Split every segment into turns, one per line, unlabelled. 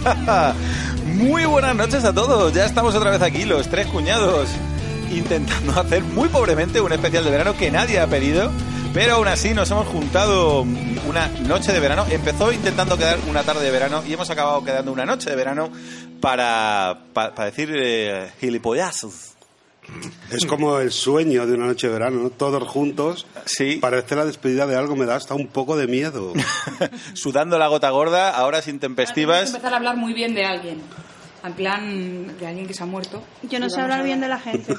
Muy buenas noches a todos. Ya estamos otra vez aquí, los tres cuñados, intentando hacer muy pobremente un especial de verano que nadie ha pedido. Pero aún así nos hemos juntado una noche de verano. Empezó intentando quedar una tarde de verano y hemos acabado quedando una noche de verano para, pa- para decir eh, gilipollazos.
Es como el sueño de una noche de verano, ¿no? todos juntos.
Sí.
Parece la despedida de algo, me da hasta un poco de miedo.
Sudando la gota gorda, a horas
Tenemos que
intempestivas.
empezar a hablar muy bien de alguien. En plan, de alguien que se ha muerto.
Yo no
Y
sé
vamos
hablar
a
bien de la gente.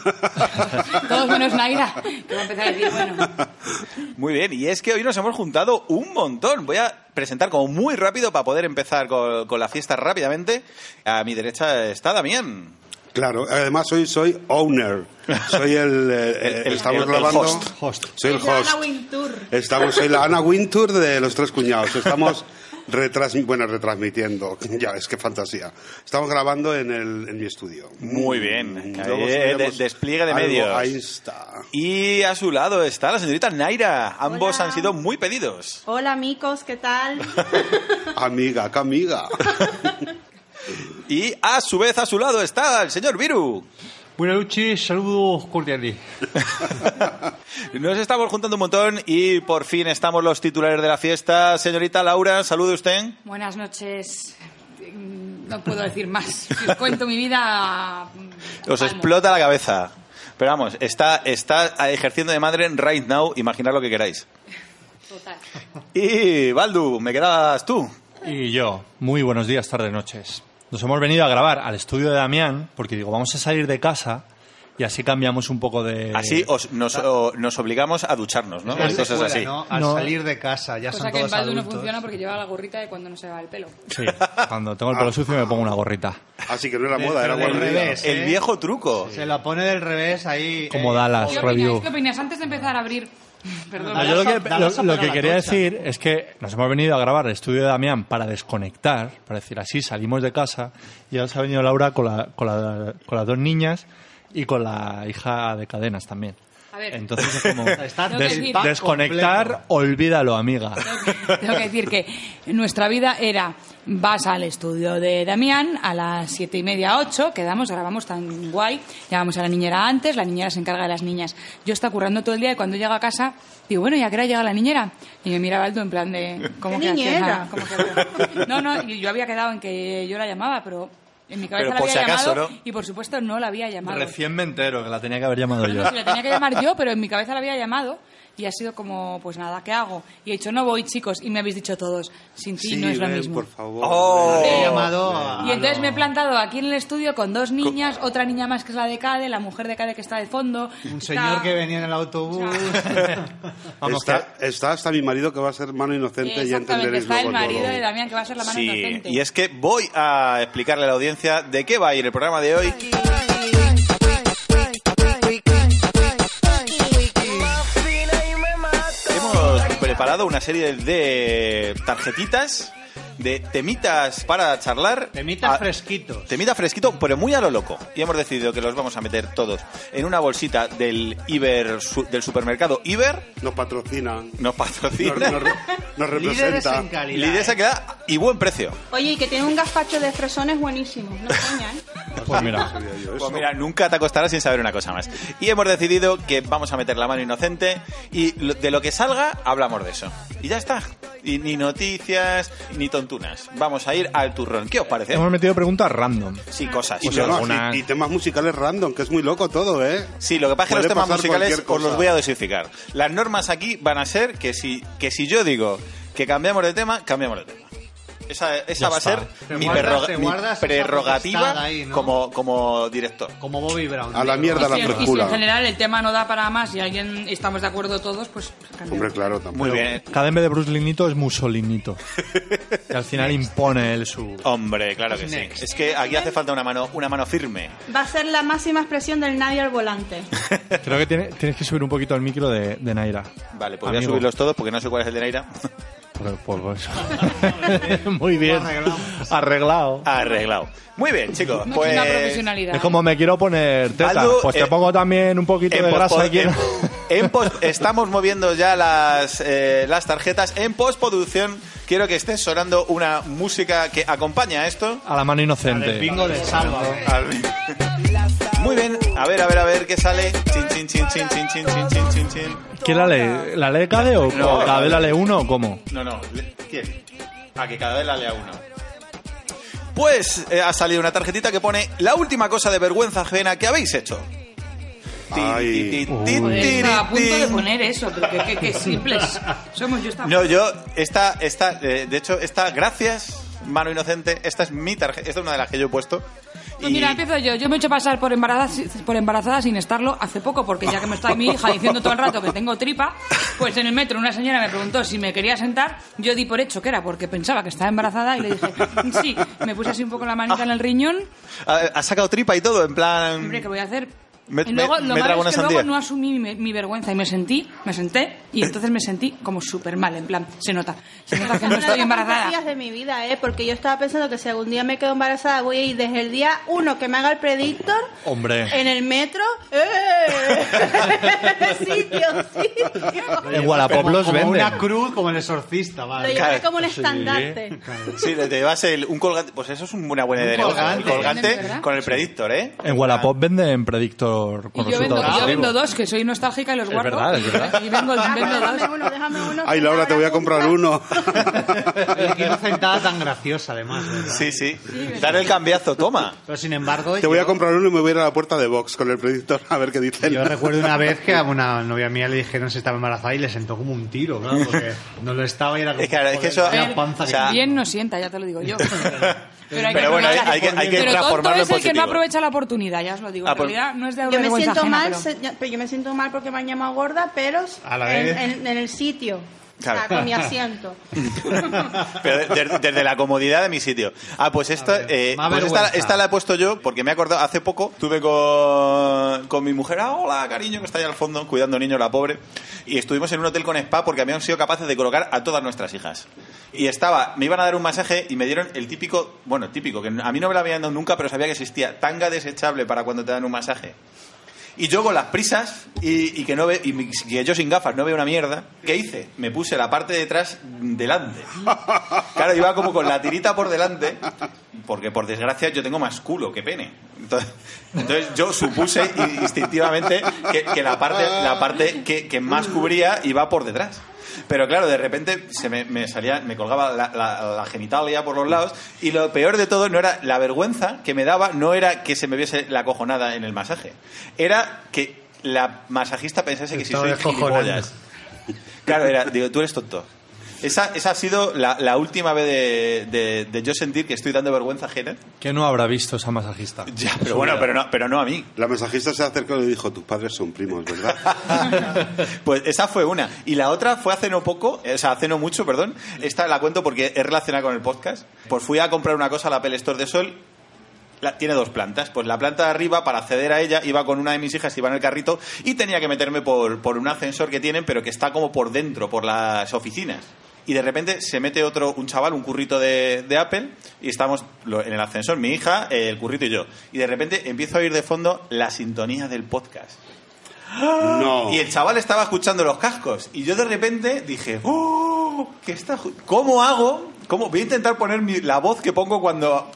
Todos menos Naira, que va a empezar a decir, bueno,
Muy bien, y es que hoy nos hemos juntado un montón. Voy a presentar como muy rápido para poder empezar con, con la fiesta rápidamente. A mi derecha está Damián.
Claro, además hoy soy owner. Soy el. eh, eh,
el-
estamos
el- el
grabando.
host.
Soy el
Es la
host.
Ana Wintour.
Estamos, soy la Ana Wintour de los tres cuñados. Estamos retras- bueno, retransmitiendo. Ya, es que fantasía. Estamos grabando en, el, en mi estudio.
Muy bien.
Mm,
Ahí,
luego
eh,
subiremos
de- despliegue de
algo.
medios.
Ahí está.
Y a su lado está la señorita Naira. Ambos
Hola.
han sido muy pedidos.
Hola, amigos, ¿qué tal?
Amiga, qué amiga.
Y a su vez a su lado está el señor Viru.
Buenas noches, saludos cordiales.
Nos estamos juntando un montón y por fin estamos los titulares de la fiesta. Señorita Laura, salude usted.
buenas noches. Mm, No puedo decir más. Si os cuento mi vida. mm,
Os
palmo.
explota la cabeza. Pero vamos, está, está ejerciendo de madre en Right Now, imaginar lo que queráis.
Total.
Y Baldu, me quedabas tú.
Y yo, muy buenos días, tarde, noches. Nos hemos venido a grabar al estudio de Damián porque digo, vamos a salir de casa y así cambiamos un poco de...
Así os- nos, o- nos obligamos a ducharnos, ¿no?
Eh, Una
Y cosas
secuela,
así.
¿no? Al
No.
salir de casa, ya
Cosa
son
que en
todos
Baldu no
adultos.
funciona porque lleva la gorrita de cuando no se va el pelo.
Sí, cuando tengo el pelo sucio me pongo una gorrita.
Así que no era moda, era
Pero del
guarrería.
revés.
El viejo truco.
Se la pone del revés ahí.
Como
eh,
Dallas
¿Qué
Review.
opinas? ¿Qué opináis? Antes de empezar a abrir. Perdón,
Ah,
No, yo lo que,
Da la
lo-
sopa
lo
a
que
la
quería
concha.
decir es que nos hemos venido a grabar el estudio de Damián para desconectar, para decir así, salimos de casa y ahora se ha venido Laura con, la- con la- con las dos niñas y con la hija de cadenas también.
A ver.
Entonces es como
Está
Tengo que
des-
decir-
desconectar,
completo.
olvídalo, amiga.
Tengo que decir que nuestra vida era, vas al estudio de Damián a las siete y media, ocho, quedamos, grabamos tan guay, llamamos a la niñera antes, la niñera se encarga de las niñas. Yo estaba currando todo el día y cuando llego a casa, digo, bueno, ¿y a qué hora llega la niñera? Y me miraba Aldo en plan de, ¿cómo
¿Qué
que hacías,
niñera?
Ana? ¿Cómo que hacías? No, no, y yo había quedado en que yo la llamaba, pero en mi cabeza
Pero
la
por
había
si acaso,
llamado
¿no?
y por supuesto no la había llamado.
Recién me entero que la tenía que haber llamado yo.
No, si la pues tenía que llamar yo, pero en mi cabeza la había llamado y ha sido como, pues nada, ¿qué hago? Y he dicho, no voy, chicos, y me habéis dicho todos, sin ti
Sí,
no es lo
ven,
mismo.
por favor. Ah,
Oh.
He llamado a-
Y entonces
a
me he
lo-
plantado aquí en el estudio con dos niñas, otra niña más que es la de Cade, la mujer de Cade que está de fondo.
Un
está-
señor que venía en el autobús.
Vamos,
está, está hasta mi marido que va a ser mano inocente y
Exactamente,
entenderéis
está el
luego
marido
todo.
de Damián que va a ser la mano
Sí,
inocente.
y es que voy a explicarle a la audiencia de qué va a ir el programa de hoy. Hemos preparado una serie de tarjetitas, de temitas para charlar.
Temitas
Ah,
fresquitos.
Temita fresquito, pero muy a lo loco. Y hemos decidido que los vamos a meter todos en una bolsita del Iber, su- del supermercado Iber.
Nos patrocinan.
Nos
Nos,
patrocina.
nos- nos
Líderes
representa.
en calidad.
Líderes a quedar y buen precio.
Oye, y que tiene un gazpacho de fresones buenísimo. No coña, ¿eh?
pues mira,
Sería yo eso.
Pues mira, nunca te acostarás sin saber una cosa más. Y hemos decidido que vamos a meter la mano inocente y lo- de lo que salga hablamos de eso. Y ya está. Y ni noticias ni tontunas. Vamos a ir al turrón. ¿Qué os parece?
hemos metido preguntas random.
Sí, cosas.
Y,
Sí,
temas-
lo-
alguna-
y- y temas musicales random, que es muy loco todo, ¿eh?
sí, lo que pasa es que los
Puede
temas
pasar
musicales
cualquier
os
cosa.
los voy a dosificar. Las normas aquí van a ser que si, que si yo digo que cambiamos de tema, cambiamos de tema. Esa, esa
Ya
va a
está.
ser
Te
mi,
guardas-
perro-
te
mi
guardas esa
prerrogativa
potestad ahí, ¿no?
como, como director.
Como Bobby Brown.
A la
digo.
mierda
Y
la
si- y si
frescura.
en general el tema no da para más y alguien estamos de acuerdo todos, pues cambiamos.
Hombre, claro, tampoco.
Muy bien.
Cada en vez de Bruce Linito es Musolinito. Y al final impone él su...
Hombre, claro que sí.
Next.
Es que aquí hace falta una mano, una mano firme.
Va a ser la máxima expresión del nadie al volante.
Creo que tiene- tienes que subir un poquito el micro de, de Naira.
Vale, pues voy a
Amigo.
subirlos todos porque no sé cuál es el de Naira.
Por, por eso. Muy bien.
arreglamos.
Arreglado.
Ah. Arreglado. Muy bien, chicos.
No
pues...
es una profesionalidad.
Es como me quiero poner teta.
Aldo,
pues te
eh,
pongo también un poquito de
En
grasa
postpro-
aquí.
en- en post- estamos moviendo ya las, eh, las tarjetas. En postproducción quiero que estés sonando una música que acompaña a esto.
A la mano
El
inocente.
bingo del salva.
Al- Muy bien, a ver, a ver, a ver qué sale. Chin, chin, chin, chin, chin, chin, chin, chin, chin, chin.
¿Quién la lee? ¿La lee Cade o
No.
o Cade la lee uno o cómo?
No, no, le- ¿quién? A que cada vez la lea uno. Pues eh, ha salido una tarjetita que pone la última cosa de vergüenza ajena que habéis hecho. Tin,
Ay.
tin, tin,
Uy.
tin, tin,
Joder, estaba a punto de
tin.
poner eso, pero qué, qué- qué simples somos. Yo estaba...
No, yo, esta, esta, eh, de hecho, esta, gracias, mano inocente, esta es mi tarjeta, esta es una de las que yo he puesto.
Pues
Y-
mira, empiezo yo. Yo me he hecho pasar por embarazada, por embarazada sin estarlo hace poco, porque ya que me está mi hija diciendo todo el rato que tengo tripa, pues en el metro una señora me preguntó si me quería sentar. Yo di por hecho que era porque pensaba que estaba embarazada y le dije, sí, me puse así un poco la manita en el riñón.
ha, ha sacado tripa y todo, en plan...
Hombre, ¿qué voy a hacer?
Me-
y luego,
me-
lo
me trago una
malo es que luego
sandía.
no asumí mi, mi vergüenza y me sentí, me senté y entonces me sentí como súper mal, en plan, se nota, se nota que no
Una de
estoy
las fantasías
embarazada.
de mi vida, ¿eh? Porque yo estaba pensando que si algún día me quedo embarazada, voy a ir desde el día uno que me haga el predictor
Hombre.
en el metro. ¡Eh! sitio, sitio.
En Wallapop
Como-
los
como
venden.
una cruz, como el exorcista,
Lo
vale.
llevaré como un estandarte.
Sí, te llevas el, un colgante, pues eso es una buena idea. de
Un
negocio, el
colgante.
colgante
¿Verdad?
con el predictor, ¿eh?
En Wallapop venden predictor
Y
con
yo vendo,
resultados
yo vendo
positivos.
dos, que soy nostálgica y los
Es
guardo.
verdad, es verdad.
Y vendo,
Ah,
vendo
déjame
dos.
uno, déjame uno.
Ay, Laura, te voy a comprar uno.
Oye, Qué inocentada tan graciosa, además. ¿verdad?
Sí, sí. Dar el cambiazo, toma.
Pero sin embargo,
Te voy
yo-
a comprar uno y me voy a ir a la puerta de Vox con el predictor a ver qué dicen.
Yo recuerdo una vez que a una novia mía le dijeron si estaba embarazada y le sentó como un tiro, claro, porque no lo estaba y era como...
Es que, claro, es que eso-
"Joder, vaya panza
o sea,
que-
Bien no sienta, ya te lo digo yo. Pero,
Ah.
hay
Pero bueno, hay- hay que- hay que
pero tonto
transformarlo en
es el que no
positivo.
aprovecha la oportunidad, ya os lo digo.
Ah,
en
pues-
realidad no es de
Yo me
vergüenza
siento
ajena,
mal,
pero-
se- ya- pero yo me siento mal porque me han llamado gorda, pero
A la vez.
en, en- en el sitio, o sea,
Claro.
con mi asiento.
Pero de- desde, la comodidad de mi sitio. Ah, pues esta,
ver,
eh,
más
pues esta,
vergüenza.
esta la he puesto yo porque me he acordado hace poco. Tuve con, con mi mujer, ah, hola cariño, que está ahí al fondo cuidando niño la pobre. Y estuvimos en un hotel con spa porque habían sido capaces de colocar a todas nuestras hijas. Y estaba, me iban a dar un masaje y me dieron el típico, bueno, el típico, que a mí no me lo habían dado nunca, pero sabía que existía, tanga desechable para cuando te dan un masaje. Y yo con las prisas y, y que no ve, y mi- que yo sin gafas no veo una mierda, ¿qué hice? Me puse la parte de atrás delante. Claro, iba como con la tirita por delante, porque por desgracia yo tengo más culo que pene. Entonces, entonces yo supuse i- instintivamente que, que la parte, la parte que, que más cubría iba por detrás. Pero claro, de repente se me, me salía, me colgaba la, la- la genitalia por los lados y lo peor de todo no era la vergüenza que me daba, no era que se me viese la cojonada en el masaje, era que la masajista pensase que si
Estaba
soy
descojonando.
gilipollas. Claro, era, digo, tú eres tonto. Esa, esa ha sido la, la última vez de, de- de yo sentir que estoy dando vergüenza ajena.
¿Qué no habrá visto esa masajista?
Ya, pero bueno, pero no, pero no a mí.
La mensajista se acercó y le dijo, tus padres son primos, ¿verdad?
Pues esa fue una. Y la otra fue hace no poco, eh, o sea, hace no mucho, perdón. Esta la cuento porque es relacionada con el podcast. Pues fui a comprar una cosa a la Apple Store de Sol. La, tiene dos plantas. Pues la planta de arriba, para acceder a ella, iba con una de mis hijas, iba en el carrito y tenía que meterme por, por un ascensor que tienen, pero que está como por dentro, por las oficinas. Y de repente se mete otro, un chaval, un currito de, de Apple, y estamos lo- en el ascensor, mi hija, eh, el currito y yo. Y de repente empiezo a oír de fondo la sintonía del podcast.
No.
Y el chaval estaba escuchando los cascos. Y yo de repente dije, ¡Oh! ¿Qué está ju- ¿Cómo hago? ¿Cómo? Voy a intentar poner mi- la voz que pongo cuando...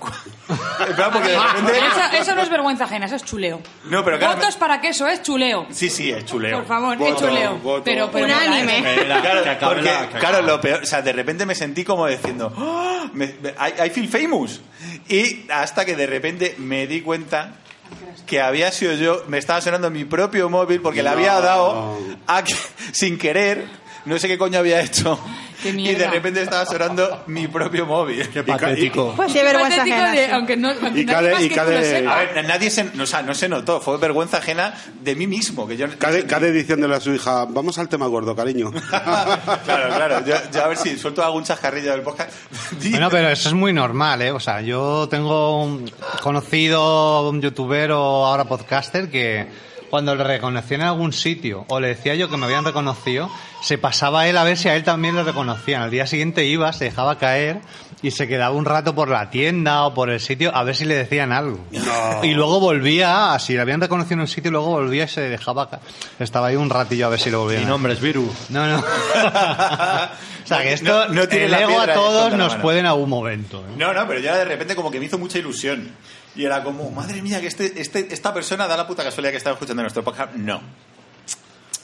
en plan, porque Ah, de repente...
Eso, eso no es vergüenza ajena, eso es chuleo.
No, pero claro,
Votos para que eso es chuleo.
Sí, sí, es chuleo.
Por favor,
Voto,
es chuleo.
voto.
Pero, pero
Un anime.
Claro, porque,
que
claro,
acabe.
lo peor, o sea, de repente me sentí como diciendo, "Ah, me- me- I, I feel famous. Y hasta que de repente me di cuenta que había sido yo, me estaba sonando mi propio móvil porque le había
No.
dado a que- sin querer, no sé qué coño había hecho.
Qué
y de
mierda.
repente estaba sonando mi propio móvil.
Qué patético.
Pues sí, vergüenza
Patético
ajena.
de-
sí.
aunque no, aunque
Y
no
Cade-
sepas
y
que tú lo
Cade-
sepas.
A ver, nadie se, no, o sea, no se notó, fue vergüenza ajena de mí mismo, que yo
Cada, cada diciéndole a su hija, vamos al tema gordo, cariño.
Claro, claro, yo, yo a ver si suelto algún chascarrillo del podcast. Di-
Bueno, pero eso es muy normal, ¿eh? O sea, yo tengo un conocido, un youtuber o ahora podcaster que cuando le reconocían en algún sitio o le decía yo que me habían reconocido, se pasaba él a ver si a él también le reconocían. Al día siguiente iba, se dejaba caer y se quedaba un rato por la tienda o por el sitio a ver si le decían algo. Y luego volvía, así le habían reconocido en un sitio, luego volvía y se dejaba caer. Estaba ahí un ratillo a ver si lo volvían.
Mi
a-
nombre es Viru.
No, no. o sea, que esto,
No, no tiene
el
la
ego
piedra
a
en
todos
contra la
nos
mano.
pueden a un momento. ¿eh?
No, no, pero ya de repente como que me hizo mucha ilusión. Y era como, madre mía, que este, este- esta persona da la puta casualidad que estaba escuchando nuestro podcast. No.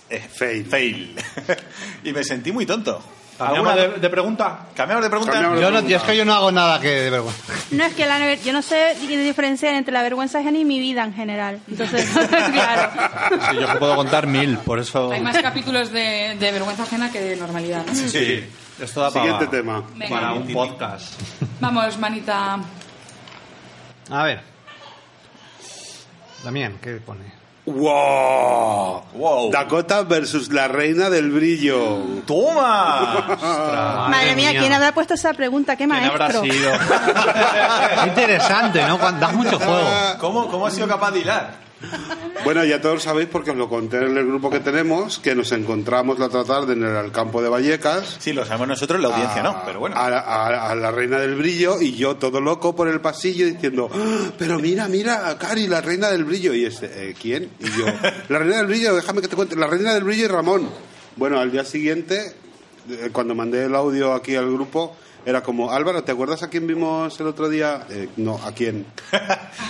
Eh,
Fail.
Fail. y me sentí muy tonto.
¿Cambiamos
¿Alguna-
de, de pregunta?
¿Cambiamos de pregunta?
Cambiamos de-
Yo, no, yo es que yo no hago nada que de vergüenza.
No, es que la, never- yo no sé diferenciar entre la vergüenza ajena y mi vida en general. Entonces, claro.
Sí, yo puedo contar mil, por eso.
Hay más capítulos de, de vergüenza ajena que de normalidad. ¿no?
Sí, esto da para,
Siguiente tema.
Venga.
para un podcast.
Vamos, manita.
A ver. Damián, ¿qué pone?
¡Wow!
Wow.
Dakota versus la reina del brillo.
¡Toma!
Madre mía, ¿quién habrá puesto esa pregunta? ¡Qué
¿Quién habrá
maestro!
sido?
Qué interesante, ¿no? Cuando das mucho juego.
¿Cómo, ¿Cómo has sido capaz de hilar?
Bueno, ya todos sabéis, porque os lo conté en el grupo que tenemos, que nos encontramos la otra tarde en el campo de Vallecas.
Sí, lo sabemos nosotros, la audiencia
a-
no, pero bueno.
A, a- a la reina del brillo y yo todo loco por el pasillo diciendo, "Ah, pero mira, mira, Cari, la reina del brillo. Y este, "Eh, ¿quién? Y yo, la reina del brillo, déjame que te cuente, la reina del brillo y Ramón. Bueno, al día siguiente, eh, cuando mandé el audio aquí al grupo, era como, Álvaro, ¿te acuerdas a quién vimos el otro día? "Eh, no, ¿a quién?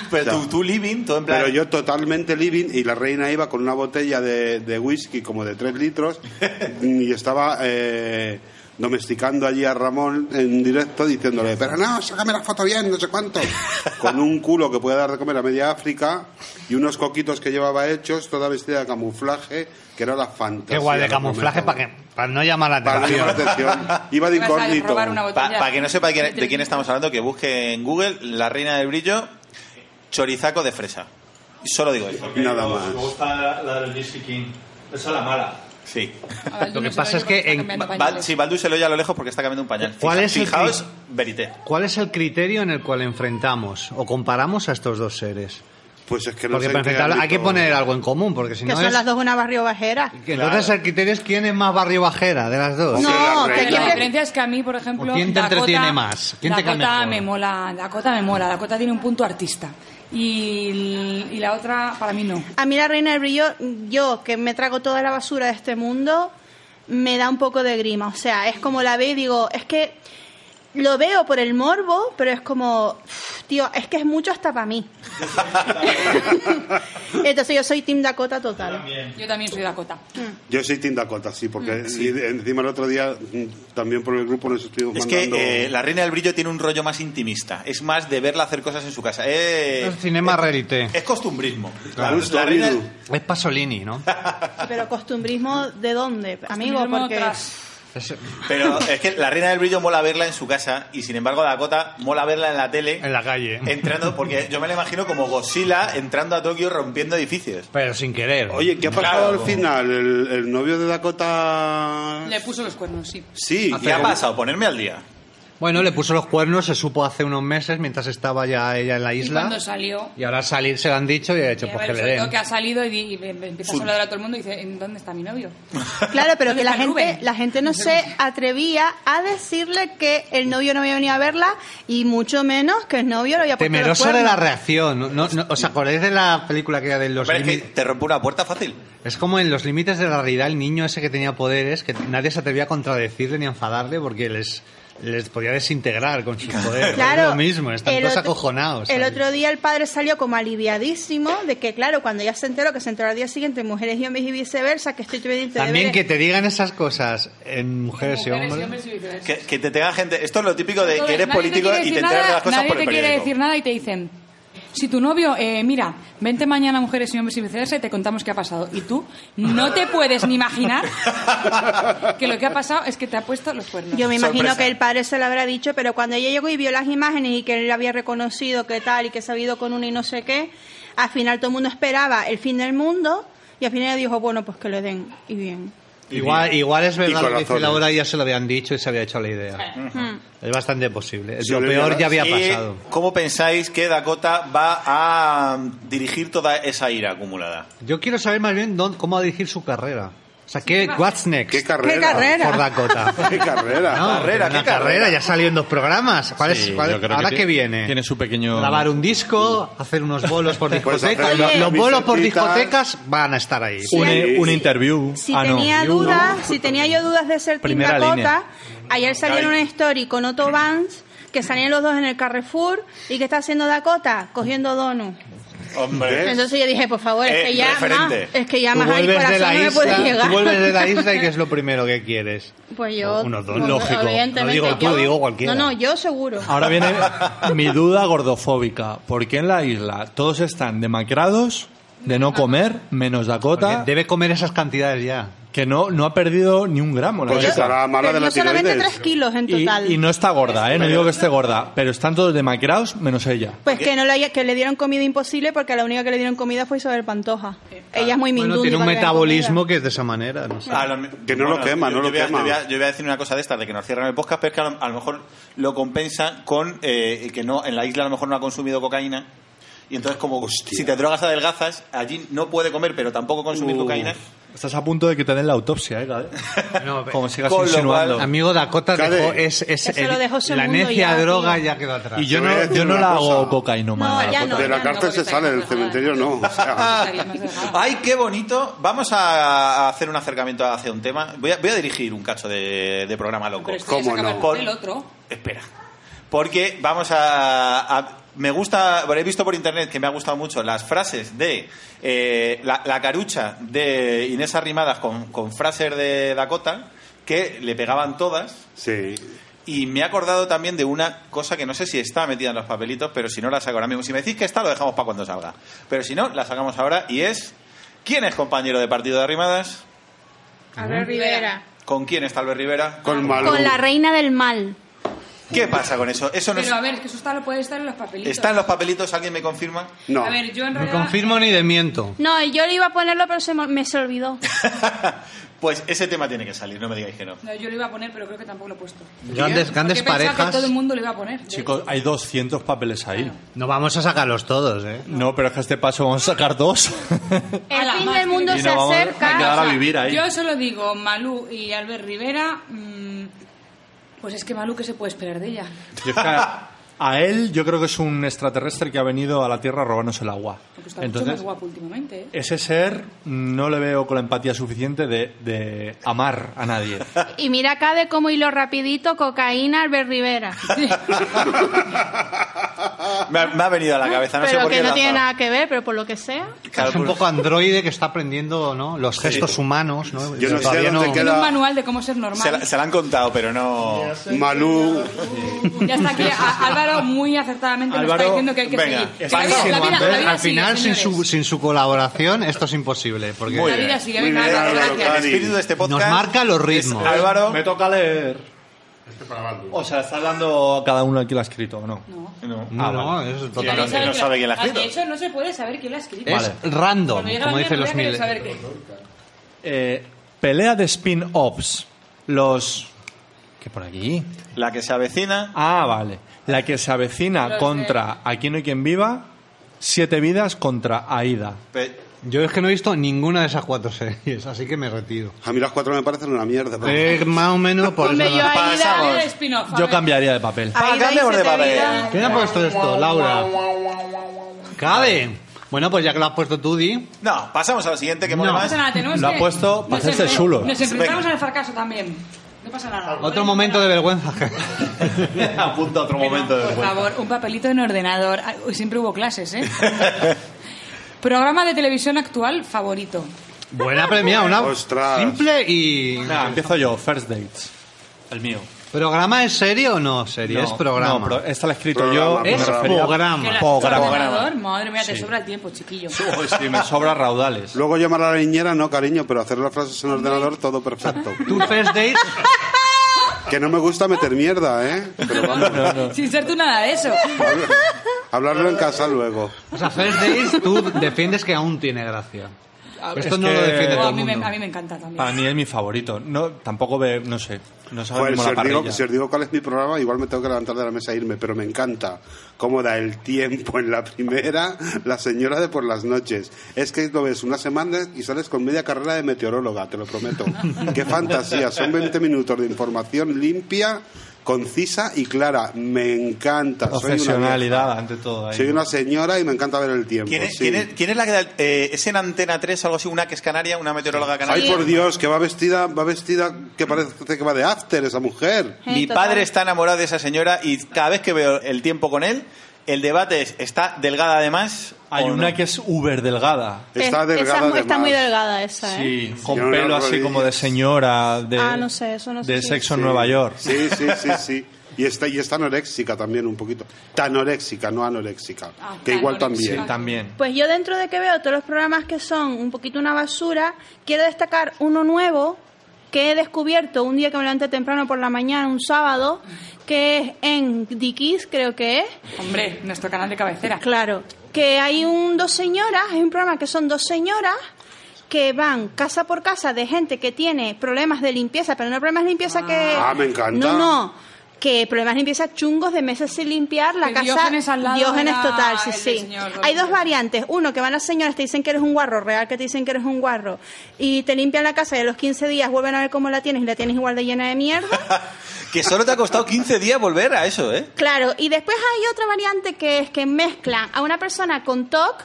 pero tú, tú living, todo en plan...
Pero yo totalmente living y la reina iba con una botella de, de whisky como de 3 litros y estaba eh, domesticando allí a Ramón en directo diciéndole, pero no, sácame la foto bien, no sé cuánto. Con un culo que puede dar de comer a media África y unos coquitos que llevaba hechos, toda vestida de camuflaje, que era la fantasía.
Qué guay de
del
camuflaje
momento.
para, que, para no llamar la
Para no
atención.
llamar la atención. Iba de
Vas a
incógnito.
robar una botella.
Para que no sepa de quién, de quién estamos hablando, que busque en Google la reina del brillo, chorizaco de fresa. Solo digo eso.
Nada más.
gusta la, del Disney King. Esa es la mala.
Sí.
A ver, yo
Lo
no
que
sé
pasa es
por qué
que
está
en-
cambiando
Ba-
pañales.
sí, Baldu se lo oye a lo lejos porque está cambiando un pañal.
¿Cuál
Fija-
es el
Fijaos,
cri-
verité.
¿Cuál es el criterio en el cual enfrentamos o comparamos a estos dos seres?
Pues es que no
Porque
sé
para
en qué
enfrentarlo hay que
ámbito-
poner algo en común, porque si
Que
no
son
es...
las dos una barrio bajera.
Entonces el criterio es quién es más barrio bajera de las dos.
Hombre, la
No, que
reina.
La
quién te-
diferencia es que a mí, por ejemplo,
¿O quién te
Dakota-
entretiene más? ¿Quién te cae
Dakota
mejor?
me mola, Dakota me mola, Dakota tiene un punto artista. Y, l- y la otra, para mí no.
A mí la reina del brillo, yo que me trago toda la basura de este mundo, me da un poco de grima. O sea, es como la ve y digo, es que lo veo por el morbo, pero es como, "Uf, tío, es que es mucho hasta para mí. Entonces yo soy Team Dakota total.
Yo también soy Dakota.
Yo soy Team Dakota, sí,
Mm,
porque y de- encima el otro día mm, también por el grupo nos estuvimos
Es
mandando...
que eh, la reina del brillo tiene un rollo más intimista. Es más de verla hacer cosas en su casa. Eh,
Es cinema
es-
reality.
Es costumbrismo.
Claro,
La-
es
la reina-
horrible.
eh, Es Pasolini, ¿no?
Pero costumbrismo, ¿de dónde? Amigo,
Costumbrismo
porque...
tras-
Es-
pero es que la reina del brillo mola verla en su casa y sin embargo Dakota mola verla en la tele.
en la calle.
Entrando, porque yo me la imagino como Godzilla entrando a Tokio rompiendo edificios.
Pero sin querer.
Oye, ¿qué ha pasado
Claro,
al
como-
final? ¿El, el novio de Dakota...?
Le puso los cuernos, sí.
Sí.
¿Qué ha pasado? Ponerme al día.
Bueno, le puso los cuernos, se supo hace unos meses mientras estaba ya ella en la
Y
isla.
cuando salió,
Y ahora al salir se lo han dicho y ha dicho,
ya
pues
ve
que
el
le
sueldo
den.
que ha salido y, y- y empieza a saludar a todo el mundo y dice, "¿En ¿dónde está mi novio?
Claro, pero que la
¿Dónde está
gente,
Rubén?
la gente no se atrevía a decirle que el novio no había venido a verla y mucho menos que el novio lo había puesto los
Temeroso de la
cuernos.
reacción. No, no- no- ¿Os acordáis de la película que era de los
Pero es que
límites?
te rompe una puerta fácil.
Es como en los límites de la realidad el niño ese que tenía poderes, que nadie se atrevía a contradecirle ni a enfadarle porque les, les podía desintegrar con sus poderes.
Claro,
es lo mismo, están
el
todos
otro-
acojonados.
El
¿sabes?
otro día el padre salió como aliviadísimo de que, claro, cuando ya se enteró, que se enteró al día siguiente, mujeres y hombres y viceversa, que estoy pendiente de
También
ver-
que te digan esas cosas en mujeres, y hombres.
y viceversa.
Que, que te tenga gente. Esto es lo típico de que
Entonces,
eres
nadie te
político
quiere
y te
decir
enteras de
nada,
las cosas
Nadie
por el
te quiere
periódico.
decir nada y te dicen, si tu novio, eh, mira, vente mañana mujeres y hombres y viceversa y te contamos qué ha pasado. Y tú no te puedes ni imaginar que lo que ha pasado es que te ha puesto los cuernos.
Yo me imagino
Sorpresa.
que el padre se lo habrá dicho, pero cuando ella llegó y vio las imágenes y que él había reconocido que tal y que se había ido con uno y no sé qué, al final todo el mundo esperaba el fin del mundo y al final ella dijo, bueno, pues que le den y bien.
Igual, igual es verdad lo que dice
corazones.
Laura, ya se lo habían dicho y se había hecho la idea. Es bastante posible.
Sí,
Lo
es
peor
verdad.
ya había
¿Y
pasado.
¿Cómo pensáis que Dakota va a mm, dirigir toda esa ira acumulada?
Yo quiero saber más bien dónde- cómo va a dirigir su carrera. O sea, ¿qué, what's next?
¿Qué carrera?
¿Qué carrera?
Por Dakota.
¿Qué carrera?
No,
Carrera,
una
¿qué carrera?
ya salió en dos programas. ¿Cuál es,
Sí,
cuál-
yo creo
¿Ahora
ti-
qué viene?
Tiene su pequeño...
Grabar un disco, hacer unos bolos por
Pues
discotecas.
hacer
Los-
unas
los bolos por
camisetitas.
discotecas van a estar ahí.
un,
Sí.
un interview.
Si
Ah, no.
tenía dudas, si tenía yo dudas de ser Team
Primera
Dakota,
línea.
ayer salieron una story con Otto Vance que salían los dos en el Carrefour y que está haciendo Dakota cogiendo donuts.
¿Eh?
Hombre,
Entonces yo dije, por favor, es
Eh,
que ya más,
referente.
es que ya
Tú
más al
vuelves, de
corazón
la
no me puede
isla,
llegar.
tú vuelves de la isla y ¿qué es lo primero que quieres?
Pues yo,
Unos donuts.
pues,
Lógico.
evidentemente,
No digo tú,
yo-
digo cualquiera. Ah,
No, no, yo seguro.
Ahora viene mi duda gordofóbica. ¿Por qué en la isla todos están demacrados de no comer, menos Dakota,
Porque debe comer esas cantidades ya.
que no, no ha perdido ni un gramo? la
Pues
chica?
estará mala
Pero
de la
yo solamente
tiroides.
tres kilos en
y,
total.
y no está gorda, ¿eh? No digo que esté gorda, pero están todos demacrados menos ella.
Pues que no le haya- que le dieron comida imposible porque la única que le dieron comida fue Isabel Pantoja. Ella es muy
Bueno,
mindúndula.
tiene un
para que le den
metabolismo
comida.
que es de esa manera. No sé.
a lo me-
Que no lo quema, no
yo
lo
voy a-
quema.
Yo voy, a, yo voy a decir una cosa de estas, de que nos cierran el podcast, pero es que a lo, a lo mejor lo compensa con eh, que no en la isla a lo mejor no ha consumido cocaína. Y entonces, como si te drogas adelgazas, allí no puede comer, pero tampoco consumir
Uh.
cocaína.
Estás a punto de que te den la autopsia, ¿eh? Gade?
No,
Como sigas
Con lo
insinuando.
cual-
Amigo Dakota
Cade.
dejó- es, es
Eso lo dejó su
la
mundo
necia
ya,
droga
tío.
ya quedó atrás.
Y yo
Te voy a
no,
decir
yo no
una
la hago
cosa.
cocainómana.
No, ya no.
de la
no,
cárcel
porque
se
está ahí
sale, del
más delgada.
cementerio no. O sea,
Estaría más delgada.
¡Ay, qué bonito! Vamos a hacer un acercamiento hacia un tema. Voy a, voy a dirigir un cacho de, de programa loco.
Pero esto ya
¿Cómo
se acaba
no?
con el otro.
Espera. Porque vamos a. a- me gusta. bueno, he visto por internet que me ha gustado mucho las frases de. eh, la, la carucha de Inés Arrimadas con, con frases de Dakota, que le pegaban todas.
sí.
Y me he acordado también de una cosa que no sé si está metida en los papelitos, pero si no la saco ahora mismo. Si me decís que está, lo dejamos para cuando salga. Pero si no, la sacamos ahora y es. ¿Quién es compañero de partido de Arrimadas?
Albert Rivera.
¿Con quién está Albert Rivera?
Con Malú.
Con la reina del mal.
¿Qué pasa con eso? Eso no es-
Pero a ver, que eso está, lo puede estar en los papelitos.
¿Está en los papelitos? ¿Alguien me confirma?
No.
A ver, yo en
No
realidad...
confirmo ni de miento.
No, yo le iba a ponerlo, pero se me, me se olvidó.
Pues ese tema tiene que salir, no me digáis que no.
No, yo lo iba a poner, pero creo que tampoco lo he puesto.
Grandes, grandes
Porque pensaba
parejas.
que todo el mundo lo iba a poner.
Chicos, hay 200 papeles ahí.
No vamos a sacarlos todos, ¿eh?
No, pero es que a este paso vamos a sacar dos.
El
Ala,
fin
más
del mundo
que-
y
se
nos vamos a
acerca.
quedar
O
a
sea,
vivir ahí.
Yo solo digo Malú y Albert Rivera. mm, pues es que Malú, ¿qué se puede esperar de ella?
Yo es que a, a él yo creo que es un extraterrestre que ha venido a la Tierra a robarnos el agua.
Porque pues está mucho más
Entonces,
guapo últimamente. ¿eh?
ese ser no le veo con la empatía suficiente de, de amar a nadie.
Y mira acá de cómo hilo rapidito, cocaína, Albert Rivera.
Me ha, me ha venido a la cabeza, no sé
pero
por
que
qué.
no tiene
lanzaba.
nada que ver, pero por lo que sea.
Claro,
es un
pues-
poco androide que está aprendiendo ¿no? los gestos humanos. ¿no?
Yo no sé
Todavía
dónde
Tiene
queda-
un manual de cómo ser normal.
se, la, se la han contado, pero no.
Malú.
Ya está aquí a- Álvaro muy acertadamente nos
Álvaro,
está diciendo que hay que
venga,
seguir.
está
La vida- la vida- la
insinuante.
vida
Al
sigue,
final, sin su,
señores.
sin su colaboración, esto es imposible. Porque
Muy
La vida
bien.
sigue.
Muy
Venga,
bien,
Álvaro,
Álvaro
gracias.
El
Cádiz.
espíritu de este
nos
podcast.
marca los
es-
ritmos.
Álvaro.
Me toca leer. O sea, está dando cada uno aquí lo ha escrito, ¿o no?
No.
No.
No, Ah, no, es
Que no-
totalmente.
que no sabe quién la ha
Ah, De
escrito.
hecho, no se puede saber quién la ha escrito.
Es random,
Cuando llegue la
como
mía,
dicen
no
los
voy a querer
miles.
saber qué.
Eh, pelea de spin-offs. Los... ¿Qué por aquí?
La que se avecina.
Ah, vale. La que se avecina
Los de-
contra Aquí no hay quien viva, Siete vidas contra Aida.
pe-
Yo es que no he visto ninguna de esas cuatro series, así que me retiro.
A mí las cuatro me parecen una mierda. pero-
Eh, más o menos por
Hombre,
eso.
yo ahí
Pasamos.
da-
Dale el spin-off, a
Yo
ver.
cambiaría de papel.
Ahí
Pa,
va y
cambiamos
se
de
te
papel.
olvida.
¿Quién ha puesto esto, Laura? Cabe. Bueno, pues ya que lo has puesto tú, Di.
No, pasamos al siguiente que mola
No.
No pasa
más.
nada, tenemos
Lo ha
que-
puesto para
nos
hacerse
enfren-
chulo.
Nos enfrentamos
Venga.
al fracaso también. No pasa nada.
Otro momento de vergüenza.
Apunta otro momento de
Por
vergüenza.
favor, un papelito en ordenador. Ay, uy, Siempre hubo clases, ¿eh? Programa de televisión actual favorito.
Buena premia, una
Ostras.
simple y...
Nah, empiezo yo, First Dates. El mío.
¿Programa es serio o no serio?
No,
es programa.
No, pero esta la he escrito
Programa,
yo. y me
es
refería-
programa.
Programa.
ordenador? Madre mía, te sobra el tiempo, chiquillo.
Uy, sí, me sobra raudales.
Luego llamar a la niñera, no, cariño, pero hacer las frases en ordenador, todo perfecto.
Tu first date,
Que no me gusta meter mierda, ¿eh? Pero vamos,
Sin ser tú nada de eso.
habla- hablarlo en casa luego.
o sea, first date, tú defiendes que aún tiene gracia.
A-
Pues
Esto
es
no lo
que-
defiende
o
todo
Oh, a
el
mí, me,
mundo.
a mí me encanta también.
Para mí es mi favorito. No, tampoco ve, no sé. No sabe
Joder, Pues
cómo
si,
la
os digo,
parrilla.
si os digo cuál es mi programa, igual me tengo que levantar de la mesa e irme, pero me encanta cómo da el tiempo en la primera, la señora de por las noches. Es que lo ves una semana y sales con media carrera de meteoróloga, te lo prometo. Qué fantasía, son 20 minutos de información limpia, concisa y clara. Me encanta. Soy una, vieja.
Profesionalidad ante todo. ahí.
soy una señora y me encanta ver el tiempo.
¿Quién es,
sí.
quién es- quién es la que da- eh, es en Antena 3 algo así? Una que es canaria, una meteoróloga canaria.
Ay, por Dios, que va vestida, va vestida que parece que va de after esa mujer.
Sí,
Mi
total.
padre está enamorado de esa señora y cada vez que veo el tiempo con él, el debate es, ¿está delgada además?
Hay
o
una
no?
que es uber delgada.
Está
Es-
delgada
esa- está
además.
muy delgada esa, ¿eh?
Sí, con
Señora
pelo así
Rodríguez.
como de señora. De,
Ah, no sé, eso no sé
De
si-
sexo en
Sí.
Nueva York.
Sí, sí, sí, sí. Y está, y está anoréxica también un poquito. Tanoréxica, no anoréxica.
Ah,
que igual
tanoréxica.
también.
Sí, también.
Pues yo dentro de que veo todos los programas que son un poquito una basura, quiero destacar uno nuevo que he descubierto un día que me levanté temprano por la mañana, un sábado, que es en Dickies, creo que es.
Hombre, nuestro canal de cabecera.
Claro, que hay un dos señoras, hay un programa que son dos señoras que van casa por casa de gente que tiene problemas de limpieza, pero no problemas de limpieza que...
Ah, me encanta.
No, no, que problemas de limpieza chungos de meses sin limpiar, la
El
casa...
Diógenes al lado
Diógenes
era
total, sí,
el del
sí.
señor
Hay dos
Rodríguez.
variantes. Uno, que van las señoras, te dicen que eres un guarro, real que te dicen que eres un guarro, y te limpian la casa y a los 15 días vuelven a ver cómo la tienes y la tienes igual de llena de mierda.
Que solo te ha costado 15 días volver a eso, ¿eh?
Claro, y después hay otra variante que es que mezclan a una persona con TOC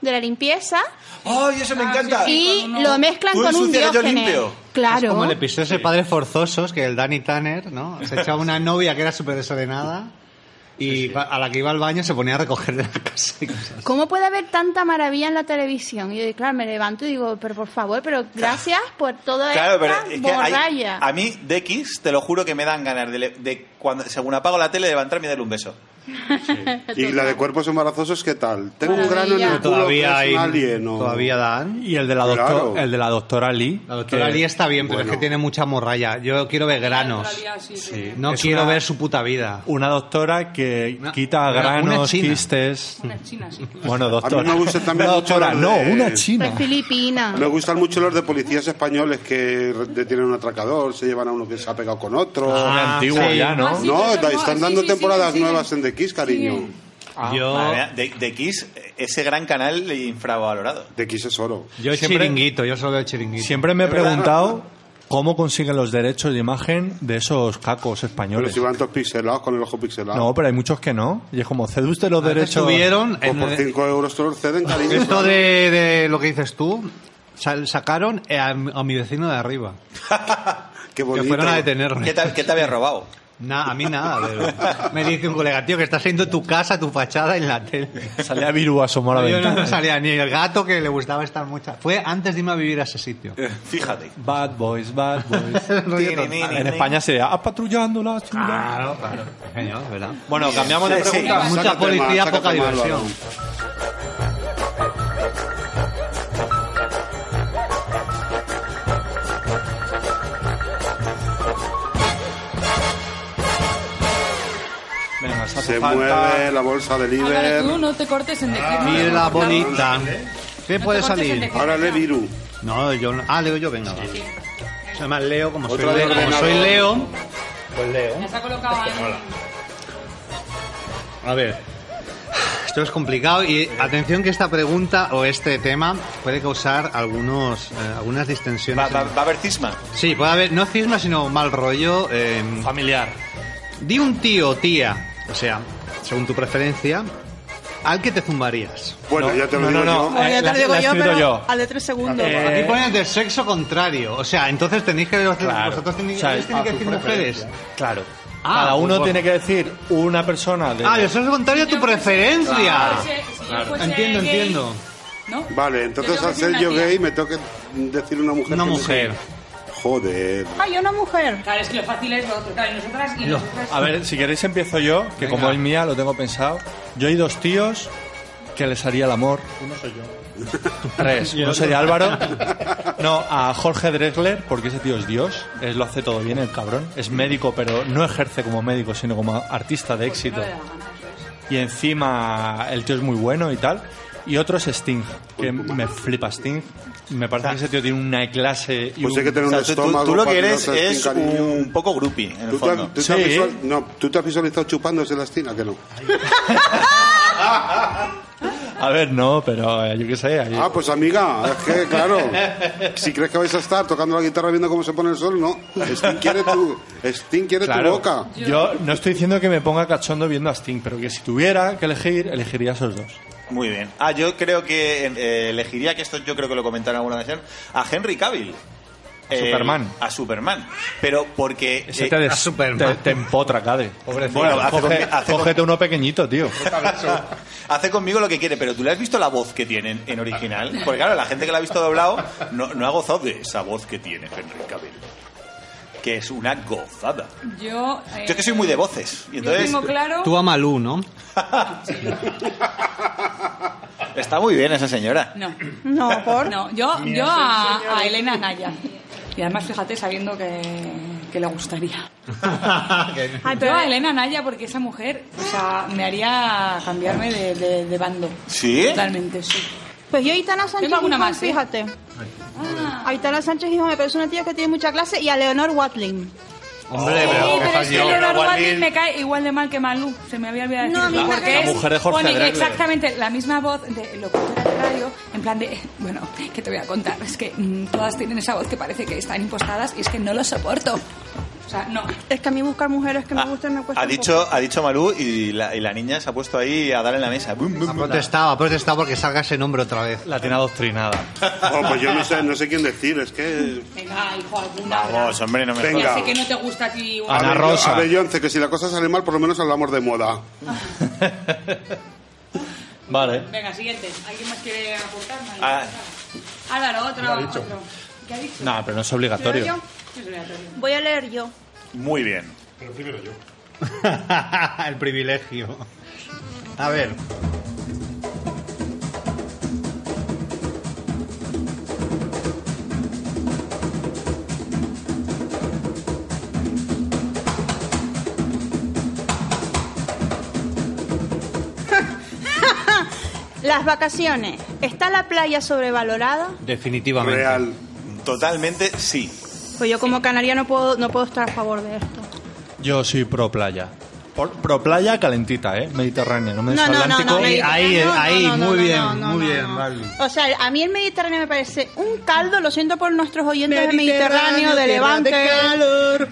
de la limpieza
¡Ay, eso me encanta!
y
con uno-
lo mezclan
Tú
con un
ensucias, yo
diógenes.
limpio.
Es como
Claro.
el episodio de Padres Forzosos, que el Danny Tanner, ¿no? Se echaba una novia que era súper desordenada y a la que iba al baño se ponía a recoger de la casa y cosas.
¿Cómo puede haber tanta maravilla en la televisión? Y yo, claro, me levanto y digo, pero por favor, pero gracias por toda
Claro, pero
esta
es que hay-
borralla.
a mí, de X, te lo juro que me dan ganas de, le- de cuando, según apago la tele, levantarme y darle un beso.
Y la de cuerpos embarazosos, ¿qué tal? Tengo un
Maravilla.
grano en el
Pero
culo
Todavía
que es
hay.
un alieno.
Todavía dan.
Y el de la, doctor-
Claro.
el de la doctora Lee.
La doctora
que-
Lee está bien, pero
bueno.
es que tiene mucha morralla. Yo quiero ver granos.
Australia, sí, que-
No
Es
quiero
una-
ver su puta vida.
Una doctora que
Una-
quita
una- una
granos,
china.
quistes.
Una china, sí.
Bueno,
A mí
doctora.
me gusta también
Una
mucho
doctora,
la
no,
de-
una china.
Pues filipina.
Me gustan mucho los de policías españoles que re- detienen a un atracador, se llevan a uno que se ha pegado con otro.
Ah, antiguo
sí.
ya, ¿no?
Ah, sí.
no,
pero no,
están
sí,
dando
sí, sí,
temporadas
sí, sí.
nuevas en The Kiss, cariño.
Sí.
Ah,
Yo-
Madre mía, de, de Kiss, ese gran canal infravalorado.
The Kiss es oro.
Yo
Siempre-
chiringuito, yo solo veo chiringuito.
Siempre me he
Es verdad.
preguntado cómo consiguen los derechos de imagen de esos cacos
Pero
españoles.
si van todos pixelados, con el ojo pixelado.
No, pero hay muchos que no. Y es como, cede usted los
Antes
derechos.
tuvieron
Pues
en-
por 5 euros te lo ceden, cariño.
esto de, de lo que dices tú, sal- sacaron a, a mi vecino de arriba.
Qué
Que
bonito.
fueron a detenerme.
¿Qué te, qué te había robado?
Nah, a mí nada, pero me dice un colega, tío, que está saliendo tu casa, tu fachada en la tele.
Salía Viru a asomar a la
Yo no,
ventana.
no salía ni el gato que le gustaba estar mucho. Fue antes de irme a vivir a ese sitio.
Eh, Fíjate.
Bad boys, bad boys.
Rollo total.
Tirinini.
en España Ah, sería, ah, patrullando la ciudad.
Claro, claro. Señor, ¿verdad?
Bueno, cambiamos de
Sí, sí.
pregunta.
Mucha
Sácate
policía,
sácate
poca diversión.
Álvaro.
Venga, se hace
Se
falta.
mueve la bolsa del
Álvaro, tú
Iber.
no te cortes en decir.
Mira la bolita. ¿Qué
No
puede
te cortes el
salir?
tejido.
Ahora le Viru.
No, yo no. Ah, leo yo, venga. va. Además, leo, como soy
Otra de
leo, como
ordenador.
soy leo, pues leo.
Ya se ha colocado ahí.
A ver. Esto es complicado y atención que esta pregunta o este tema puede causar algunos, eh, algunas distensiones.
Va, va- va a haber cisma.
Sí, puede haber, no cisma, sino mal rollo. eh,
Familiar.
di un tío o tía, o sea, según tu preferencia, al que te zumbarías.
Bueno,
No,
ya te lo
no,
digo
no, no.
yo.
Bueno, ya te
Eh, la-
lo digo
la he
yo,
escrito
pero
yo.
al de tres segundos.
Eh,
Aquí ponen del sexo contrario, o sea, entonces tenéis que
Claro.
vosotros tenéis,
O sea,
ellos tienen
a
que
tu
decir mujeres.
Claro.
Ah,
Cada
pues
uno
bueno.
tiene que decir una persona de...
Ah, el sexo contrario a tu preferencia.
Si yo fuese- si yo fuese
Entiendo,
gay,
entiendo.
¿no?
Vale, entonces
tengo que
al ser
decir
yo
una tía.
gay me tengo que decir una mujer.
Una
que me-
mujer.
Joder.
Ay, una mujer.
Claro, es que lo fácil es lo otro. Claro, y nosotras y
No.
nosotras.
A ver, si queréis empiezo yo, que
Venga.
como es mía lo tengo pensado. Yo hay dos tíos que les haría el amor. Uno soy yo. Tres. Uno sería Álvaro. No, a Jorge Dresler, porque ese tío es Dios. Es, lo hace todo bien el cabrón. Es médico, pero no ejerce como médico, sino como artista de
Porque
éxito.
no le da la gana, pues.
Y encima el tío es muy bueno y tal. Y otro es Sting, que me flipa Sting. Me parece que ese tío tiene una clase y
Pues
un-
hay que tener
O sea,
un
tú, tú-
estómago.
tú lo
para
que eres
no ser
es
sin cariño.
un poco groupie, en el
¿Tú te, has-
fondo.
tú te has
Sí.
visual- no, ¿Tú te has visualizado chupándose las tinas? Que no.
A ver, no, pero eh, yo qué sé. ahí-
Ah, pues amiga, es que claro. si crees que vais a estar tocando la guitarra viendo cómo se pone el sol, no. Sting quiere tu, Sting quiere tu
Claro.
boca.
Yo no estoy diciendo que me ponga cachondo viendo a Sting, pero que si tuviera que elegir, elegiría esos dos.
Muy bien. Ah, yo creo que eh, elegiría, que esto yo creo que lo comentaron en alguna ocasión, a Henry Cavill. Eh,
Superman.
A Superman. Pero porque...
Ese
eh,
te,
a
des,
Superman.
te- te empotra, Cade.
Pobrecito.
Bueno,
Hace
coge-
con- hace con-
cógete uno pequeñito, tío.
hace conmigo lo que quiere, pero tú le has visto la voz que tiene en- en original. Porque claro, la gente que la ha visto doblado no, no ha gozado de esa voz que tiene Henry Cavill. Que es una gozada.
Yo, eh,
Yo es que soy muy de voces. Y
yo
entonces
tengo claro...
Tú a Malú, ¿no?
está muy bien esa señora.
No.
No, por.
No, yo, yo a, a Elena Naya. Y además, fíjate, sabiendo que, que le gustaría.
Ay,
Yo
Ah, pero
a Elena Naya, porque esa mujer, o sea, me haría cambiarme de, de- de bando.
¿Sí?
Totalmente, sí.
Pues yo Aitana Sánchez,
Tengo alguna
hijo, Ah.
más, ¿eh?
fíjate. Aitana Sánchez, hijo, me parece una tía que tiene mucha clase. Y a Leonor Watling.
Hombre,
Oh,
pues
Sí,
pero,
pero es que Leonor
Walden-
Walden me cae igual de mal que Malú. Se me había olvidado
No, a
decir.
mí me
porque
cae-
es
La mujer de Jorge
pone
Drexler.
exactamente la misma voz de locutora de radio, en plan de... Bueno, que te voy a contar? Es que mm, todas tienen esa voz que parece que están impostadas y es que no lo soporto. O sea, no.
Es que a mí buscar mujeres que me gusten me cuesta.
Ah, ha
un poco.
dicho, ha dicho Malú y la, y la niña se ha puesto ahí a dar en la mesa. Bum, bum,
ha
bum.
protestado, ha protestado porque salga ese nombre otra vez.
La tiene adoctrinada.
Oh, pues yo no sé, no sé quién decir, es que.
Venga, hijo, alguna.
Vamos, hombre, no me
Venga.
jodas.
Ya sé que no te gusta a ti.
Ana
a ver, yo-
Rosa.
A ver, Yonce, que si la cosa sale mal, por lo menos hablamos de moda.
Vale.
Venga, siguiente. ¿Alguien más quiere aportar? Nadie.
Ah.
Álvaro, otro. otro. ¿Qué ha dicho?
No, pero no es
¿Leo yo?
obligatorio.
Es aleatorio.
Voy a leer yo.
Muy bien.
El privilegio. A ver.
Las vacaciones. ¿Está la playa sobrevalorada?
Definitivamente.
Real.
Totalmente sí.
Pues yo como canaria no puedo, no puedo estar a favor de esto.
Yo soy pro playa. Por- pro playa calentita, ¿eh? Mediterránea, no me
No, no, no, no.
Ahí,
Mediterráneo,
ahí,
no, no,
ahí,
no, no,
muy
no,
bien,
no, no,
muy
no,
bien,
no.
vale.
O sea, a mí el Mediterráneo me parece un caldo, lo siento por nuestros oyentes del Mediterráneo, de Levante,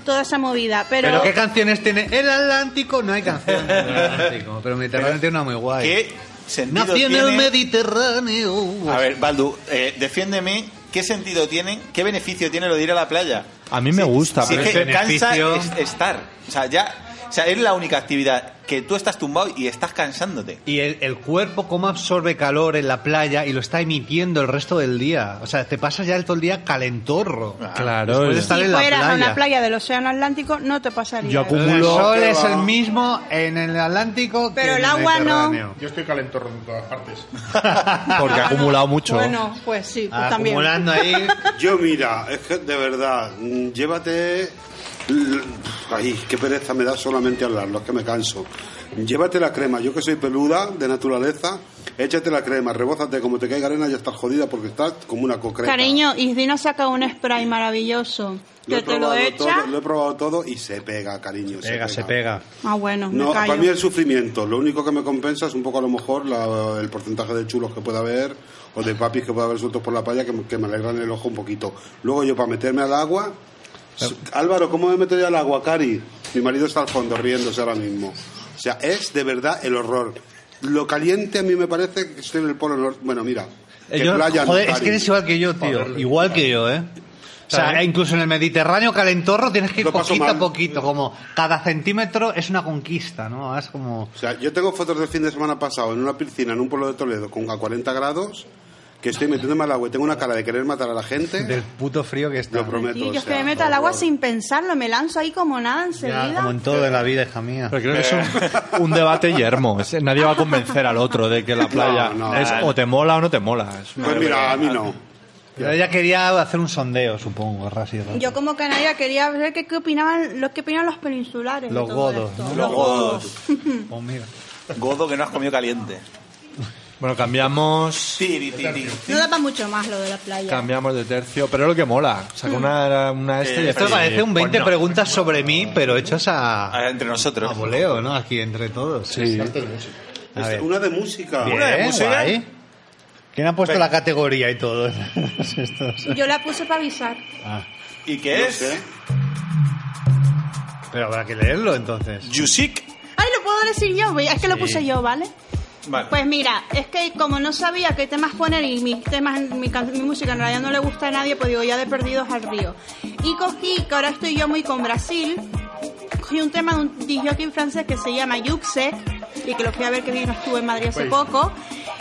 toda esa movida, pero...
Pero qué canciones tiene el Atlántico, no hay canciones del Atlántico, pero Mediterráneo tiene una muy guay.
¿Qué sentido
Nací en el
tiene?
Mediterráneo.
A ver, Baldu, eh, defiéndeme. ¿Qué sentido tiene? ¿Qué beneficio tiene lo de ir a la playa?
A mí me gusta,
Si
pero
es que
es
beneficio-
cansa es- estar. O sea, ya. O sea, es la única actividad que tú estás tumbado y estás cansándote.
Y el, el cuerpo cómo absorbe calor en la playa y lo está emitiendo el resto del día. O sea, te pasas ya el todo el día calentorro.
Claro,
Ah, Después de
es-
estar
si
en la
fueras
playa.
a una playa del Océano Atlántico no te pasaría.
Yo apunto.
El
Culo,
sol
que
es
va.
el mismo en el Atlántico que
Pero
en
el agua no.
Mediterráneo.
Yo estoy calentorro en todas partes.
porque ha acumulado mucho.
Bueno, pues sí, pues también.
Acumulando ahí.
Yo, mira, es que de verdad, mm, llévate. l- Ay, qué pereza me da solamente hablarlo, es que me canso. Llévate la crema, yo que soy peluda de naturaleza, échate la crema, rebózate, como te caiga arena ya estás jodida porque estás como una concreta.
Cariño, Isdina saca un spray maravilloso,
lo
que
he,
te lo
probado
echa...
todo, lo he probado todo y se pega, cariño.
Pega, se pega.
Ah, bueno,
No,
me callo.
para mí el sufrimiento. Lo único que me compensa es un poco a lo mejor la- el porcentaje de chulos que pueda haber o de papis que pueda haber sueltos por la playa que, me- que me alegran el ojo un poquito. Luego yo para meterme al agua... s- Álvaro, ¿cómo me meto yo al agua, Cari? Mi marido está al fondo riéndose ahora mismo. O sea, es de verdad el horror. Lo caliente a mí me parece que estoy en el polo norte. Bueno, mira.
Eh,
que
yo-
playa no,
joder, es
Cari.
que eres igual que yo, tío. igual que yo, ¿eh? O sea,
Claro.
incluso en el Mediterráneo calentorro tienes que ir
Lo paso
poquito
mal.
a poquito, como cada centímetro es una conquista, ¿no? Es como...
O sea, yo tengo fotos del fin de semana pasado en una piscina en un pueblo de Toledo con a 40 grados que estoy metiéndome al agua y tengo una cara de querer matar a la gente.
Del puto frío que está.
Lo prometo.
Sí, yo
o
es que
sea,
me meto al agua
por favor.
sin pensarlo, me lanzo ahí como nada
Ya,
enseguida.
como en todo de la vida, hija mía.
Pero creo que es un, un debate yermo. Es- Nadie va a convencer al otro de que la playa
no,
es
no.
o te mola o no te mola. Es una-
Pues mira, a mí no.
Pero ella quería hacer un sondeo, supongo, así de rato.
Yo como canaria quería ver qué, qué opinaban lo que opinaban los peninsulares. de
Los
todo
godos,
esto.
¿no?
Los godos.
Pues mira.
Godo que no has comido caliente.
Bueno, cambiamos.
Tiri, tiri.
No da para mucho más lo de la playa.
Cambiamos de tercio, pero es lo que mola. Saca una, una este y
Esto
después-
parece un 20
Pues no.
preguntas sobre mí, pero hechas a,
Ah, Entre nosotros.
a voleo, ¿no? Aquí entre todos.
Sí.
Antes de música.
A ver.
Este, Una de música.
Bien,
¿Una de música?
guay. ¿Quién ha puesto la categoría y todo? Estos.
Yo la puse para avisar.
Ah,
¿Y qué
No
es?
sé.
pero habrá que leerlo entonces.
Yusik.
Ay, lo puedo decir yo, güey. Es que lo puse yo, ¿vale?
Vale.
Pues mira, es que como no sabía qué temas poner y mis temas, mi, can- mi música en realidad no le gusta a nadie, pues digo ya de perdidos al río. Y cogí, que ahora estoy yo muy con Brasil, cogí un tema de un DJ aquí en francés que se llama Yuxek, y que lo fui a ver que vino estuve en Madrid hace poco.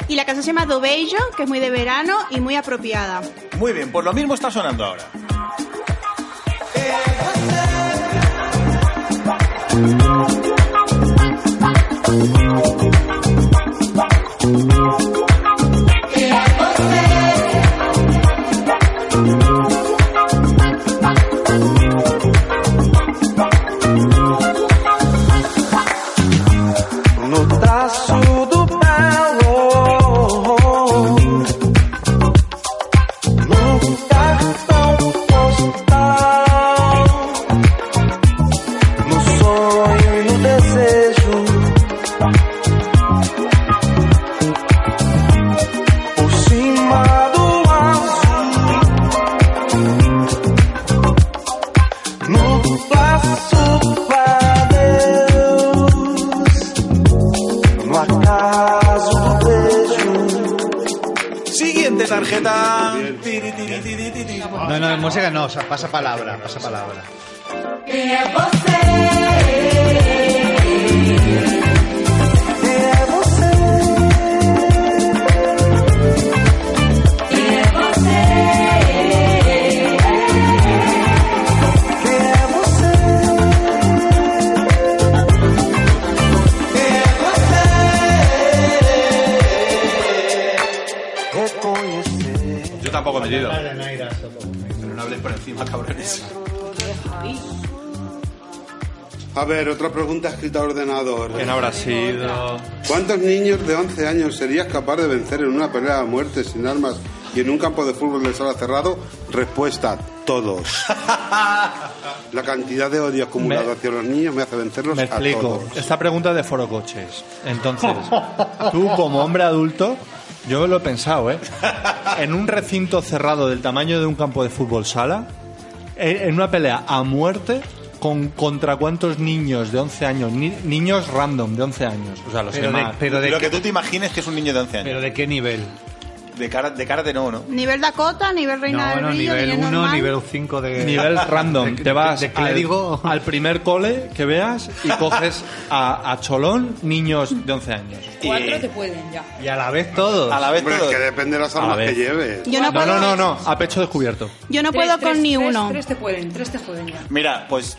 Y la canción se llama Dobejo, que es muy de verano y muy apropiada.
Muy bien, pues lo mismo está sonando ahora.
no traço do belo. Num cartão postal, no sonho e no desejo. Por cima do azul, num passo pra Deus no acaso do beijo.
Siguiente tarjeta. Tiri, tiri, tiri, tiri.
No, no, en música no, o sea, pasa palabra, pasa palabra.
É você, é você, é você, é você. Reconhecer.
Yo tampoco me he ido. Pero no hables por encima, cabrones.
A ver, otra pregunta escrita a ordenador.
¿Quién habrá sido?
¿Cuántos niños de 11 años serías capaz de vencer en una pelea a muerte sin armas y en un campo de fútbol de sala cerrado? Respuesta, todos. La cantidad de odio acumulado
Me-
hacia los niños me hace vencerlos
Me
a
explico.
todos.
Esta pregunta es de Foro Coches. Entonces, tú como hombre adulto, yo lo he pensado, ¿eh? En un recinto cerrado del tamaño de un campo de fútbol sala, eh, en en una pelea a muerte, con, ¿contra cuántos niños de 11 años? Ni- niños random de 11 años. O sea, los que
Pero de,
más.
pero, de,
Lo que tú te imagines que es un niño de 11 años.
pero de qué nivel?
De cara de, cara de no, ¿no?
Nivel Dakota, nivel
No,
Reina del
no,
Río,
nivel
nivel
1,
normal.
nivel 5 de...
Nivel random.
de-
Te vas
de clérigo.
Al, al primer cole que veas y coges a, a Cholón niños de 11 años.
Cuatro te pueden ya.
Y a la vez todos.
A la vez
Hombre, es
todo.
que depende de las armas
ver.
que lleves.
Yo no,
No,
puedo,
no, no, no, a pecho descubierto.
Yo no puedo con ni uno.
Tres te pueden, tres te pueden ya.
Mira, pues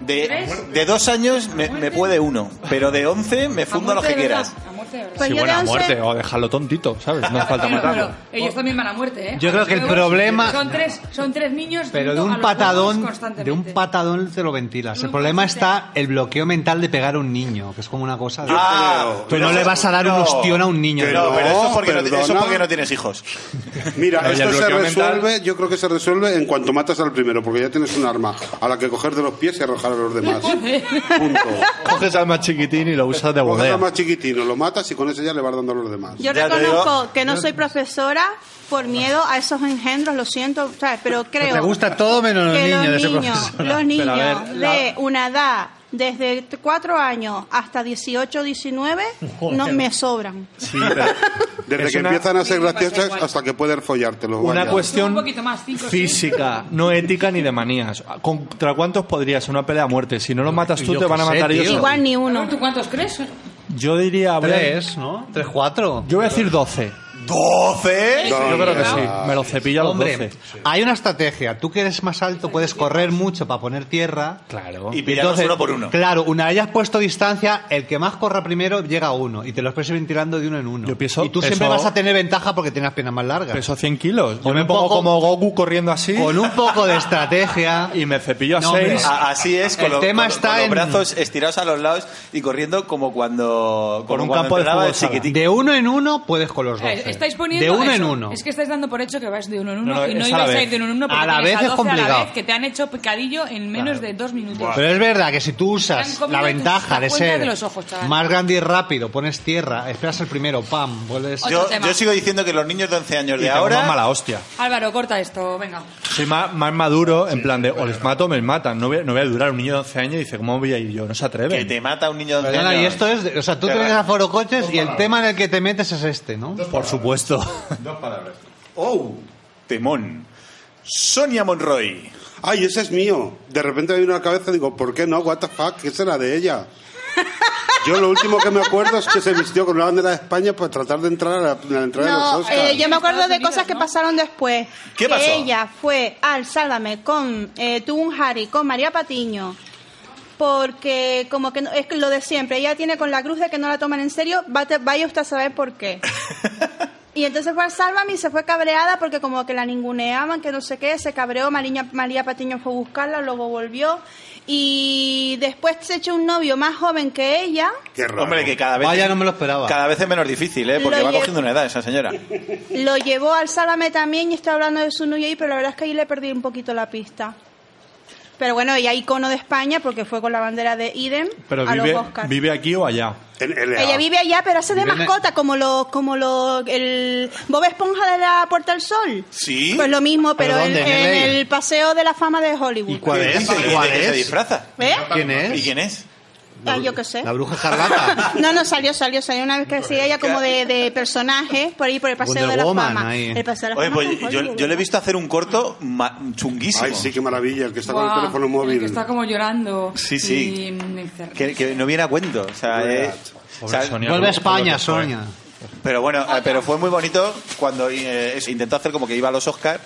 de,
¿Ves?
de dos años me, me puede uno, pero de 11 me fundo a los que quieras.
A muerte de verdad.
Pues
sí,
yo
bueno,
de
a
11
muerte, o dejarlo tontito, ¿sabes? No hace falta
Bueno,
matarlo.
pero ellos también van a muerte, ¿eh?
Oh. Yo creo que el problema-
Son tres, son tres niños.
Pero de
yendo a
un
los huevos
patadón,
constantemente.
de un patadón te lo ventilas. El
No,
problema
no,
está el bloqueo mental de pegar a un niño, que es como una cosa de...
Ah,
Tú no le vas a dar un hostión a un niño,
Que
¿no?
No, pero eso es porque, no,
Perdona.
eso es porque no tienes hijos.
Mira,
No, y el
esto se
bloqueo mental-
resuelve, yo creo que se resuelve en cuanto matas al primero, porque ya tienes un arma a la que coger de los pies y arrojar a los demás. Punto.
Coges al más chiquitín y lo usas de
Coges
bodega.
al más chiquitino, lo matas y con ese ya le vas dando a los demás.
Yo
Ya te
reconozco
digo.
que no soy profesora por miedo a esos engendros, lo siento, ¿sabes? pero creo
Te gusta todo menos los
que
niños de ese
los niños,
profesor.
los niños
ver, la-
de una edad desde 4 años hasta 18, 19 no me sobran.
Sí, pero
Desde
es
que
una-
empiezan a ser
Sí, me pasa
graciosas
igual.
hasta que puedes follártelo.
Una pues-
vaya.
cuestión
Un poquito más, cinco, seis.
física, no ética ni de manías. ¿Contra cuántos podrías una pelea a muerte? Si no lo matas tú,
Yo
te
qué
van a
sé,
matar
tío.
ellos.
Igual ni uno.
Bueno, ¿Tú cuántos crees?
Yo diría... voy a-
Tres, ¿no? Tres, cuatro.
Yo voy a decir 12.
¿12?
Yo creo que sí.
Ah,
Me lo cepilla a los
Hombre,
12.
hay una estrategia. Tú que eres más alto puedes correr mucho para poner tierra.
Claro.
Y pillarlos uno por uno.
Claro, una vez hayas puesto distancia, el que más corra primero llega a uno y te los puedes ir tirando de uno en uno.
Yo pienso-
y tú siempre
eso-
vas a tener ventaja porque tienes las piernas más largas.
Peso 100 kilos. Yo
Con
me
un
pongo
poco-
como Goku corriendo así
Con un poco de estrategia.
y me cepillo a
No, hombre.
6.
A- Así es, con,
El
lo-
tema
con lo-
está
con los
en-
brazos estirados a los lados y corriendo como cuando.
Por
como
un
cuando
campo de
entrenaba el
fútbol sala.
chiquitín.
De uno en uno puedes con los dos.
Eh, Estáis poniendo
De uno
eso.
en uno.
Es que estáis dando por hecho que vas de uno en uno
No, no,
y no
es a
ibas
la
a ir
vez.
de uno en uno porque
A la
tienes
vez es
12 A
complicado.
la vez que te han hecho picadillo en menos de dos minutos.
Pero es verdad que si tú usas
Te han comido
la
tus-
ventaja
las
de
cuentas
ser
de los ojos, chaval.
más grande y rápido, pones tierra, esperas el primero, pam, vuelves.
Otro
Yo,
tema.
yo sigo diciendo que los niños de 11 años
Y
de
te ahora...
ahora.
mala hostia.
Álvaro, corta esto, venga.
Soy más, más maduro, en plan de o les mato o me matan. No voy, no voy a durar. Un niño de 11 años dice, ¿cómo voy a ir yo? No se atreve.
Que te mata un niño de 11
Perdona,
años.
y esto es, o sea, tú te
Tierra.
vienes a Foro Coches y el tema en el que te metes es este, ¿no?
Por supuesto.
Dos palabras.
¡Oh! Temón. Sonia Monroy.
Ay, ese es mío. De repente me vino a la cabeza y digo, ¿por qué no? ¿What the fuck? ¿Qué será de ella? Yo lo último que me acuerdo es que se vistió con la bandera de España para tratar de entrar a la, a la entrada de
No,
los Oscars.
eh, yo me acuerdo
Estados
de
Unidos,
cosas que
¿no?
pasaron después.
¿Qué
Que
pasó?
Ella fue al Sálvame con, eh, tuvo un Harry con María Patiño. Porque como que no- es lo de siempre, ella tiene con la cruz de que no la toman en serio, vate- vaya usted a saber por qué. Y entonces fue al Sálvame y se fue cabreada porque como que la ninguneaban, que no sé qué, se cabreó, Mariña- María Patiño fue a buscarla, luego volvió. Y después se echó un novio más joven que ella,
Qué raro.
Hombre, que cada vez.
Vaya, no me lo esperaba.
Cada vez es menos difícil, ¿eh? Porque
Lo
va
lle-
cogiendo una edad esa señora.
Lo llevó al Sálvame también y estoy hablando de su novio ahí, pero la verdad es que ahí le perdí un poquito la pista. Pero bueno, ella icono de España porque fue con la bandera de Idem
Pero
a
vive,
los Oscars.
vive aquí o allá.
En LA.
ella vive allá, pero hace de
Vive en-
mascota, como lo, como lo, el Bob Esponja de la Puerta del Sol.
Sí.
Pues lo mismo, pero,
¿Pero
en,
dónde? ¿En
en
LA?
el Paseo de la Fama de Hollywood.
¿Y cuál
¿Qué
es?
dice? ¿Y de
¿Cuál
qué se
es?
disfraza?
¿Eh?
¿Quién
¿Y
es?
quién es?
Ah, yo qué sé.
La bruja escarlata.
No, no, salió, salió, salió una vez que sí, ella como de, de personaje por ahí, por el Paseo
Wonder
de la
Woman,
Fama.
ahí.
El Paseo de la
Oye,
Fama
pues
con
yo,
Hollywood,
yo le he
¿no?
visto hacer un corto ma- chunguísimo.
Ay, sí, qué maravilla. El que está con
Buah,
el teléfono
el
móvil.
que está como llorando.
Sí, sí.
Y me encerré.
que, que no viene a cuento. O sea,
Verdad.
eh, o sea,
Sonia.
Vuelve a España,
Ojo, lo que fue.
Sonia.
Pero bueno, eh, pero fue muy bonito cuando eh, eso, intentó hacer como que iba a los Oscars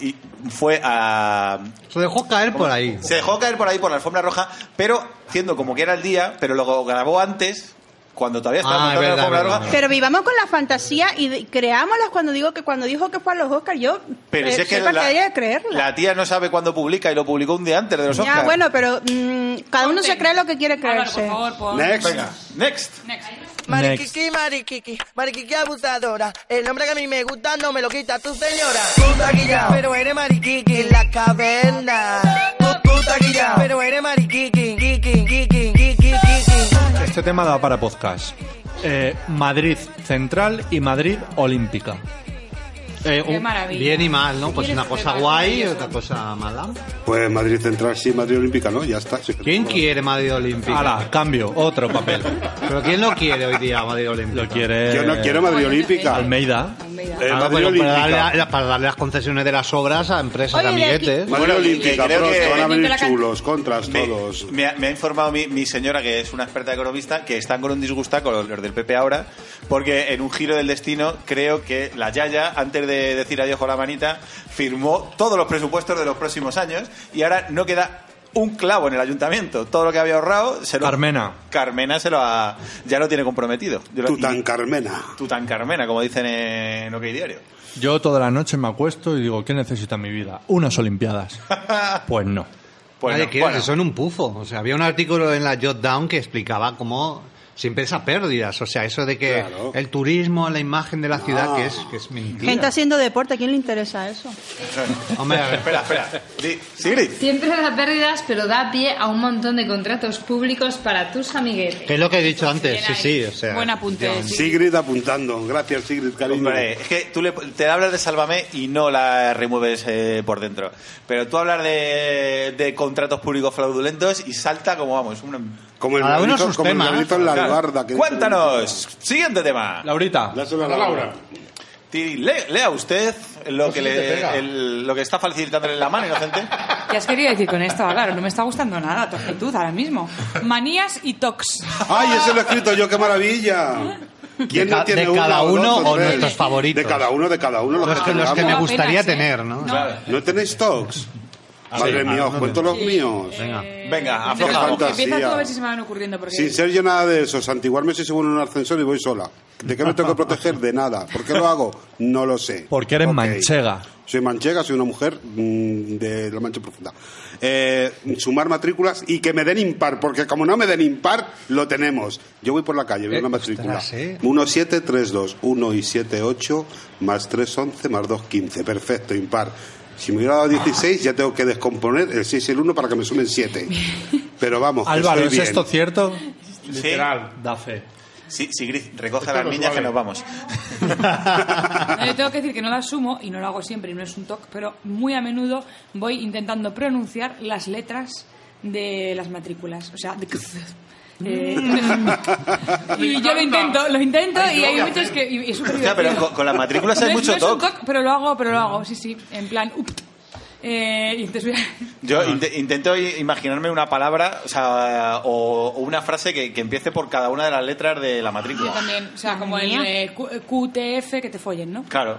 y fue a...
Se dejó caer por ahí.
Se dejó caer por ahí por la alfombra roja, pero haciendo como que era el día, pero lo grabó antes, cuando todavía estaba
Ah,
montando
es
la
verdad,
alfombra
verdad,
roja.
verdad.
Pero vivamos con la fantasía y de- creámoslas cuando digo que cuando dijo que fue a los Oscars, yo
Pero
eh,
si es que
soy partidaria
la,
de creerla.
la tía no sabe cuándo publica y lo publicó un día antes de los Oscars.
ya, bueno, pero mm, cada uno se
Corten.
cree lo que quiere
Álvaro,
creerse.
por favor, pon-
Next.
Venga, next.
Next.
Mariquiqui, mariquiqui, mariquiqui abusadora. El nombre que a mí me gusta no me lo quita tu señora. pero eres mariquiqui. En la caverna. Tú, tú taquillao, pero eres mariquiqui. Kiki, kiki, kiki, kiki.
Este tema da para podcast. Eh, Madrid Central y Madrid Olímpica.
Eh,
Qué
un-
maravilla.
bien y mal, ¿no? Pues
¿Quieres
una cosa
hacer
guay y
maravilloso?
otra cosa mala.
Pues Madrid Central sí, Madrid Olímpica no, ya está. Sí.
¿Quién quiere Madrid Olímpica?
Ala, cambio, otro papel.
¿Pero quién lo quiere hoy día, Madrid
Lo
Olímpica?
quiere.
Yo no quiero Madrid
Bueno,
Olímpica.
eh,
Almeida.
Almeida.
Eh,
Ah,
Madrid
bueno, para,
Olímpica.
darle, la- para darle las concesiones de las obras a empresas,
Oye,
de
de aquí-
amiguetes.
Madrid
Bueno, y que
Olímpica,
creo
bro,
que-
te van a
Mientras
venir
la can-
chulos, contras,
Me,
todos.
me ha, me ha informado mi, mi señora, que es una experta economista, que están con un disgusta con los, los del PP ahora, porque en un giro del destino creo que la Yaya, antes de decir adiós con la manita, firmó todos los presupuestos de los próximos años y ahora no queda un clavo en el ayuntamiento. Todo lo que había ahorrado se lo...
Carmena.
Carmena se lo ha- ya lo tiene comprometido. Yo lo-
Tutancarmena.
y- Tutancarmena, como dicen en OK Diario.
Yo toda la noche me acuesto y digo, ¿qué necesita mi vida? Unas Olimpiadas. Pues no.
Pues
Nadie
no,
quiere,
bueno.
que son un pufo. O sea, había un artículo en la Jot Down que explicaba cómo siempre esas pérdidas. O sea, eso de que
Claro.
el turismo, la imagen de la ciudad, que es, que es mentira.
Gente haciendo deporte, ¿a quién le interesa eso?
Hombre, a ver.
Espera, espera. Di- Sigrid.
Siempre da pérdidas, pero da pie a un montón de contratos públicos para tus amiguetes.
Que es lo que he dicho antes,
Bien
sí,
ahí.
sí, o sea.
Buen apunte. sí.
Sigrid apuntando. Gracias, Sigrid, cariño.
Hombre, es que tú le- te hablas de Sálvame y no la remueves eh, por dentro. Pero tú hablas de, de contratos públicos fraudulentos y salta como vamos. una-
Como el
Cada uno
cabrito-
sus
como el
temas.
cabrito en la albarda. que-
Cuéntanos. Siguiente tema.
Laurita,
Dáselo a
Hola, Laura.
Ti- le- lea usted lo que,
sí te pega.
le, el- lo que está facilitándole en la mano, inocente.
¿Qué has querido decir con esto? Claro, no me está gustando nada tu actitud ahora mismo. Manías y tox.
¡Ay, ese lo he escrito yo! ¡Qué maravilla! ¿Quién
De
no
ca-
tiene
de cada
o
uno
dos
o
tres?
nuestros favoritos.
De cada uno, de cada uno. Los,
Los que,
tengamos.
los que me
Apenas,
gustaría
¿eh?
tener, ¿no?
Claro.
¿No tenéis stocks?
Ah,
Madre
sí.
mía,
Ah,
os
no
cuento los míos.
Venga.
Venga,
Qué
afloja.
fantasía.
Empieza tú a ver si se me van ocurriendo. Porque...
Sin ser yo nada de eso, santiguarme si se vuelve un ascensor y voy sola. ¿De qué me tengo que proteger? De nada. ¿Por qué lo hago? No lo sé.
Porque eres
Ok.
manchega.
Soy manchega, soy una mujer mm, de la mancha profunda. Eh, sumar matrículas y que me den impar, porque como no me den impar, lo tenemos. Yo voy por la calle, veo
Eh,
una matrícula.
ostras, eh.
1, 7, 3, 2. 1 y 7, 8. Más 3, 11. Más 2, 15. Perfecto, impar. Si me hubiera dado 16, ya tengo que descomponer el 6 y el 1 para que me sumen 7. Pero vamos, que
Álvaro,
estoy
¿es
bien.
esto cierto?
Literal.
Da fe.
Sí, sí, Gris, recoge a
Esto
las
nos
niñas que
vale.
nos vamos.
No, yo tengo que decir que no la asumo y no lo hago siempre, y no es un toque, pero muy a menudo voy intentando pronunciar las letras de las matrículas. O sea, de... eh, y yo lo intento, lo intento y hay muchos que y es súper
Hostia, pero
divertido.
con, con las matrículas
No
hay
es-
mucho
no es un
toque.
toc, pero lo hago, pero lo hago, sí, sí, en plan. upt. Eh, y entonces voy a-
Yo inte- intento i- imaginarme una palabra o, sea, o, o una frase que, que empiece por cada una de las letras de la
yo
matrícula.
también, o sea, como el
Madre mía.
eh, Q- QTF que te follen, ¿no?
Claro.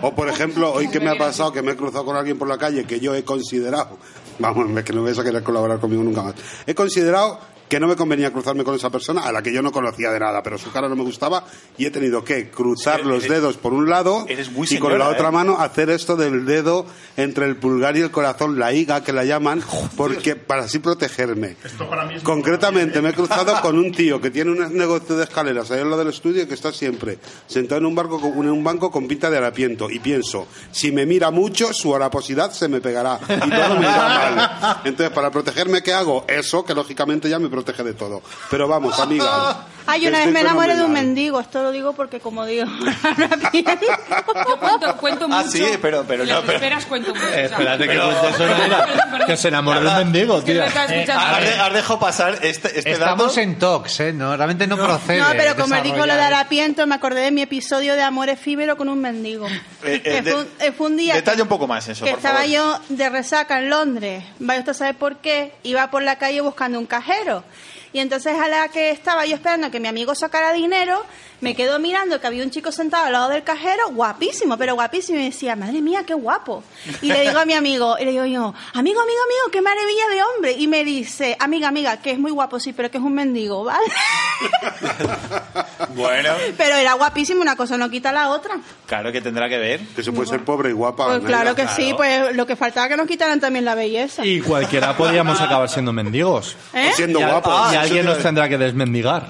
O por ejemplo, hoy que me ha pasado que me he cruzado con alguien por la calle que yo he considerado, vamos, es que no vais a querer colaborar conmigo nunca más, he considerado que no me convenía cruzarme con esa persona a la que yo no conocía de nada, pero su cara no me gustaba y he tenido que cruzar
Eres-
los dedos por un lado
eres muy
y con la
señora,
otra
¿eh?
mano hacer esto del dedo entre el pulgar y el corazón, la higa que la llaman, porque para así protegerme.
Esto para mí es ¿eh?
Concretamente, me he cruzado con un tío que tiene un negocio de escaleras ahí al lado del estudio y que está siempre sentado en un, barco con, en un banco con pinta de harapiento. Y pienso, si me mira mucho, su haraposidad se me pegará y todo me irá mal. Entonces, para protegerme, ¿qué hago? Eso, que lógicamente ya me protege de todo. Pero vamos, amiga.
Ay, una vez
estoy
me enamoré de un
fenomenal.
mendigo, esto lo digo porque como digo, ahora bien.
Yo cuento, cuento mucho.
Ah, sí, pero- pero no,
las
pero-
esperas cuento mucho. o
Eh,
sea,
espérate que
Pero-
cuente Pues eso no era. Que se enamoró de un mendigo,
que
tío.
no estaba escuchando.
Has, de- has dejado pasar este, este
Estamos
dato.
en tox, ¿eh? No, realmente no, procede.
No, pero como el dijo lo de
desarrollar
harapiento, me acordé de mi episodio de amor efímero con un mendigo.
Eh, eh, de-
que fue, un, eh, fue un día.
Detalla
que-
un poco más eso,
que
por
estaba
favor.
yo de resaca en Londres. Vaya usted a saber por qué. Iba por la calle buscando un cajero. Y entonces a la que estaba yo esperando que mi amigo sacara dinero, me quedó mirando que había un chico sentado al lado del cajero, guapísimo, pero guapísimo. Y decía, madre mía, qué guapo. Y le digo a mi amigo, y le digo yo, amigo, amigo, amigo, qué maravilla de hombre. Y me dice, amiga, amiga, que es muy guapo, sí, pero que es un mendigo, ¿vale?
Bueno,
Pero era guapísimo, una cosa no quita la otra.
claro que tendrá que ver.
Que se puede ser pobre y guapa.
Pues
¿no?
claro que
claro.
sí, pues lo que faltaba que nos quitaran también la belleza.
Y cualquiera podíamos
Ah.
acabar siendo mendigos.
¿Eh?
O Siendo
Y, al- ah,
guapo.
y
Ah, Eso
alguien
te-
nos tendrá que desmendigar.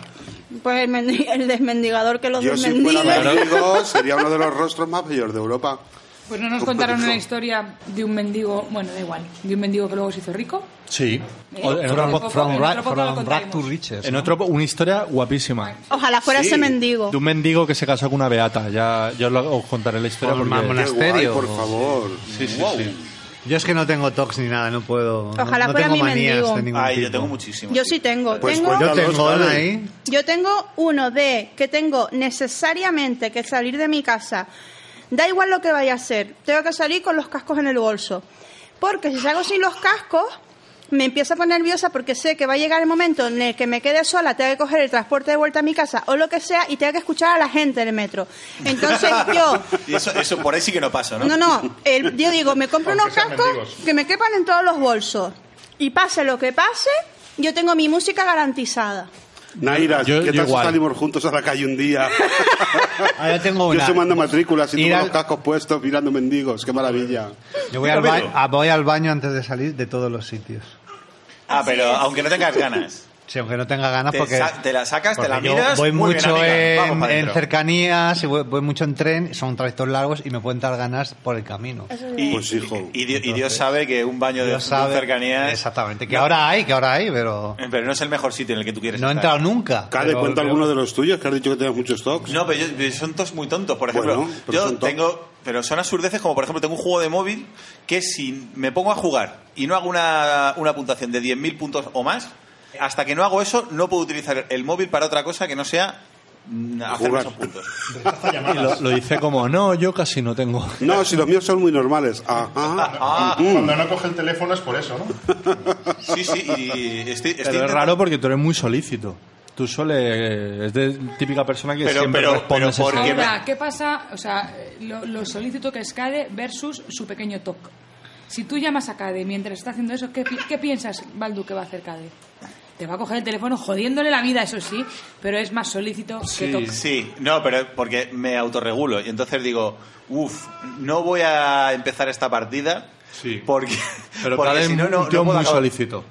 Pues el, mendi- el desmendigador que los
Yo si fuera
desmendiga.
mendigo, sería uno de los rostros más bellos de Europa.
Pues no nos contaron una historia de un mendigo, bueno, da igual, de un mendigo que luego se hizo rico.
Sí.
Eh,
en,
from-
otro,
From, from,
En
ra-
otro poco lo
from rack to
contaremos.
riches. Eh,
en
¿no?
otro- una historia guapísima.
Ojalá fuera
Sí.
ese mendigo.
De un mendigo que se casó con una beata. Ya, yo os lo- os contaré la historia.
Por
porque-
Qué
mamona.
guay,
Monasterio.
por favor. Sí, sí,
Yo es que no tengo tox ni nada, no puedo. no-
Ojalá
no,
fuera
tengo
mi
manías
mendigo.
de ningún
Ay, yo
tipo.
tengo muchísimo.
Yo sí tengo.
Pues
tengo
Yo
cuéntalos,
tengo
dale.
ahí.
Yo tengo uno de que tengo necesariamente que salir de mi casa. Da igual lo que vaya a hacer, tengo que salir con los cascos en el bolso. Porque si salgo sin los cascos, me empiezo a poner nerviosa porque sé que va a llegar el momento en el que me quede sola, tengo que coger el transporte de vuelta a mi casa o lo que sea y tengo que escuchar a la gente en el metro. Entonces yo
Y eso, eso por ahí sí que no pasa, ¿no?
No, no, el- yo digo, me compro
Aunque
unos
sean
cascos
mendigos.
que me quepan en todos los bolsos. Y pase lo que pase, yo tengo mi música garantizada.
Naira,
Yo-
¿qué
yo
tal si
igual.
salimos juntos a la calle un día?
Ah, yo tengo
Yo
una.
sumando matrículas y tú
Ir
con
al-
los cascos puestos mirando mendigos. ¡Qué maravilla!
Yo voy al, ba- ah, voy al baño antes de salir de todos los sitios.
Ah, pero aunque no tengas ganas.
Sí, aunque no tenga ganas
Te
porque...
sa- te la sacas, te
porque
la
yo
miras,
Voy
muy bien,
mucho
amiga, vamos
en,
pa'
en
dentro.
cercanías, y voy, voy mucho en tren, son trayectos largos y me pueden dar ganas por el camino.
Y,
Pues, hijo,
y, Dios- y Dios sabe que un baño de,
Dios sabe-
cercanía.
Exactamente, que ahora hay, que ahora hay, pero
Pero no es el mejor sitio en el que tú quieres
no he
estar.
entrado nunca.
Cade,
pero-
cuenta
pero-
alguno de los tuyos, que has dicho que tenías muchos stocks.
No, pero yo- pero son todos muy tontos. Por ejemplo,
Bueno, pero
yo
son tontos.
tengo. Pero son absurdeces como, por ejemplo, tengo un juego de móvil que si me pongo a jugar y no hago una, una puntuación de 10.000 puntos o más, hasta que no hago eso, no puedo utilizar el móvil para otra cosa que no sea mm, hacer
Jugar.
esos puntos.
Y lo, lo dice como, no, yo casi no tengo.
No, si los míos son muy normales. Ajá. Mm,
Ah,
Cuando no coge el teléfono es por eso, ¿no?
sí, sí, y estoy, estoy
Pero es
intentando-
raro porque tú eres muy solícito. Tú sole eh, es de típica persona que
Pero-
siempre
pero-
responde
pero ¿por
esas-
qué?
Ahora, ¿qué pasa? O sea, lo, lo solícito que es CADE versus su pequeño TOC. Si tú llamas a CADE mientras está haciendo eso, ¿qué, pi- qué piensas, Baldu, que va a hacer CADE? Te va a coger el teléfono jodiéndole la vida, eso sí, pero es más solícito que TOC.
Sí, no, pero porque me autorregulo. Y entonces digo, uff, no voy a empezar esta partida.
Sí.
Porque,
Pero
porque
cada
si no, no,
un tío
no puedo
muy
acabar-
solicito.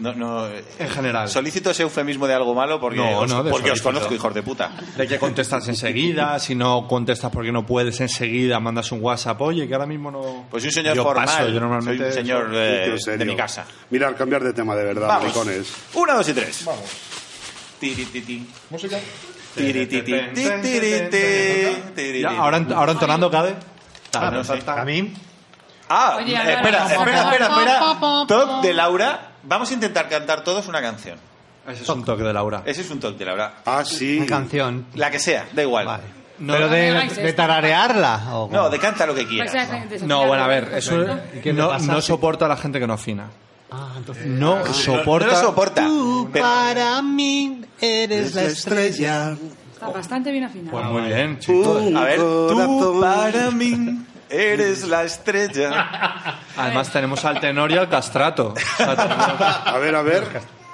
No, no, eh,
En general.
Solicito ese eufemismo de algo malo porque,
No,
os,
no, de
porque os
solicito.
conozco, hijos de puta.
De que contestas enseguida, si no contestas porque no puedes enseguida, mandas un WhatsApp, oye, que ahora mismo no...
Pues soy un señor
yo
formal.
Paso, yo normalmente
soy un señor eh,
en serio.
de mi casa.
Mirar, cambiar de tema de verdad,
Vamos.
maricones.
Una, dos y tres.
Vamos.
Tiri, ti, ti.
Música.
Tiri, ti, ti, ti, tiri, ti, tiri,
Ya,
ti.
ahora, ent- ahora entonando, Cade.
Ah, no sé.
A mí,
Ah,
Oye,
espera,
Álvaro,
espera,
por
espera,
favor.
espera,
Pa, pa, pa,
Toc
pa.
de Laura. Vamos a intentar cantar todos una canción.
Ese es un toque de Laura.
Ese es un toc de Laura.
Ah, sí.
una canción.
La que sea, da igual.
Vale.
No,
Pero
no,
de,
no hagáis
de
esto.
tararearla.
No,
¿o cómo?
de canta lo que
Vas
quieras.
a desafiar
No, bueno, a ver,
al
eso
resto.
¿Y qué te
no,
pasa?
no soporta a la gente que no afina.
Ah, entonces-
No soporta.
No lo soporta. Pero-
Para mí eres la estrella.
Está bastante bien afinado.
Pues
Ah,
muy bien,
Tú,
chicos.
a ver, tú
corazón.
para mí eres la estrella.
Además tenemos al tenor y al castrato. O sea, tenemos-
A ver, a ver.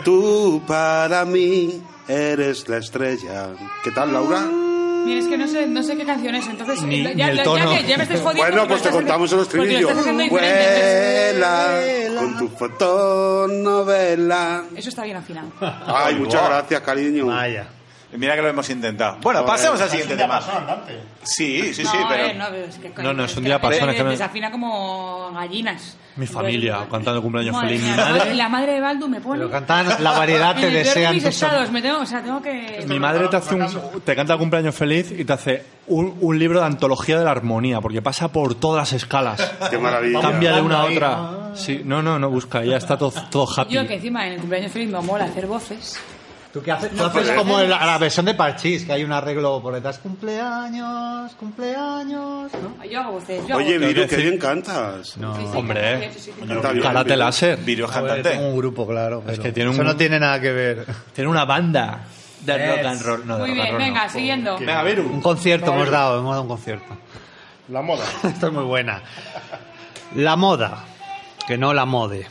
Tú para mí eres la estrella. ¿Qué tal, Laura?
Mira, es que no sé, no sé qué canción es, entonces
Ni-
ya,
ni el
ya- ya
tono.
que ya me estás jodiendo.
Bueno, pues
porque lo
te
estás
contamos el
haciendo- porque lo
estribillo.
estás haciendo diferente, entonces-
Vuela con tu fotonovela.
Eso está bien afinado.
Ay, muchas
guau.
gracias, cariño.
Vaya.
Mira que lo hemos intentado. Bueno, pasemos al siguiente
Ah,
tema.
andante.
Sí, sí,
no,
sí,
a ver,
pero.
no, pero es que,
No, no, es un
que
día
la gente
pasado, es
se
que no-
Desafina como gallinas.
Mi familia, cantando cumpleaños feliz.
mía,
Mi
la
madre-
madre- La madre de Baldu me pone.
Pero cantan la variedad
en
te
el peor de
desean.
mis
tus
estados,
am-
me tengo, o sea, tengo que.
Mi madre te hace un, te canta cumpleaños feliz y te hace un, un libro de antología de la armonía, porque pasa por todas las escalas.
Qué maravilla.
Cambia de una a otra. Sí, no, no, no busca, ya está todo, todo happy.
Yo que encima en el cumpleaños feliz me mola hacer voces.
Tú qué haces, tú haces como la, la versión de Parchís, que hay un arreglo por detrás. Cumpleaños, cumpleaños. ¿no?
Yo hago voces. Yo hago
Oye,
voces.
Viru, qué
decir-
bien cantas.
No.
Sí, sí,
Hombre. ¿eh?
sí, sí, sí.
Canta bien,
Karate
Viru.
láser.
Virus
A ver, tengo
cantante.
un grupo, claro. pero
que tiene un-
Eso no tiene nada que ver.
Tiene una banda de
Es-
rock and roll. No, de
Muy
rock and
bien,
roll no.
venga, siguiendo.
Venga,
Un
Viru.
concierto
No,
hemos
yo-
dado, hemos dado un concierto.
La moda.
Esta es muy buena. La moda, que no la mode.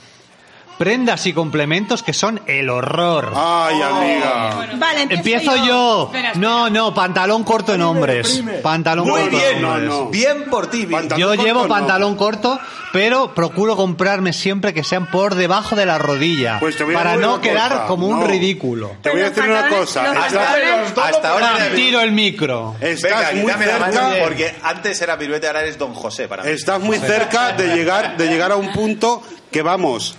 Prendas y complementos que son el horror.
Ay, amiga.
Vale, empiezo,
Empiezo yo.
Espera, espera.
No, no, pantalón corto en hombres. Pantalón
Muy
corto en
bien,
hombres.
no, no.
bien por ti, Viru.
Pantalón
Yo
corto,
llevo
no.
pantalón corto, pero procuro comprarme siempre que sean por debajo de la rodilla.
Pues te voy a
para
decir
no
una
quedar
cosa,
como un
no.
ridículo.
Te voy a
Los
decir una
pantalones-
cosa.
los
Estás-
pantalones-
Hasta ahora
Ahora
era Viru.
tiro el micro.
Estás
Venga,
muy
quítame la mano
cerca
porque antes era piruete, ahora eres don José para mí.
Estás muy cerca de llegar, de llegar a un punto que vamos.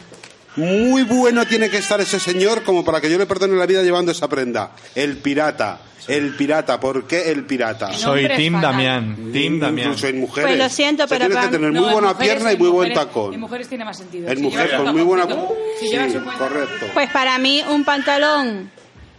Muy bueno tiene que estar ese señor como para que yo le perdone la vida llevando esa prenda. El pirata. El pirata. ¿Por qué el pirata?
No,
Soy
Nombres
Tim
fatal.
Damián. Tim Damián.
Incluso en mujeres.
Pues lo siento,
O sea,
pero
Tienes que
van-
tener muy
No, en
buena
mujeres-
pierna y
en
muy buen
mujeres-
tacón.
En mujeres tiene más sentido.
En
Si
mujer
llevas un
con muy buena...
taconcito, Si llevas
Sí,
un buen-
correcto.
Pues para mí un pantalón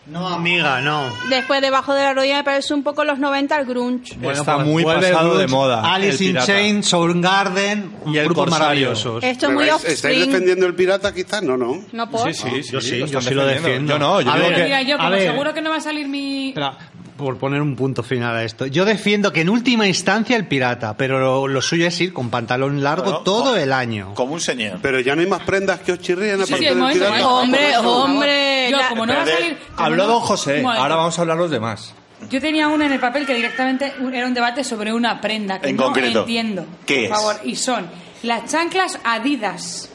No, amiga, no.
después debajo de la rodilla me parece un poco los 90 al grunge.
Está
pues
muy
vuelve el
pasado
grunge,
de moda,
Alice
el
in
pirata.
Chains, Soundgarden, un
Y el
grupo
corsario.
maravilloso.
Esto es
¿Me
muy
vais-
off
¿Estáis defendiendo el pirata quizás? No, no.
No por.
sí,
yo sí,
están
yo sí lo
defendiendo.
defiendo.
Yo no, yo
A
digo
ver,
que...
Mira, yo
a
como
ver.
seguro que no va a salir mi...
Espera, por poner un punto final a esto. Yo defiendo que en última instancia el pirata, pero lo, lo suyo es ir con pantalón largo
Bueno,
todo
o-
el año.
Como un señor.
Pero ya no hay más prendas que os chirrían
Sí, sí,
aparte
el
del
momento, el
pirata.
momento.
Hombre,
Por favor.
hombre,
Yo,
la-
como no va a
Espérate,
salir... como
Habló
no-
don José,
Bueno,
ahora vamos a hablar los demás.
Yo tenía una en el papel que directamente un- era un debate sobre una prenda que
En
no
concreto.
entiendo.
¿Qué
por
es?
favor, y son las chanclas Adidas,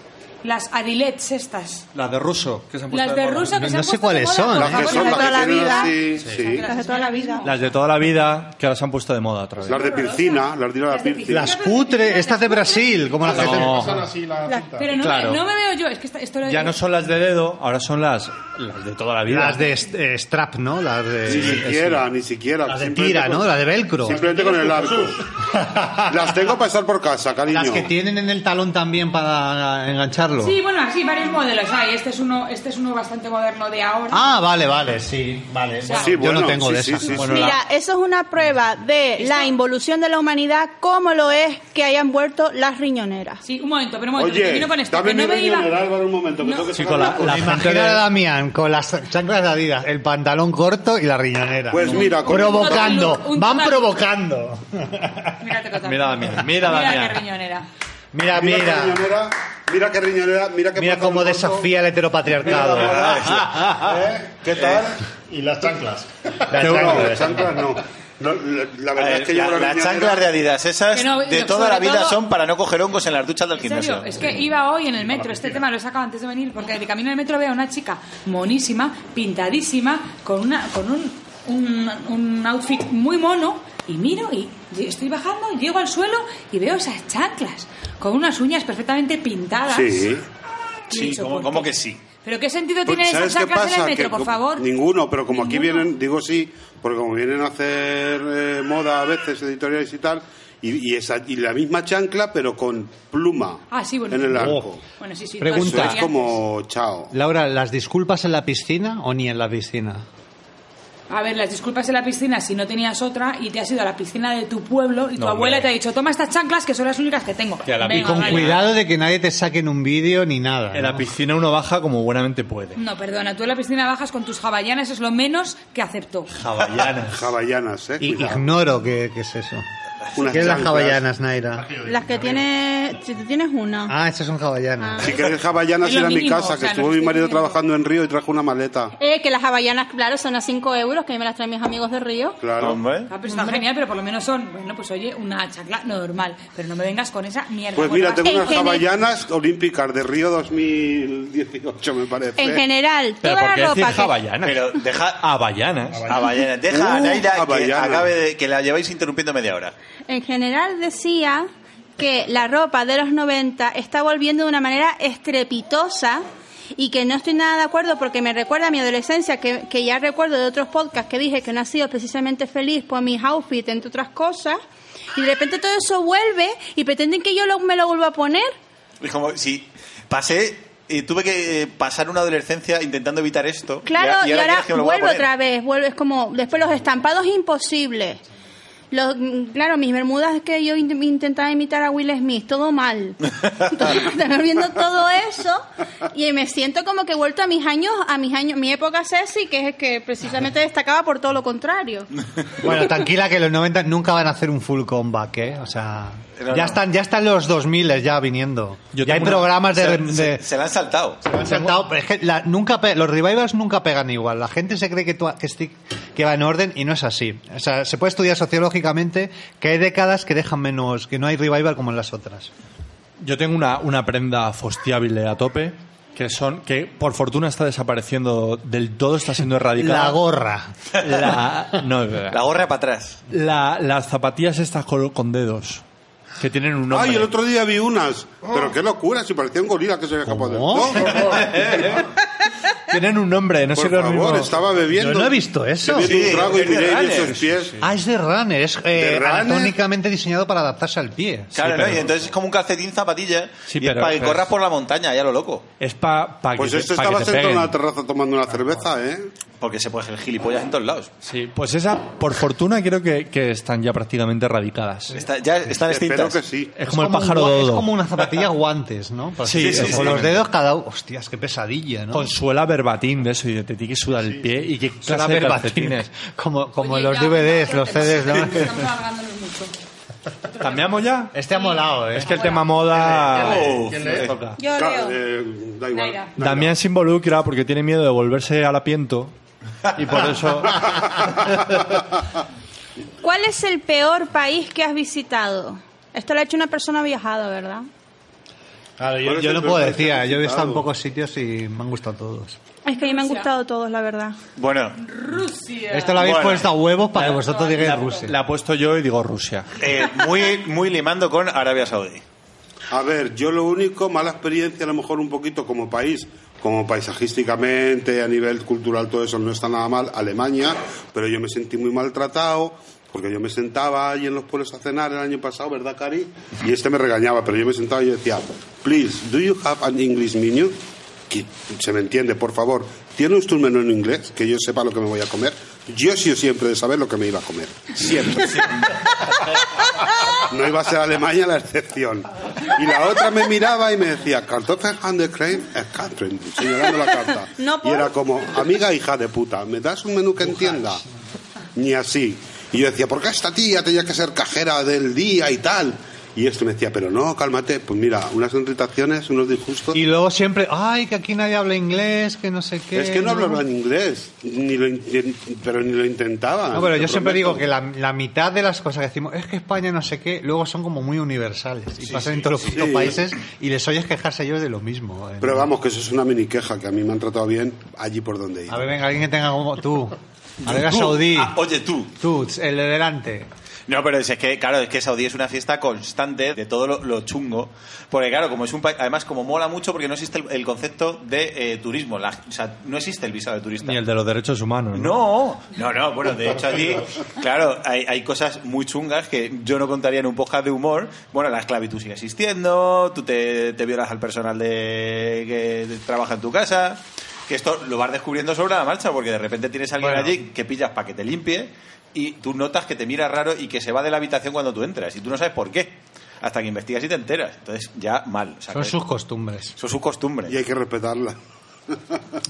las Adilets estas,
Las de ruso, que se han puesto
las de
moda.
ruso que
No-
se
no
han
sé
puesto
cuáles
de moda,
son.
por
Las
Las que
favor,
son
las
las
toda
que
la
tienen
vida.
así... Sí.
chanclas
Las de toda la vida.
Las de toda la vida, que ahora se han puesto de moda otra vez.
Las de piscina, las de ir a la
Las de
piscina.
Las cutre, estas de Brasil, como las que
No.
hacen-
Pasan así la cinta.
Pero no,
Claro.
me, no me veo yo, es que esta- esto lo-
Ya no son las de dedo, ahora son las, las de toda la vida.
Las de est- eh, strap, ¿no? Las de...
Ni siquiera, ni siquiera.
Las de
Simplemente
tira,
con-
¿no? Las de velcro.
Simplemente con el arco. Las tengo para estar por casa, cariño.
Las que tienen en el talón también para enganchar comprarlo.
Sí, bueno, así varios modelos hay. Este es uno, este es uno bastante moderno de ahora.
Ah, vale, vale, sí, vale.
Sí,
Yo
bueno,
no tengo
sí,
de
sí,
esas.
sí,
Bueno,
sí.
la-
Mira, eso es una prueba de la involución de la humanidad, como lo es que hayan vuelto las riñoneras.
Sí, un momento, pero un momento. que
Oye,
termino con esto.
dame
que no
mi
me iba-
riñonera, Álvaro, un momento, que
No.
tengo que
Chico,
sacar
la-
una cosa.
la- gente
Imagina a
de-
Damián con las chanclas de Adidas, el pantalón corto y la riñonera.
Pues mira, con-
provocando,
Un
van
total-
provocando.
Mira, te contaba.
Mira, Damián, mira, Damián.
qué riñonera.
Mira,
Mira qué
mira,
riñonera, mira qué riñonera, mira qué
mira
pantalón
cómo
corto.
desafía el
Mira la
heteropatriarcado.
Ah,
bola esa. ¿Eh? ¿Qué tal?
Y las chanclas.
Las
No,
chanclas.
las chanclas no. No, la, la verdad es que yo
la-
creo que
las
mañana-
chanclas de Adidas, esas
Que no,
de
no,
toda la
sobre
vida
todo-
son para no coger hongos en las duchas del
En serio,
gimnasio.
es que iba hoy en el metro, este tema lo he sacado antes de venir, porque de camino al metro veo a una chica monísima, pintadísima, con, una, con un, un, un outfit muy mono, y miro y y estoy bajando, y llego al suelo y veo esas chanclas, con unas uñas perfectamente pintadas.
Sí.
Y he
Sí,
dicho,
¿cómo-
¿por
cómo
qué?
que sí?
¿Pero qué sentido
Porque,
tiene esas
Pues, ¿sabes qué
chanclas en el
pasa?
metro,
Que
por
como-
favor?
Ninguno, pero como aquí
Ninguno.
vienen, digo sí, porque como vienen a hacer eh, moda a veces, editoriales y tal, y, y esa, y la misma chancla, pero con pluma
Ah, sí, bueno.
en el arco.
Oh.
Bueno, sí, sí.
Pregunta.
Eso
todas
es
las
como chao.
Laura, ¿las disculpas en la piscina o ni en la piscina?
A ver, las disculpas en la piscina si no tenías otra y te has ido a la piscina de tu pueblo y tu
No,
abuela
hombre.
te ha dicho, toma estas chanclas que son las únicas que tengo.
Que a la
Venga,
pi-
Con
Ah, vale.
cuidado de que nadie te saque en un vídeo ni nada.
En la
¿no?
piscina uno baja como buenamente puede.
No, perdona, tú en la piscina bajas con tus jaballanas, es lo menos que aceptó.
Jaballanas.
Jaballanas, eh.
I-
cuidado.
Ignoro que, que es eso.
Unas
¿Qué es las
chanclas.
jaballanas, Naira?
Las que tiene, si tú tienes una.
Ah, esas son jaballanas.
Si queréis jaballanas,
Es lo
ir a mi
mínimo,
casa,
o
que
sea,
estuvo
no
mi
estoy
marido
diciendo-
trabajando en Río y trajo una maleta.
Eh, que las haballanas, claro, son a 5 euros, que a mí me las traen mis amigos de Río.
Claro.
Hombre.
Ah, pero está genial, pero por lo menos son, bueno, pues oye, una chancla normal. Pero no me vengas con esa mierda.
Pues
Bueno,
mira, tengo
En
unas
general-
jaballanas olímpicas de Río 2018, me parece.
En general,
Pero
toda
¿por qué
la
decir
ropa que
jaballanas?
Pero deja a,
Haballanas.
Bayana. Deja a
Ah, Uh,
Naira
a
que
Bayana.
acabe de, que la lleváis interrumpiendo media hora.
En general decía que la ropa de los 90 está volviendo de una manera estrepitosa y que no estoy nada de acuerdo porque me recuerda a mi adolescencia, que, que ya recuerdo de otros podcasts que dije que no ha sido precisamente feliz por mis outfits, entre otras cosas, y de repente todo eso vuelve y pretenden que yo lo- me lo vuelva a poner.
Es como si pasé y tuve que eh, pasar una adolescencia intentando evitar esto.
Claro, y, ahora
quieres que me lo vuelva
vuelvo
a poner.
otra vez, vuelve, es como, después los estampados imposibles. Los, mm, claro, mis bermudas que yo in- intentaba imitar a Will Smith, todo mal. Entonces, Estoy viendo todo eso y me siento como que he vuelto a mis años, a mis años, mi época sexy, que es que precisamente destacaba por todo lo contrario.
Bueno, tranquila que los 90 nunca van a hacer un full comeback, ¿eh? O sea,
Pero
ya
no.
están, ya están los 2000 ya viniendo.
Yo
ya hay
tengo una-
programas de...
Se,
de-
se- se la han saltado.
han saltado, pero es que la- nunca pe- los revivals nunca pegan igual. La gente se cree que, tú- que, esti- que va en orden y no es así. O sea, se puede estudiar sociológicamente que hay décadas que dejan menos, que no hay revival como en las otras.
Yo tengo una, una prenda fostiable a tope, que son que por fortuna está desapareciendo del todo, está siendo erradicada.
La gorra.
La- no,
La gorra para atrás.
la- las zapatillas estas con, con dedos, que tienen un nombre.
Ay, el otro día vi unas. Pero qué locura, si parecía un gorila que se había escapado del
¿Cómo?
No, por favor.
Tienen un nombre, no sé
Por
qué es lo
favor,
mismo.
estaba bebiendo.
Yo no he visto eso.
Bebiendo
Sí,
un trago y
es de
miré en
Runner.
esos pies.
Ah, es de runner, es
¿De
eh,
runner?
anatómicamente diseñado para adaptarse al pie.
Claro, ¿no?
pero-
Y entonces es como un calcetín zapatilla.
Sí,
y es
pero-
para que
pero-
corras por la montaña, ya lo loco.
Es para pa
Pues
que,
esto
te- pa que
estaba
te
sentado en
peguen.
una terraza tomando una cerveza, ¿eh?
Porque se puede hacer gilipollas en todos lados.
Sí, pues esa, por fortuna, creo que, que están ya prácticamente erradicadas.
Está- ya están
Espero
extintas.
que sí.
Es como el
un
pájaro
gua-
dodo.
Es como una zapatilla guantes, ¿no? Porque
Sí, sí, sí,
con los
exactamente.
dedos cada uno. Hostias, qué pesadilla, ¿no?
Con suela verbatín de eso y de te tiene que sudar el pie y que
Suena
clase de
verbatín.
calcetines.
Como, como
Oye,
los
ya,
DVDs,
ya,
los
ya,
CDs.
ya,
¿no?
ya, Estamos alargándonos mucho.
¿Cambiamos ya?
Este ha molado, ¿eh?
Es que el tema moda...
Uf.
Yo
Claro,
leo.
eh, da
Naira.
igual.
Damián se involucra porque tiene miedo de volverse harapiento y por eso...
eh.
¿Cuál es el peor país que has visitado? Esto lo ha hecho una persona viajada, ¿verdad?
Claro,
¿Cuál
yo,
es
yo
el
no puedo
peor
decir,
país
yo he estado
visitado?
en pocos sitios y me han gustado todos.
Es que a mí me han gustado todos, la verdad.
Bueno,
Rusia.
Esto lo habéis
Bueno.
puesto a huevos para que vosotros digáis Rusia.
La he puesto yo y digo Rusia.
eh, muy, muy limando con Arabia Saudí.
A ver, yo lo único, mala experiencia a lo mejor un poquito como país, como paisajísticamente, a nivel cultural, todo eso no está nada mal, Alemania, pero yo me sentí muy maltratado Porque yo me sentaba ahí en los pueblos a cenar el año pasado, ¿verdad, Cari? Y este me regañaba, pero yo me sentaba y yo decía, please, do you have an English menu? Que se me entiende, por favor. ¿Tiene usted un menú en inglés? Que yo sepa lo que me voy a comer. Yo sí o siempre de saber lo que me iba a comer. Siempre. No iba a ser Alemania la excepción. Y la otra me miraba y me decía, Kartoffel and the crane es Catherine, señalando la carta.
No,
y
por-
era como, amiga hija de puta, ¿me das un menú que entienda? Ni así. Y yo decía, ¿por qué esta tía tenía que ser cajera del día y tal? Y esto me decía, pero no, cálmate. Pues mira, unas irritaciones, unos disgustos.
Y luego siempre, ay, que aquí nadie habla inglés, que no sé qué.
Es que no hablaban inglés, ni lo in- pero ni lo intentaban.
No, pero yo
te
siempre
prometo.
digo que la, la mitad de las cosas que decimos es que España no sé qué, luego son como muy universales y pasan en todos los putos
sí.
países y les oyes quejarse ellos de lo mismo. eh.
Pero vamos, que eso es una mini queja, que a mí me han tratado bien allí por donde he ido.
A ver, venga, alguien que tenga como tú. Arabia
Tú,
Saudí.
ah, oye, tú.
Tú, el de delante.
No, pero es que, claro, es que Saudí es una fiesta constante de todo lo, lo chungo. Porque, claro, como es un país. Además, como mola mucho porque no existe el, el concepto de eh, turismo. la- o sea, no existe el visado de turista.
Ni el de los derechos humanos.
No, no, no. Bueno, de hecho allí, claro, hay, hay cosas muy chungas que yo no contaría en un podcast de humor. Bueno, la esclavitud sigue existiendo, tú te, te violas al personal de, que trabaja en tu casa. Que esto lo vas descubriendo sobre la marcha, porque de repente tienes a alguien
Bueno.
allí que pillas para que te limpie y tú notas que te mira raro y que se va de la habitación cuando tú entras y tú no sabes por qué. Hasta que investigas y te enteras. Entonces, ya mal. O sea,
Son
que-
sus costumbres.
son sus costumbres.
Y hay que respetarla.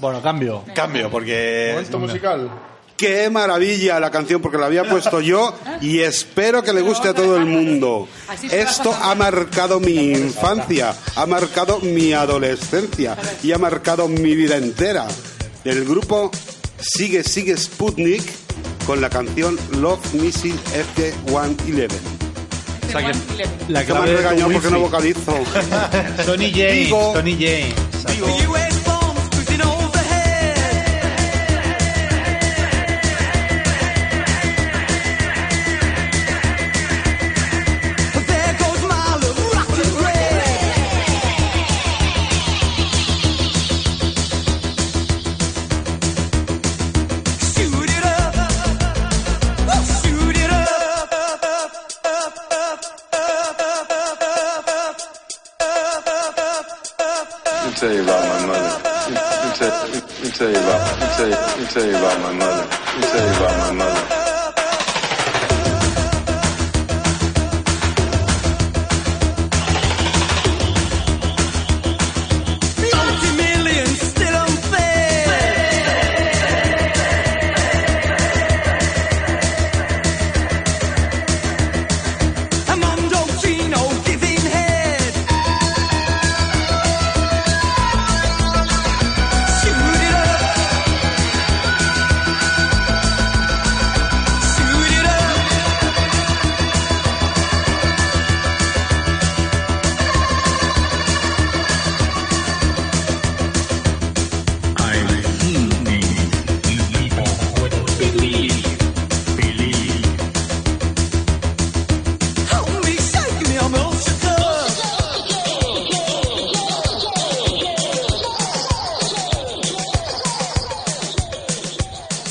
Bueno, cambio.
Cambio, porque.
Momento musical.
¡Qué maravilla la canción! Porque la había puesto yo y espero que le guste a todo el mundo. Esto ha marcado mi infancia, ha marcado mi adolescencia y ha marcado mi vida entera. El grupo Sigue Sigue Sputnik con la canción Love Missile F111.
O sea, que la
Que me han
clave de tu
regañado porque
wifi.
no vocalizo.
Tony James.
Digo-
Tony James.
US bombs cruising overhead. There goes my little rocket red. Shoot it up. Oh, shoot it up, up, up, up, up, up, up, up, up, up.
Let me tell you about my mother. Let me tell, let me tell you about let me tell you, let me tell you about my mother. Let me tell you about my mother.
Multi-million still unfair. Armando Chino giving head. Shoot it up. Shoot it up. Hold me, shake me, I'm all shook up.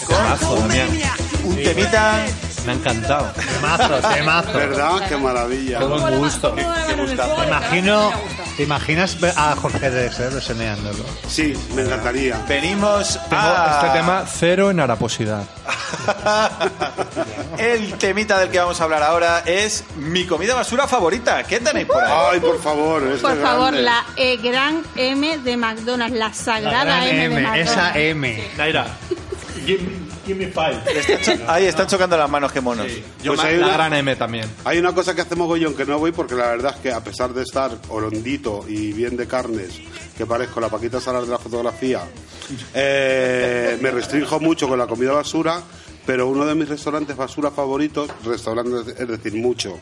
Temazo, Damián.
Un temita.
Me ha encantado.
Temazo, temazo.
¿Verdad? ¡Qué maravilla!
Todo un gusto.
Te imagino, ¿Te imaginas a Jorge Drexler resemeándolo?
Sí, me encantaría.
Venimos
Tengo
a
este tema cero en araposidad.
El temita del que vamos a hablar ahora es mi comida basura favorita. ¿Qué tenéis por ahí?
¡Ay, por favor! este
Por favor,
grande.
la eh, gran M de McDonald's, la sagrada
gran
M, de McDonald's.
esa M.
Naira, give me, give me five.
Ahí están chocando las manos, qué monos.
Yo
Pues
me-
hay
la
una-
gran M también.
Hay una cosa que hacemos Goyón que no voy porque la verdad es que a pesar de estar orondito y bien de carnes, que parezco la Paquita Salas de la fotografía, eh, me restrinjo mucho con la comida basura, pero uno de mis restaurantes basura favoritos, restaurantes, es decir, mucho,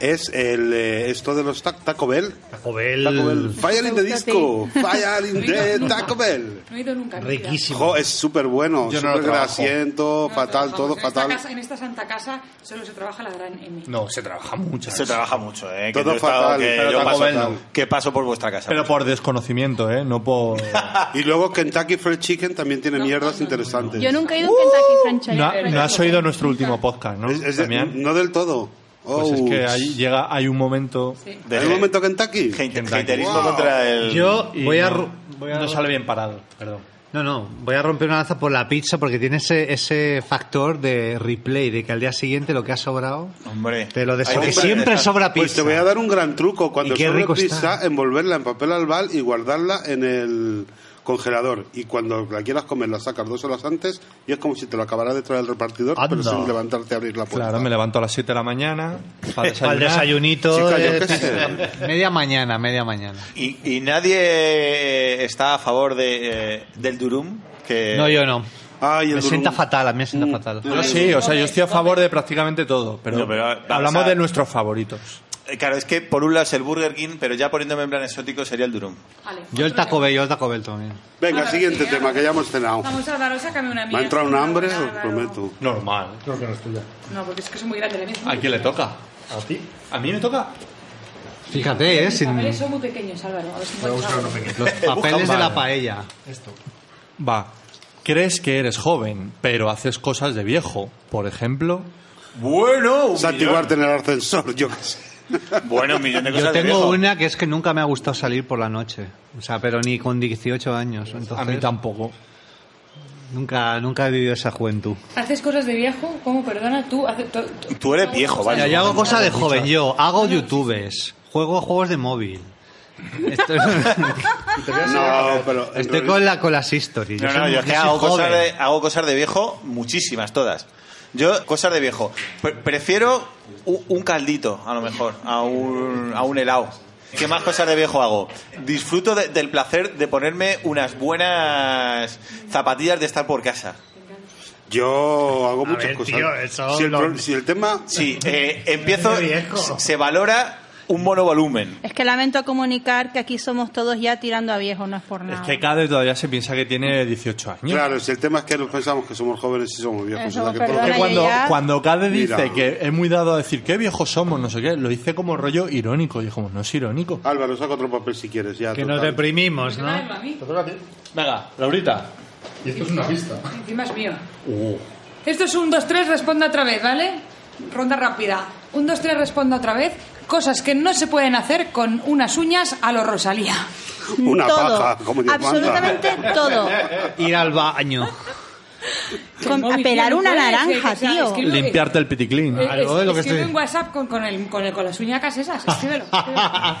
es el, eh, esto de los tac- Taco Bell.
Taco Bell.
Taco Bell. Fire in the
Gusta a ti.
disco. Fire in the Taco Bell.
No he ido nunca.
Riquísimo.
Jo, es súper bueno.
Yo no lo
Súper
trabajo.
grasiento,
No,
fatal,
trabajamos.
todo
en esta
fatal.
casa- en esta santa casa solo se trabaja la gran M.
No, se trabaja mucho.
Se trabaja mucho, ¿eh? Que
Todo
yo he estado-
fatal,
que
pero
yo
Taco
paso,
Bell no.
que paso por vuestra casa.
Pero por desconocimiento, ¿eh? No por...
Y luego Kentucky Fried Chicken también tiene mierdas interesantes.
Yo nunca he ido a Kentucky Fried Chicken.
No, ha- no has oído nuestro último podcast, ¿no?
Es- es de-
Damián.
no del todo.
Pues es
Oh,
que ahí llega, hay un momento...
¿Hay un momento Kentucky?
Hate-
Kentucky.
haterismo
Wow.
contra el...
Yo
y
voy a,
no-
ru- voy a-
no sale bien parado, perdón.
No, no, voy a romper una lanza por la pizza porque tiene ese, ese factor de replay, de que al día siguiente lo que ha sobrado
Hombre.
te lo des-
Hay
Porque
que-
siempre sobra pizza.
Pues te voy a dar un gran truco. Cuando
Y qué
sobre
rico
pizza,
está.
envolverla en papel albal y guardarla en el congelador. Y cuando la quieras comer, la sacas dos horas antes y es como si te lo acabará detrás del repartidor, pero
Anda.
sin levantarte a abrir la puerta.
Claro, me levanto a las 7 de la mañana Eh, para
al
desayunar.
desayunito.
Chica, yo
eh,
qué
pizza. media mañana, media mañana.
Y, y nadie está a favor de, eh, del Durum. Que...
No, yo no.
Ay, Eh, el
me sienta
durum.
fatal, a mí me sienta
Mm.
fatal.
Yo sí, o sea, yo estoy a favor de prácticamente todo, pero,
No, pero vamos
hablamos
a-
de nuestros favoritos.
Eh, Claro, es que por un lado es el Burger King, pero ya poniéndome en plan exótico sería el Durum.
Vale,
Yo el
otro
Taco Bell, yo el Taco Bell también.
Venga,
Ahora
siguiente
sí,
tema, que ya hemos cenado.
tema. Vamos, Álvaro, sácame una mía.
Me ha entrado un hambre, os
Álvaro.
prometo.
Normal.
No, porque es que es muy grande la mía.
¿A quién le toca? ¿A ti? ¿A mí me toca?
Fíjate, eh,
Los
sin
papeles
los
son muy pequeños, Álvaro. A ver si encuentras algo.
papeles de la
Vale.
paella.
Va. Crees que eres joven, pero haces cosas de viejo. Por ejemplo,
Bueno,
Santiguarte en el ascensor, yo qué sé.
Bueno, un millón de cosas
Yo
de
tengo
viejo.
una que es que nunca me ha gustado salir por la noche. O sea, pero ni con 18 años.
a mí
Entonces,
tampoco.
nunca, nunca he vivido esa juventud.
¿Haces cosas de viejo? ¿Cómo? Perdona, tú. hace- to- to-
Tú eres viejo,
Mira,
vale.
yo hago cosas de joven, yo hago youtubers, juego juegos de móvil. Estoy,
No, pero. en
estoy
realidad-
con, la, con las historias.
No, no, yo es que hago cosas, de, hago cosas de viejo, muchísimas, todas. Yo, cosas de viejo. Pre- prefiero u- un caldito, a lo mejor, a un, a un helado. ¿Qué más cosas de viejo hago? Disfruto de- del placer de ponerme unas buenas zapatillas de estar por casa.
Yo hago muchas
ver,
cosas.
tío, eso
si, el
lo-
pro- si el tema.
Sí, eh, empiezo.
De viejo.
se- Se valora un monovolumen.
Es que lamento comunicar que aquí somos todos ya tirando a viejo, no es por
Es
nada.
que Cade todavía se piensa que tiene 18 años.
Claro, si el tema es que nos pensamos que somos jóvenes y somos viejos.
Eso,
o sea, que
perdona,
todo-
Que
yo
cuando,
ya-
cuando Cade dice
Mira.
que es muy dado a decir qué viejos somos, no sé qué, lo dice como rollo irónico. Y es como, no es irónico.
Álvaro, saca otro papel si quieres. Ya,
Que nos
total.
deprimimos,
Encima
¿no?
es a mí.
Venga, Laurita.
Y esto es una vista.
Encima es mío.
Uh.
Esto es un 2-3, responda otra vez, ¿vale? Ronda rápida. Un 2-3, responda otra vez. Cosas que no se pueden hacer con unas uñas a lo Rosalía.
Una
todo,
paja, como Dios manda.
absolutamente todo.
Ir al baño,
Con- a pelar una naranja, tío.
Limpiarte el piticlín.
Algo de lo
lo
que
que escribe
estoy-
en WhatsApp con, con, el, con, el- con las uñacas esas. Escríbelo.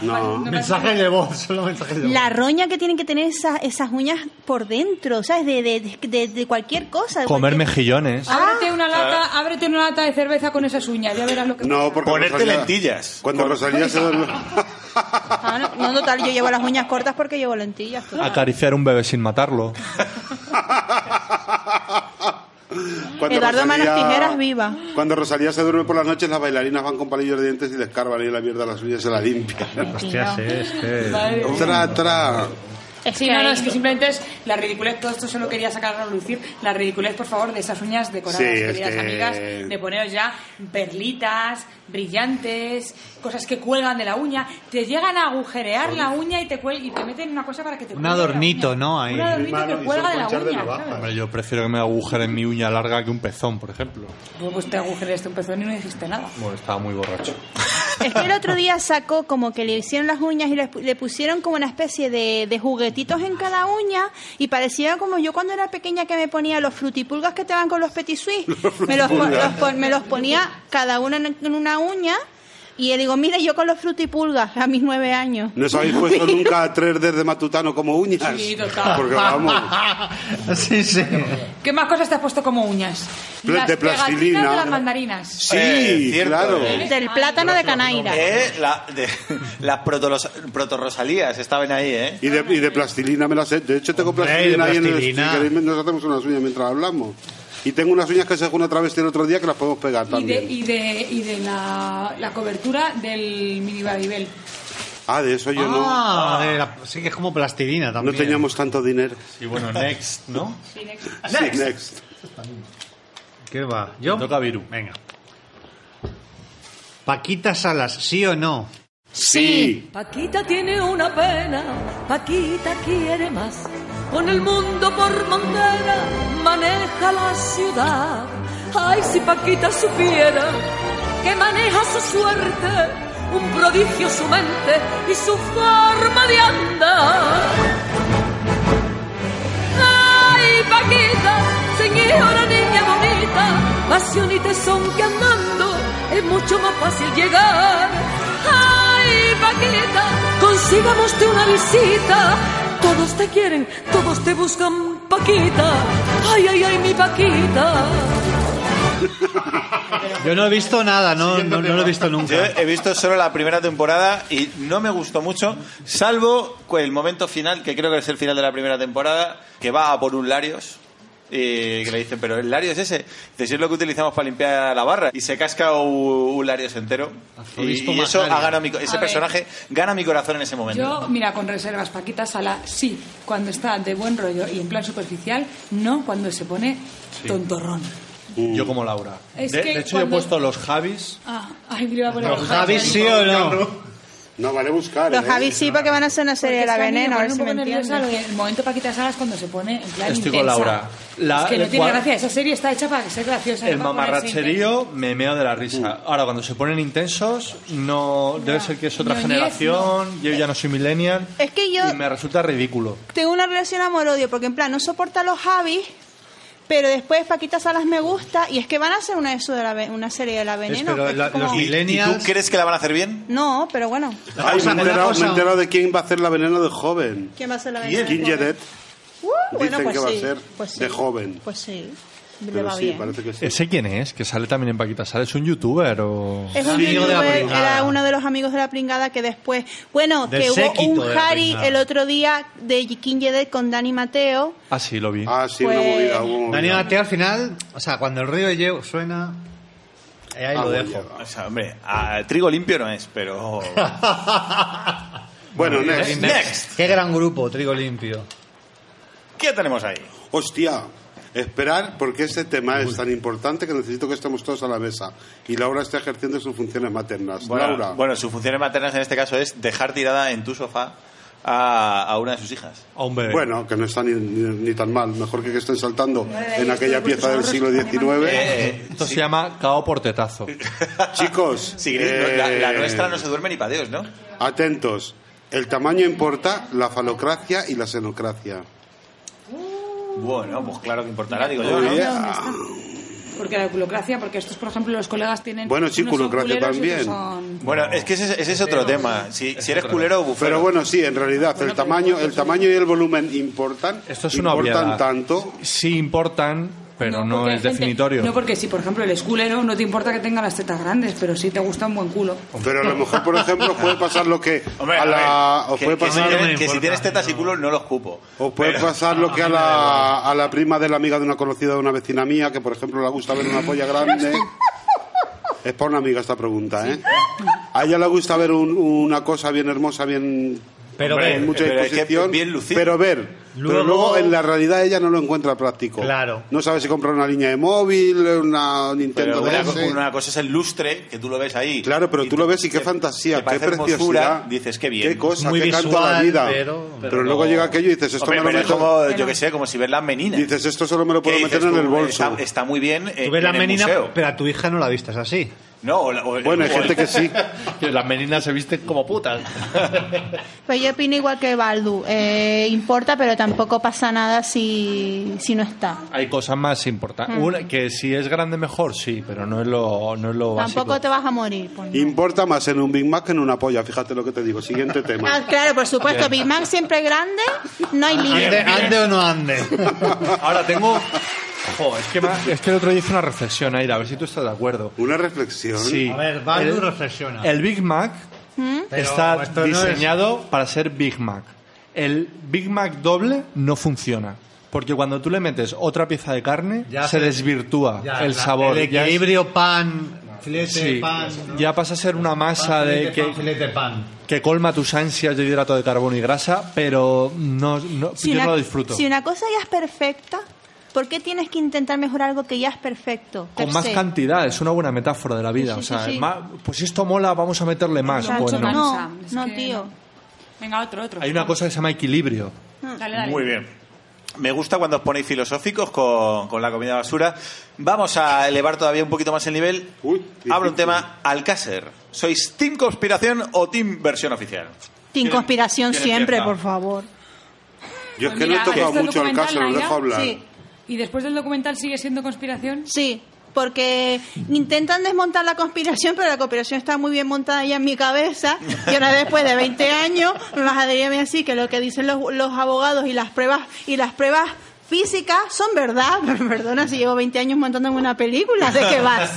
No.
mensajes de voz, solo mensajes de voz.
La roña que tienen que tener esas, esas uñas por dentro, ¿sabes? De, de, de, de cualquier cosa. de
Comer
cualquier-
mejillones.
Ah.
Ábrete una lata, ábrete una lata de cerveza con esas uñas, ya verás lo que
No,
pasa.
porque
Ponerte
Rosalía-
lentillas.
Cuando Rosalía se duerme.
Ah, no, no, total, yo llevo las uñas cortas porque llevo lentillas. claro.
Acariciar un bebé sin matarlo.
Cuando
Eduardo Manos Tijeras, viva.
Cuando Rosalía se duerme por las noches, las bailarinas van con palillos de dientes y le escarban y la mierda a las uñas y se la limpian.
Hostias, eh, es
pues,
que-
Madre mía.
tra, tra.
Es
Sí,
que
no, no,
ahí-
es que simplemente es la ridiculez, todo esto solo quería sacar a lucir, la ridiculez, por favor, de esas uñas decoradas,
Sí, es
queridas
que-
amigas, de poneros ya perlitas, brillantes, cosas que cuelgan de la uña, te llegan a agujerear la uña y te cuel- y te meten una cosa para que te
Un
cuelgue de la
adornito,
uña.
¿no? Ahí.
Un adornito
Hermano,
que
y
cuelga
son
de la
conchar de
uña,
navaja.
¿sabes?
Hombre, yo prefiero que me agujeren mi uña larga que un pezón, por ejemplo.
Pues te agujereaste un pezón y no dijiste nada.
Bueno, estaba muy borracho.
Es que el otro día sacó como que le hicieron las uñas y le, le pusieron como una especie de, de juguetitos en cada uña y parecía como yo cuando era pequeña que me ponía los frutipulgas que te van con los petit suisse. Me los, pon- los pon- me los ponía cada uno en, en una uña y le digo, mira, yo con los frutipulgas a mis nueve años.
No os habéis puesto nunca tres d de matutano como uñas.
Sí, total.
Porque vamos.
Sí, sí.
¿Qué más cosas te has puesto como uñas?
Pla-
Las
de
pegatinas
plastilina.
de las mandarinas.
Sí,
Eh, cierto,
claro.
eh.
Del plátano de Canaira.
Eh, la- de- las protolos- protorrosalías estaban ahí, ¿eh?
Y de, y de plastilina me las he. De hecho, tengo
Hombre,
plastilina
de
ahí en el.
plastilina.
si queréis, Nos hacemos unas uñas mientras hablamos. Y tengo unas uñas que se una otra vez el otro día que las podemos pegar
Y de,
también.
y de, y de la, la cobertura del mini Babybel.
Ah, de eso yo
Ah, de la- sí que es como plastilina
no. No
también.
teníamos tanto dinero.
Y bueno, next, ¿no?
Sí, next.
¿Qué va? ¿Yo?
Toca Viru.
Venga. Paquita Salas, ¿sí o no?
Sí.
Paquita tiene una pena, Paquita quiere más. Con el mundo por montera maneja la ciudad. Ay, si Paquita supiera que maneja su suerte, un prodigio su mente y su forma de andar. Ay, Paquita, señora niña bonita, pasión y tesón que andando Ah, es mucho más fácil llegar. Ay, Paquita, consigamos de una visita. Todos te quieren, todos te buscan, Paquita. Ay, ay, ay, mi Paquita.
Yo no he visto nada, no, no, no lo he visto
Yo
nunca.
he visto solo la primera temporada y no me gustó mucho, salvo el momento final, que creo que es el final de la primera temporada, que va a por un Larios. Y que le dicen, pero el Larios ese, dice, "Sí, es lo que utilizamos para limpiar la barra. Y se casca un, un Larios entero. Y,
Arzobispo
y eso
Macario.
ha ganado mi co- ese
A ver.
personaje gana mi corazón en ese momento.
Yo, mira, con reservas, Paquita Sala, sí, cuando está de buen rollo y en plan superficial, no cuando se pone tontorrón.
Yo como Laura.
Es
de,
que
de hecho, yo he
cuando-
puesto los Javis.
Ah, ay, le iba a poner
Los
un
Javi,
Javi.
¿sí o no?
No, vale buscar.
Los
¿eh?
Javis sí, porque van a hacer una
Porque
serie de
es
la
que a mí me
veneno, a ver
pone
si
un
me
poco nerviosa
entiendes.
lo de- El momento Paquita Sala es cuando se pone en plan
Estoy con
intensa.
Laura. La-
es que no
el
tiene
cual-
gracia. Esa serie está hecha para ser graciosa.
El
no para ponerse intensa.
mamarracherío me meo de la risa. Ahora, cuando se ponen intensos, no debe ser que es otra
No, Eh,
generación. Yo ya no soy millennial.
Es que yo-
Y me resulta ridículo.
Tengo una relación amor-odio, porque en plan no soporta a los Javis, pero después Paquita Salas me gusta, y es que van a hacer una, de eso de la ve- una serie de la veneno.
pero
es
la-
como-
los
¿Y- ¿Y
millennials-
tú crees que la van a hacer bien?
No, pero bueno.
Ay, me he
Una
enterado,
cosa-
me he enterado de quién va a hacer la veneno de joven.
¿Quién va a hacer la veneno?
Kim Jedet.
Uh,
Dicen
bueno, pues
que va a
sí,
ser
pues sí,
de joven.
Pues sí, le
Pero
va
sí,
bien.
parece que sí.
¿Ese quién es? Que sale también en Paquita. ¿Sale? ¿Es un youtuber o...?
Es un
Amigo de la
youtuber,
pringada.
era uno de los amigos de la pringada que después, bueno,
Del
que hubo
séquito
un
de la
Harry
pringada.
el otro día de Kim Jedet con Dani Mateo.
Ah, sí, lo vi.
Ah, sí, una
Pues-
movida. una movida.
Daniel Mateo al final, o sea, cuando el río de Yeu suena, eh, ahí
Ah,
lo
bueno,
dejo.
ya.
O sea, hombre, a- trigo limpio no es, pero...
Bueno, next.
Next.
Qué gran grupo, Trigo Limpio.
¿Qué tenemos ahí?
Hostia, esperar porque este tema es tan importante que necesito que estemos todos a la mesa. Y Laura está ejerciendo sus funciones maternas.
Bueno,
Laura.
bueno, sus funciones maternas en este caso es dejar tirada en tu sofá a, a una de sus hijas.
Hombre.
Bueno, que no está ni, ni- ni tan mal. Mejor que, que estén saltando en aquella pieza del siglo XIX.
Eh,
Esto se llama cao por tetazo.
Chicos,
sí, Gris, no, la, la
eh,
nuestra no se duerme ni para Dios, ¿no?
atentos. El tamaño importa, la falocracia y la xenocracia.
Bueno, pues claro que importará, digo yo.
Bueno,
¿no?
¿dónde está? Porque la culocracia, porque estos, por ejemplo, los colegas tienen.
Bueno, sí,
unos son
culocracia
culeros y
también.
otros son-
Bueno, es que ese, ese es otro tema. Si, si eres culero o bufero.
Pero pues bueno, sí, en realidad el tamaño, el tamaño y el volumen importan.
Esto es una
importan
obviedad.
tanto.
Sí importan, pero no,
porque hay
es
gente-
definitorio.
No, porque si, por ejemplo, el culero, no te importa que tenga las tetas grandes, pero sí te gusta un buen culo.
Pero a lo mejor, por ejemplo, puede pasar lo que
Hombre,
a
a
la
ver,
os
que,
puede
que si
pasar
tienes-
no me
que si
importa,
tienes tetas y culos no los cupo.
os puede pasar lo que a la, a la prima de la amiga de una conocida de una vecina mía que por ejemplo le gusta ver una polla grande. Es para una amiga esta pregunta, ¿eh? A ella le gusta ver un- una cosa bien hermosa, bien
Pero
Hombre,
con mucha
pero es que
disposición,
bien lucir.
pero ver. pero
Luego-
luego en la realidad ella no lo encuentra práctico.
Claro.
No sabe si comprar una línea de móvil, una
Pero
Nintendo
una,
DS.
una cosa es el lustre, que tú lo ves ahí.
Claro, pero
Y
tú
te-
lo ves y qué
te-
fantasía,
te
qué
parece hermosura,
preciosidad.
Dices, qué bien.
Qué cosa,
Muy
qué canto a la
visual,
vida.
pero-
Pero, luego llega aquello y dices, esto
Hombre,
me lo
pero es
meto.
como, yo que sé, como si ver las meninas.
Dices, esto solo me lo puedo
Que
meter
dices
en
tú,
el bolso.
Está, está muy bien eh,
Tú ves
en
la
el
menina,
museo.
pero a tu hija no la vistas así.
No, o la- o-
Bueno, hay
o el-
gente que sí.
Que Las meninas se visten como putas.
Pues yo opino igual que Baldu. Eh, importa, pero tampoco pasa nada si, si no está.
Hay cosas más importantes.
Mm.
Una, que si es grande mejor, sí, pero no es lo, no es lo básico.
Tampoco te vas a morir. pues no.
Importa más en un Big Mac que en una polla, fíjate lo que te digo. Siguiente
Ah,
tema.
claro, por supuesto. Big Mac siempre grande, no
Ah,
hay
Ande,
límite.
ande o no ande.
Ahora tengo... Jo, es, que me ha- es que el otro día hice una reflexión, Aira, a ver si tú estás de acuerdo.
Una reflexión.
Sí.
A ver, va,
El-
tú reflexiona.
El Big Mac
¿Mm?
Pero
está
esto no es-
diseñado para ser Big Mac. El Big Mac doble no funciona. Porque cuando tú le metes otra pieza de carne,
Ya
se
se-
desvirtúa
Ya,
el
la-
sabor.
El
ya es-
equilibrio pan, filete,
Sí,
pan.
ya pasa a ser una masa
pan,
de
filete,
que,
pan, filete, pan.
que colma tus ansias de hidrato de carbono y grasa, pero no, no- yo no lo disfruto.
si una cosa ya es perfecta, ¿por qué tienes que intentar mejorar algo que ya es perfecto?
Con
per
más
se?
cantidad, es una buena metáfora de la vida.
Sí, sí,
o sea,
sí, sí.
es más- pues si esto mola, vamos a meterle más.
Mucho
Pues no.
más.
No, no, tío.
Venga, otro, otro.
Hay una cosa que se llama equilibrio.
Dale, dale. Pues
Muy bien. Me gusta cuando os ponéis filosóficos con, con la comida basura. Vamos a elevar todavía un poquito más el nivel. Abro un tema Alcácer. ¿Sois Team Conspiración o Team Versión Oficial?
Sin conspiración
¿Quién
siempre,
empieza?
por favor.
Yo es
Pues
que
mira,
no he tocado
¿esto es
mucho el
documental,
caso, lo
Laia?
dejo hablar.
Sí.
¿Y después del documental sigue siendo conspiración?
Sí, porque intentan desmontar la conspiración, pero la conspiración está muy bien montada ya en mi cabeza. Y ahora después de 20 años, las adheríame así que lo que dicen los, los abogados y las pruebas y las pruebas físicas son verdad. Pero perdona si llevo 20 años montándome una película, ¿de qué vas?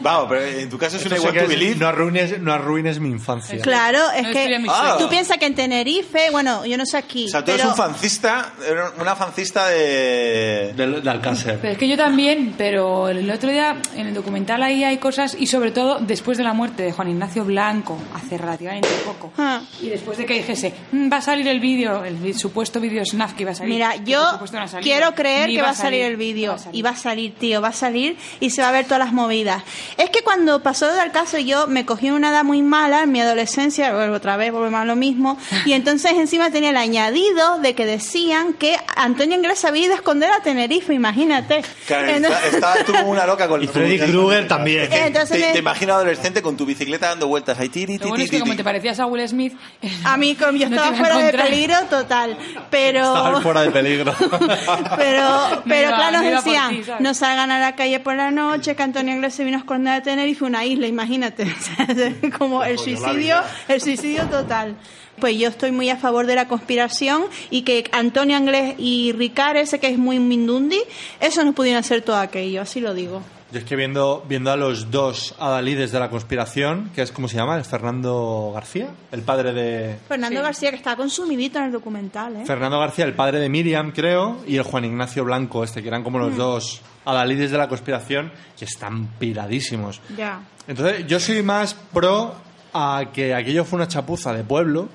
Vamos, pero en tu caso es una
Eso
igual
sí
to
que es,
believe.
no, arruines, no arruines mi infancia.
Claro, es
No estoy en
que
mi
Ah.
tú piensas que en Tenerife, bueno, yo no sé aquí,
O sea, tú eres
pero
un fancista, eres una fancista de...
Del, de Alcácer.
Pero es que yo también, pero el otro día en el documental ahí hay cosas, y sobre todo después de la muerte de Juan Ignacio Blanco, hace relativamente poco.
Ah.
Y después de que dijese, "Mm, va a salir el vídeo, el vi- supuesto vídeo Snaf que iba a salir.
Mira,
que
yo
por supuesto no ha salido,
quiero creer
ni
que va a salir el
no
vídeo.
va a salir.
Y va a salir, tío, va a salir y se va a ver todas las movidas. Es que cuando pasó lo del caso, yo me cogí una edad muy mala en mi adolescencia, vuelvo otra vez, volvemos a lo mismo. Y entonces encima tenía el añadido de que decían que Antonio Inglés había ido a esconder a Tenerife, imagínate.
Eh,
Claro, está-
Entonces-
estabas tú como una loca con...
Y Freddy Krueger también.
Entonces
Te,
me-
te imagino adolescente con tu bicicleta dando vueltas ahí. Tiri,
Lo
tiri,
bueno es que
tiri,
como
tiri.
te parecías a Will Smith.
a mí, como yo
no te
estaba
iba a
fuera de
encontrar.
peligro total, pero...
Estar fuera de peligro.
Pero,
No
pero
iba-
claro,
no iba
nos
por
decían,
ti, ¿sabes?
no salgan a la calle por la noche, que Antonio Inglés se vino a esconder a Tenerife, una isla, imagínate. O sea, es Como el suicidio, el suicidio total. Pues yo estoy muy a favor de la conspiración y que Antonio Inglés y Ricard, ese que es muy mindundi, eso no pudieron hacer todo aquello, así lo digo.
Yo es que viendo, viendo a los dos adalides de la conspiración, que es como se llama, el Fernando García, el padre de...
Fernando García, que está consumidito en el documental, ¿eh?
Fernando García, el padre de Miriam, creo, y el Juan Ignacio Blanco, este, que eran como los dos adalides de la conspiración, que están piradísimos.
Ya.
Entonces, yo soy más pro a que aquello fue una chapuza de pueblo,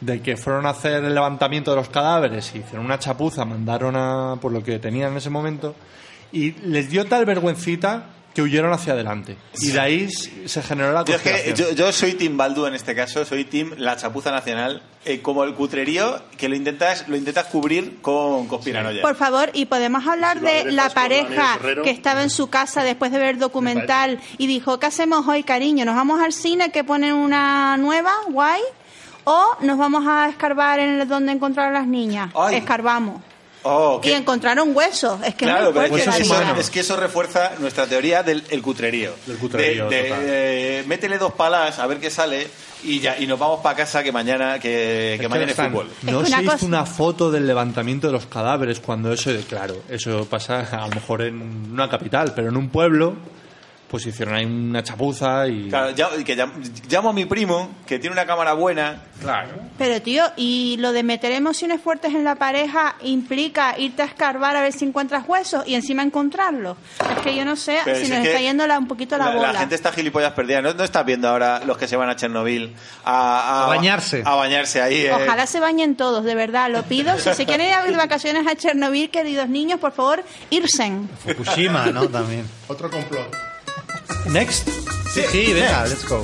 de que fueron a hacer el levantamiento de los cadáveres, y hicieron una chapuza, mandaron a por lo que tenían en ese momento, y les dio tal vergüencita que huyeron hacia adelante. Y de ahí s- se generó la
Yo, es
conspiración.
que, yo, yo soy Team Baldu en este caso, soy Team La Chapuza Nacional, eh, como el cutrerío que lo intentas, lo intentas cubrir con conspiranoia.
Por favor, y podemos hablar
Si lo
de
aderezas
la
con Daniel
pareja
Ferrero.
que estaba en su casa después de ver el documental y dijo, ¿qué hacemos hoy, cariño? ¿Nos vamos al cine que ponen una nueva, guay? ¿O nos vamos a escarbar en el- donde encontraron a las niñas?
Ay.
Escarbamos.
Oh, qué-
Y encontraron huesos. Es que es
claro,
muy
pero es
fuerte
que,
huesos
la
eso,
vida.
humanos.
es que eso refuerza nuestra teoría del el cutrerío.
Del cutrerío,
De- de,
total.
eh, métele dos palas a ver qué sale y ya y nos vamos para casa que mañana que, que
Es que
mañana es
están-
fútbol.
No
Es que
se
una
hizo
cosa-
una foto del levantamiento de los cadáveres cuando eso, claro, eso pasa a lo mejor en una capital, pero en un pueblo, pues hicieron ahí una chapuza y.
Claro, ya- que llam- llamo a mi primo que tiene una cámara buena.
Pero tío, y lo de meter emociones fuertes en la pareja implica irte a escarbar a ver si encuentras huesos y encima encontrarlos. Es que yo no sé
Pero
si
si
nos
es
está
que
yendo la- un poquito la,
La,
bola.
la gente está gilipollas perdida. ¿No, no estás viendo ahora los que se van a Chernobyl a,
A bañarse.
A bañarse ahí. eh?
Ojalá se bañen todos, de verdad, lo pido. Si se quieren ir a de vacaciones a Chernobyl, queridos niños, por favor, irse.
Fukushima, ¿no? También.
Otro complot.
Next.
Sí, sí, venga, let's go.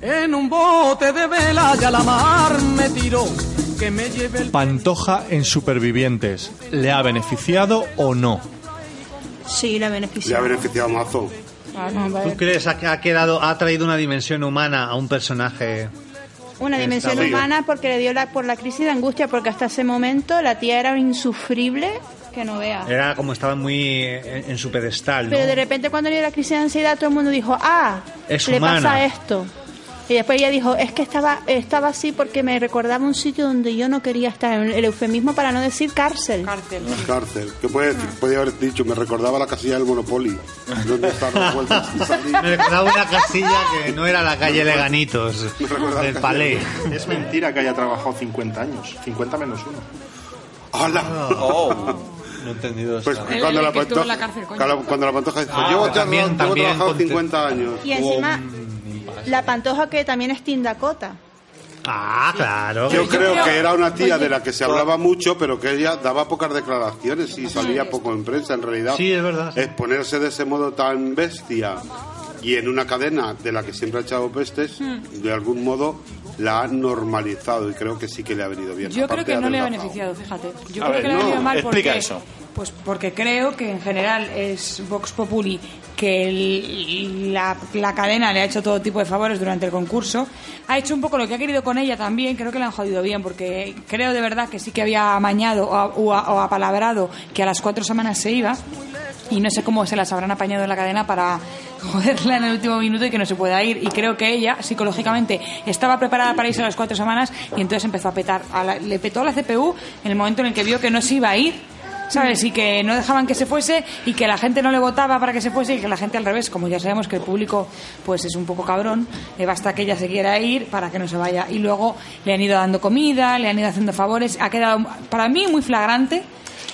En un bote de vela ya la mar me tiró. Que me lleve el...
Pantoja en supervivientes. ¿Le ha beneficiado o no?
Sí,
Le
la
ha
beneficio.
beneficiado mazo.
¿Tú crees que ha quedado, ha traído una dimensión humana a un personaje?
Una dimensión
Está bien.
humana porque le dio la, por la crisis de angustia, porque hasta ese momento la tía era insufrible que Eh, no vea.
Era como estaba muy en, en su pedestal, ¿no?
Pero de repente cuando le dio la crisis de ansiedad, todo el mundo dijo, ah,
Es
le
humana.
pasa esto. Y después ella dijo, es que estaba, estaba así porque me recordaba un sitio donde yo no quería estar. El eufemismo para no decir cárcel.
Cárcel.
La cárcel. Que puede,
Ah.
podía haber dicho, me recordaba la casilla del Monopoly, donde están las vueltas y salir.
Me recordaba una casilla que no era la calle Leganitos, del Palais.
Es mentira que haya trabajado 50 años. 50 menos uno.
¡Hala!
No he entendido
Pues
esa.
Ah. El-
cuando,
el
la
que estuvo
pantoja,
en la cárcel, coño.
cuando, cuando la pantoja dice,
Ah,
llevo,
también-
llevo
también
trabajado
conté-
50 años.
Y encima, la pantoja que también es Tim Dakota.
Ah, claro.
Yo creo que era una tía
Oye.
de la que se hablaba mucho, pero que ella daba pocas declaraciones y salía poco en prensa, en realidad.
Sí, es verdad.
Exponerse de ese modo tan bestia y en una cadena de la que siempre ha echado pestes, de algún modo la ha normalizado y creo que sí que le ha venido bien.
Yo creo
Aparte
que
ha
no le ha
adelgazado.
beneficiado, fíjate. Yo
A
creo
ver,
que le ha
no,
venido mal
explica
porque,
eso.
Pues porque creo que en general es Vox Populi que el- la, la cadena le ha hecho todo tipo de favores durante el concurso. Ha hecho un poco lo que ha querido con ella también. Creo que la han jodido bien porque creo de verdad que sí que había amañado o, a- o a- o apalabrado que a las cuatro semanas se iba. Y no sé cómo se las habrán apañado en la cadena para joderla en el último minuto y que no se pueda ir. Y creo que ella, psicológicamente, estaba preparada para irse a las cuatro semanas y entonces empezó a petar. a la- le petó a la CPU en el momento en el que vio que no se iba a ir, ¿sabes? Y que no dejaban que se fuese y que la gente no le votaba para que se fuese y que la gente al revés, como ya sabemos que el público pues es un poco cabrón, le basta que ella se quiera ir para que no se vaya. Y luego le han ido dando comida, le han ido haciendo favores. Ha quedado, para mí, muy flagrante.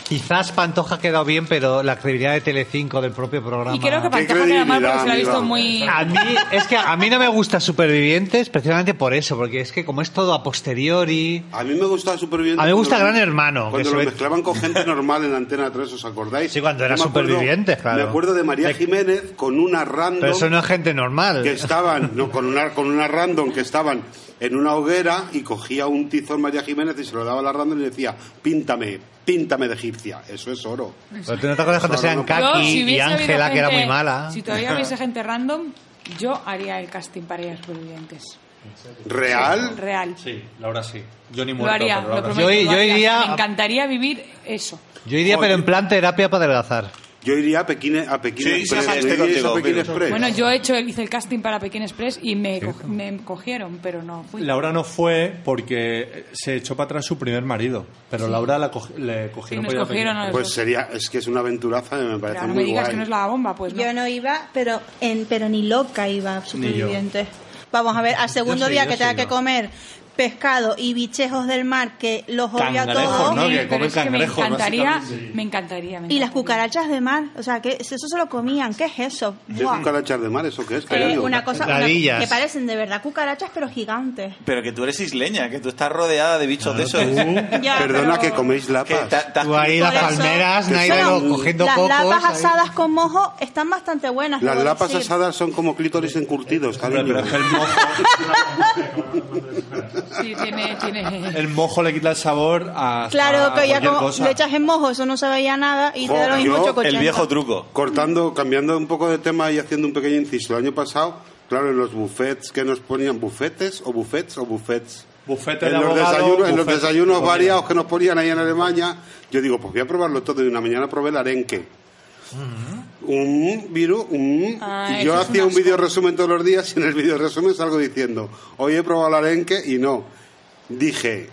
Quizás Pantoja ha quedado bien, pero la credibilidad de Telecinco del propio programa.
Y creo que
Qué
Pantoja queda mal porque se la ha
credibilidad,
visto
amiga.
muy...
A mí, es que a mí no me gusta Supervivientes precisamente por eso, porque es que como es todo a posteriori...
A mí me gustaba Superviviente.
A mí me gusta
cuando lo-
Gran Hermano, que
Cuando
se
lo
ve-
mezclaban con gente normal en Antena 3, ¿os acordáis?
Sí, cuando era
Yo me acuerdo-
Supervivientes, claro.
Me acuerdo de María
De-
Jiménez con una random.
Pero eso no es gente normal.
que estaban no con una con una random que estaban en una hoguera y cogía un tizón María Jiménez y se lo daba a la random y le decía píntame píntame de egipcia eso es oro
Pero tú no te acuerdas cuando
Claro,
sean
no.
Kaki
Yo, si
y
hubiese habido
Ángela, que era
gente-
muy mala.
Si todavía hubiese gente random, yo haría el casting para ir a supervivientes.
real
Real.
Sí, Laura sí. Yo ni
Lo
muerto,
haría,
pero
lo
Laura sí.
prometo.
Yo-
lo
yo
haría.
iría-
Me encantaría vivir eso.
Yo iría, pero en plan terapia para adelgazar.
yo iría a Pekín a Pekín
Sí, sí,
Express
sí,
me
estoy
iríais
contigo,
a Pekín
Pino.
Express
Bueno, yo he hecho, hice el casting para Pekín Express y me, co- me cogieron, pero no fui.
Laura no fue porque se echó para atrás su primer marido, pero Laura la cog- le
Sí,
cogieron
nos
por ir a
cogieron a
Pekín.
los
pues
dos.
sería es que es una aventuraza y me parece
Claro, no me
muy
digas
guay
que no es la bomba, pues no.
Yo no iba, pero en pero ni loca iba a supervivientes. Vamos a ver, al segundo
Yo sí,
día
yo
que
sí
tenga
iba.
que comer pescado y bichejos del mar que los odio a
Cangrejos,
todos.
¿no?
Sí,
que
pero
comen
es que me
cangrejos,
encantaría,
básicamente.
me encantaría. me
Y las
encantaría.
cucarachas de mar, o sea, que eso se lo comían, ¿qué es eso?
¿Qué es
Buah.
un calachar de mar eso qué es
Eh,
cariño?
una cosa una-
Ladillas.
que parecen de verdad cucarachas, pero gigantes.
Pero que tú eres isleña, que tú estás rodeada de bichos de esos.
Ya,
perdona
pero-
que coméis
Que
lapas
ta- ta-
Tú ahí
Por
las
eso-
palmeras, Naira
Bueno,
lo- cogiendo
Las
cocos.
lapas
ahí.
asadas con mojo están bastante buenas.
las
debo
lapas
decir.
asadas son como clítoris encurtidos
Hombre,
cariño
pero es que el mojo,
Sí, tiene, tiene...
el mojo le quita el sabor a
Claro,
Ah,
a
que ya
cualquier
como
cosa.
lo echas en mojo, eso no se veía nada y te da lo
Jo,
mismo
yo,
el
8,80.
viejo truco.
Cortando, cambiando un poco de tema y haciendo un pequeño inciso. El año pasado, claro, en los buffets que nos ponían, bufetes o buffets o buffets.
Bufete
En
de
los,
abogado,
desayunos, en los
bufete de
desayunos
comida.
variados que nos ponían ahí en Alemania, yo digo, pues voy a probarlo todo. Y una mañana probé el arenque. Un virus, un...
Ah,
yo
eso es
hacía
un
un
asco.
video resumen todos los días y en el video resumen salgo diciendo, hoy he probado el arenque y no. Dije,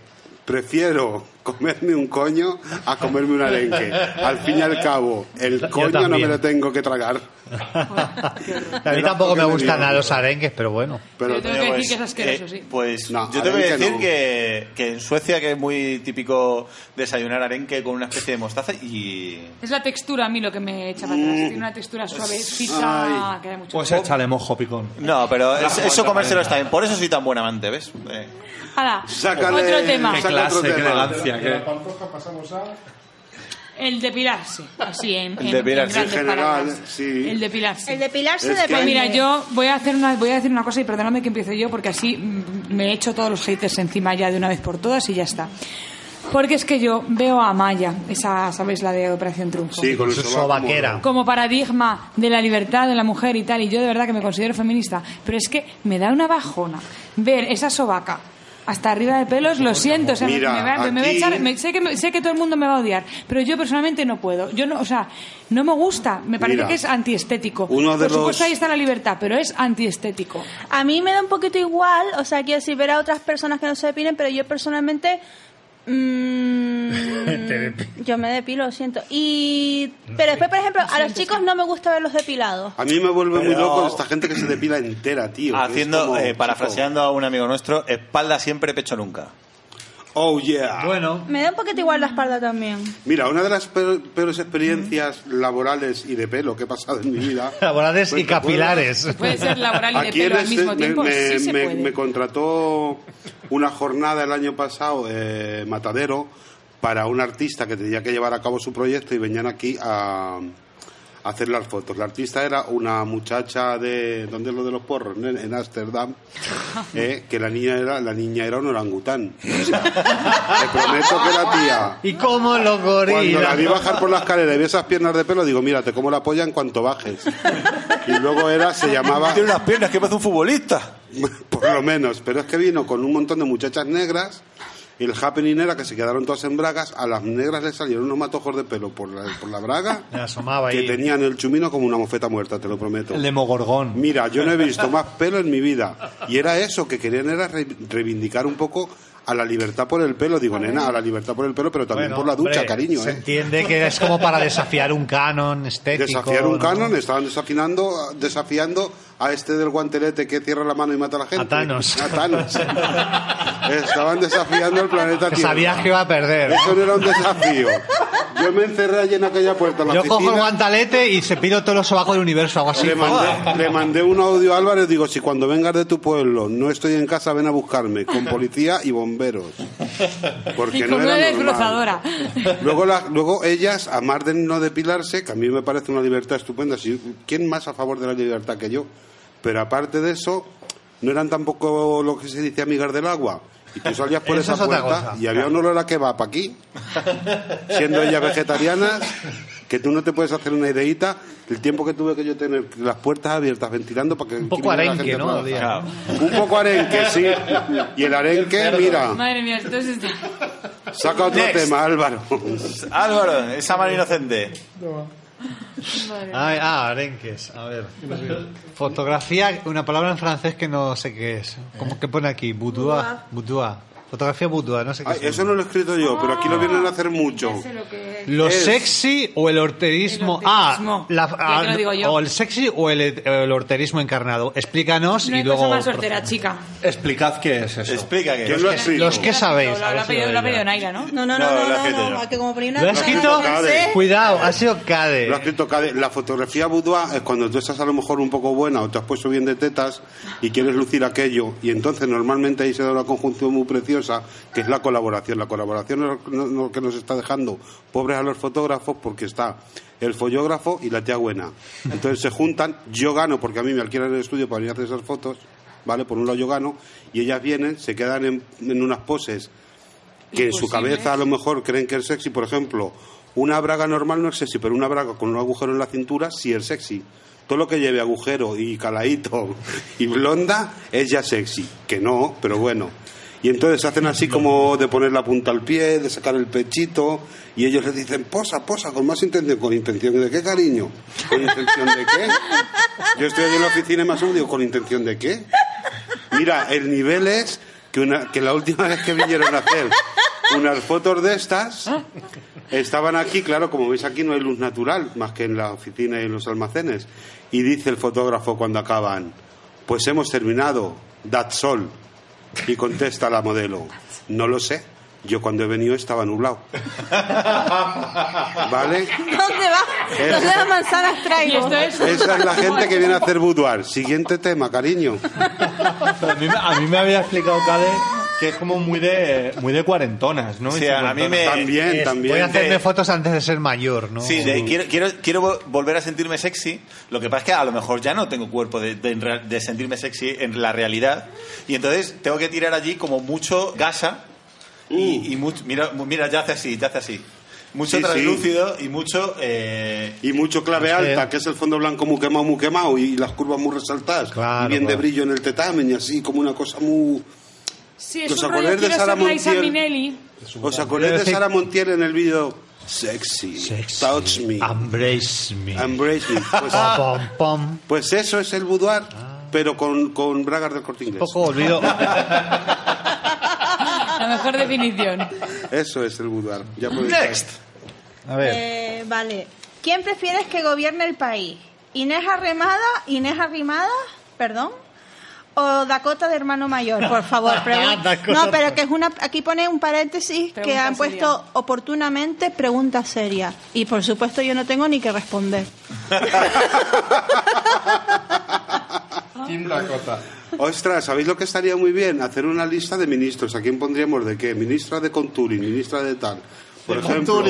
prefiero comerme un coño a comerme un arenque. Al fin y al cabo, el coño no me
también.
lo tengo que tragar.
A mí
Era
tampoco
porque
me
me
gustan
dio.
a los arenques, pero bueno.
Pero
Yo tengo que decir que es asqueroso,
eh,
sí.
pues
No,
yo tengo que
arenque
decir
no.
que, que en Suecia, que es muy típico desayunar arenque con una especie de mostaza y...
Es la textura a mí lo que me echa para atrás. Tiene una textura suavecita, que da mucho
Pues
gusto.
échale mojo, picón.
No, pero es-
otra
eso comérselo
manera.
está bien. Por eso soy tan buen amante, ¿ves? Eh,
Hala,
Sácale-
otro tema.
Qué
Saca
clase,
otro
qué
tema.
elegancia.
De la
qué-
pantoja pasamos a...
El depilarse, así en, en- en
depilarse.
grandes
En general,
palabras.
sí.
El depilarse.
El depilarse
Es que-
depende.
Pues Mira, yo voy a hacer una voy a decir una cosa y perdóname que empiezo yo porque así mm, me echo todos los haters encima ya de una vez por todas y ya está. Porque es que yo veo a Maya, esa sabéis la de Operación Triunfo.
Sí, con el
Su
sobaco.
sobaquera.
como paradigma de la libertad de la mujer y tal, y yo de verdad que me considero feminista, pero es que me da una bajona ver esa sobaca hasta arriba de pelos, lo siento, o sea, me-
Mira,
me, va- me va a
aquí-
echar, me- sé, que, me- sé que todo el mundo me va a odiar, pero yo personalmente no puedo. Yo no, o sea, no me gusta, me parece
Mira,
que es antiestético.
uno de
Por supuesto
los-
ahí está la libertad, pero es antiestético.
A mí me da un poquito igual, o sea, quiero decir, ver a otras personas que no se depilen, pero yo personalmente... mm, yo me depilo, lo siento. Y, pero después, por ejemplo, a los chicos no me gusta verlos depilados.
A mí me vuelve muy
Pero-
loco esta gente que se depila entera, tío. que es
Haciendo,
como,
eh, parafraseando a un amigo nuestro, espalda siempre, pecho nunca.
Oh, yeah.
Bueno.
Me da un poquito igual la espalda también.
Mira, una de las peor- peores experiencias laborales y de pelo que he pasado en mi vida.
Mm. Laborales y
¿te acuerdas?
capilares.
Puede ser laboral y de
Aquí
pelo
en
al
este-
mismo
me-
tiempo,
me,
sí se
me-
puede.
me contrató una jornada el año pasado, eh, Matadero, para un artista que tenía que llevar a cabo su proyecto y venían aquí a, a hacer las fotos. La artista era una muchacha de... ¿Dónde es lo de los porros? En, en Ámsterdam. eh, que la niña era la niña era un orangután. O sea, te prometo que la tía...
¿Y cómo lo gorila?
Cuando la vi bajar por la escalera y vi esas piernas de pelo, digo, mira, te como la polla en cuanto bajes. Y luego era, se llamaba...
Tiene unas piernas que parece un futbolista.
Por lo menos, pero es que vino con un montón de muchachas negras y el happening era que se quedaron todas en bragas, a las negras les salieron unos matojos de pelo por la, por la braga
Me asomaba
que
ahí.
tenían el chumino como una mofeta muerta, te lo prometo.
El demogorgón.
Mira, yo no he visto más pelo en mi vida. Y era eso, que querían era re- reivindicar un poco a la libertad por el pelo. Digo, nena, a la libertad por el pelo, pero también
Bueno,
por la ducha,
hombre,
cariño.
Se
¿eh?
entiende que es como para desafiar un canon estético.
Desafiar un
¿no?
canon, estaban desafinando, desafiando a este del guantelete que cierra la mano y mata a la gente.
A Thanos.
A Thanos. estaban desafiando al planeta
Que
Tierra.
sabías que iba a perder.
Eso no era un desafío. Yo me encerré allí en aquella puerta. en La
Yo cojo el
oficina,
guantalete y cepillo todos los sobacos del universo, hago así.
le mandé, le mandé un audio a Álvarez, digo, si cuando vengas de tu pueblo no estoy en casa, ven a buscarme, con policía y bomberos. Porque
Y
no
con una
era normal.
desbrozadora.
Luego, la- luego ellas, a más de no depilarse, que a mí me parece una libertad estupenda, si, ¿quién más a favor de la libertad que yo? Pero aparte de eso, no eran tampoco lo que se dice amigas del agua. Y tú salías por
Eso
esa
es otra
puerta
cosa.
y había un olor a kebab aquí, siendo ellas vegetarianas, que tú no te puedes hacer una ideita. El tiempo que tuve que yo tener las puertas abiertas, ventilando para que... Un
poco arenque, ¿no? Claro.
Un poco arenque, sí. Y el arenque, mira,
Madre mía, entonces
saca otro
Next.
tema, Álvaro.
Álvaro, esa mano inocente.
Ay, ah, arenques. A ver. Fotografía, una palabra en francés que no sé qué es. ¿Cómo que pone aquí? Boudoir. Boudoir. Fotografía boudoir, no sé qué
Ay,
es.
Ah, eso no lo he escrito yo, pero aquí lo vienen a hacer mucho.
¿Lo
es-
sexy o el horterismo?
El
Ah,
horterismo.
la-
Ya te lo digo yo.
o el sexy o el, el horterismo encarnado. Explícanos
no
y
hay cosa
luego.
más sortera, chica.
Explicad qué es eso.
Explica que
Yo lo he escrito.
Los que sabéis.
Lo
a ver
habrá
si lo
pedido, lo ha
veis.
pedido Naila, ¿no?
No, no,
No,
no, no,
lo
no,
has escrito
no,
yo.
a que como ponía una...
Lo ha escrito.
Cade.
Cuidado, ha sido Cade.
Lo has escrito Cade. La fotografía boudoir es cuando tú estás a lo mejor un poco buena o te has puesto bien de tetas y quieres lucir aquello. Y entonces normalmente ahí se da una conjunción muy preciosa que es la colaboración. La colaboración es lo- no- lo que nos está dejando pobres a los fotógrafos porque está el follógrafo y la tía buena. Entonces se juntan, yo gano porque a mí me alquilan el estudio para ir a hacer esas fotos, ¿vale? Por un lado yo gano y ellas vienen, se quedan en- en unas poses que en su cabeza a lo mejor creen que es sexy. Por ejemplo, una braga normal no es sexy, pero una braga con un agujero en la cintura sí es sexy. Todo lo que lleve agujero y calaíto y blonda es ya sexy. Que no, pero bueno. Y entonces hacen así como de poner la punta al pie, de sacar el pechito, y ellos les dicen, posa, posa, con más intención. ¿Con intención de qué, cariño? ¿Con intención de qué? Yo estoy allí en la oficina y más uno digo, ¿con intención de qué? Mira, el nivel es que, una, que la última vez que vinieron a hacer unas fotos de estas, estaban aquí, claro, como veis aquí no hay luz natural, más que en la oficina y en los almacenes. Y dice el fotógrafo cuando acaban, pues hemos terminado, that sol. Y contesta la modelo, no lo sé, yo cuando he venido estaba nublado. ¿Vale?
¿Dónde va? ¿Dónde las manzanas
Y
traigo?
esto es...
Esa es la gente que viene a hacer boudoir. Siguiente tema, cariño.
A mí, me- a mí me había explicado Cade que es como muy de, muy de cuarentonas, ¿no?
O sea, a mí me...
También,
Es,
también.
Voy a hacerme
de-
fotos antes de ser mayor, ¿no?
Sí, de- quiero, quiero, quiero vo- volver a sentirme sexy. Lo que pasa es que a lo mejor ya no tengo cuerpo de, de en real- de sentirme sexy en la realidad. Y entonces tengo que tirar allí como mucho gasa.
Uh.
Y, y mucho, mira, mira, ya hace así, ya hace así. Mucho
Sí, sí.
translúcido y mucho... eh,
Y mucho clave alta, que es el fondo blanco muy quemado, muy quemado, y las curvas muy resaltadas, y
Claro,
bien de
claro.
brillo en el tetamen, y así como una cosa muy...
Sí, es
¿Os
un rollo,
acordáis de
quiero
Sara
ser Liza
Montiel?
Minnelli.
¿Os acordáis de
decir-
Sara Montiel en el vídeo? Sexy, touch me,
embrace me,
embrace me. Pues,
Pom, pom.
pues eso es el boudoir, pero con, con bragas del corte inglés.
Ah. poco olvido.
La mejor definición.
Eso es el boudoir. Ya podéis-
A
Eh, vale. ¿Quién prefieres que gobierne el país? ¿Inés Arrimada? ¿Inés Arrimada? ¿Perdón? ¿O Dakota de Hermano Mayor? Por favor, pregunta.
Dakota.
No, pero que es una... Aquí pone un paréntesis que
Pregunta
han puesto oportunamente pregunta seria. Y por supuesto yo no tengo ni que responder.
Kim Dakota.
Ostras, ¿sabéis lo que estaría muy bien? Hacer una lista de ministros. ¿A quién pondríamos de qué? Ministra de Contouring, ministra de tal. Por ejemplo,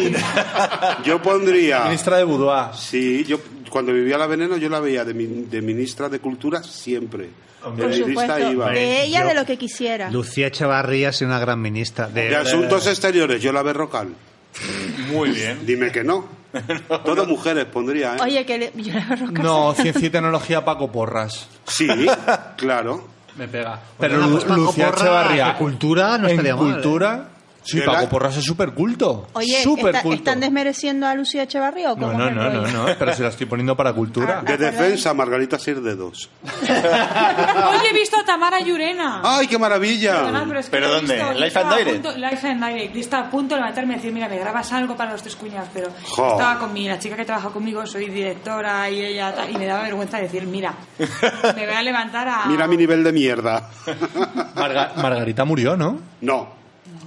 yo pondría...
Ministra de Boudoir.
Sí, yo cuando vivía la Veneno yo la veía de, min- de ministra de Cultura siempre.
Por
de ministra
supuesto.
iba.
De ella,
Yo-
de lo que quisiera.
Lucía Echevarría ha sido una gran ministra. De,
De Asuntos Exteriores, yo la Berrocal.
Muy bien.
Dime que no. Todas mujeres pondría, ¿eh?
Oye, que le... yo la veo roca.
No, Ciencia y Tecnología Paco Porras.
Sí, claro.
Me pega.
Pero
Bueno,
Lu-
pues Paco
Lucía
Porras,
Echevarría.
en cultura no
en
estaría mal, ¿eh?
cultura. Sí,
¿De
Paco
la-
Porras es súper culto.
Oye,
súper
¿está-
culto.
¿están desmereciendo a Lucía Echevarría o
No,
cómo
no,
es el
no, no,
rollo?
no, pero si la estoy poniendo para cultura.
De defensa, Margarita Sir de dos.
Hoy he visto a Tamara Llurena.
¡Ay, qué
Perdona,
maravilla!
pero es que
¿Pero
lo he
dónde?
visto, yo
¿Life
estaba
and
a
Direct?
punto- Life and Direct. Yo estaba a punto de levantarme y decir, mira, me grabas algo para los tres cuñados, pero
Jo.
estaba con mi, la chica que trabaja conmigo, soy directora y ella tal, y me daba vergüenza decir, mira, me voy a levantar a...
Mira mi nivel de mierda.
Ah.
Marga- Margarita murió, ¿no?
No,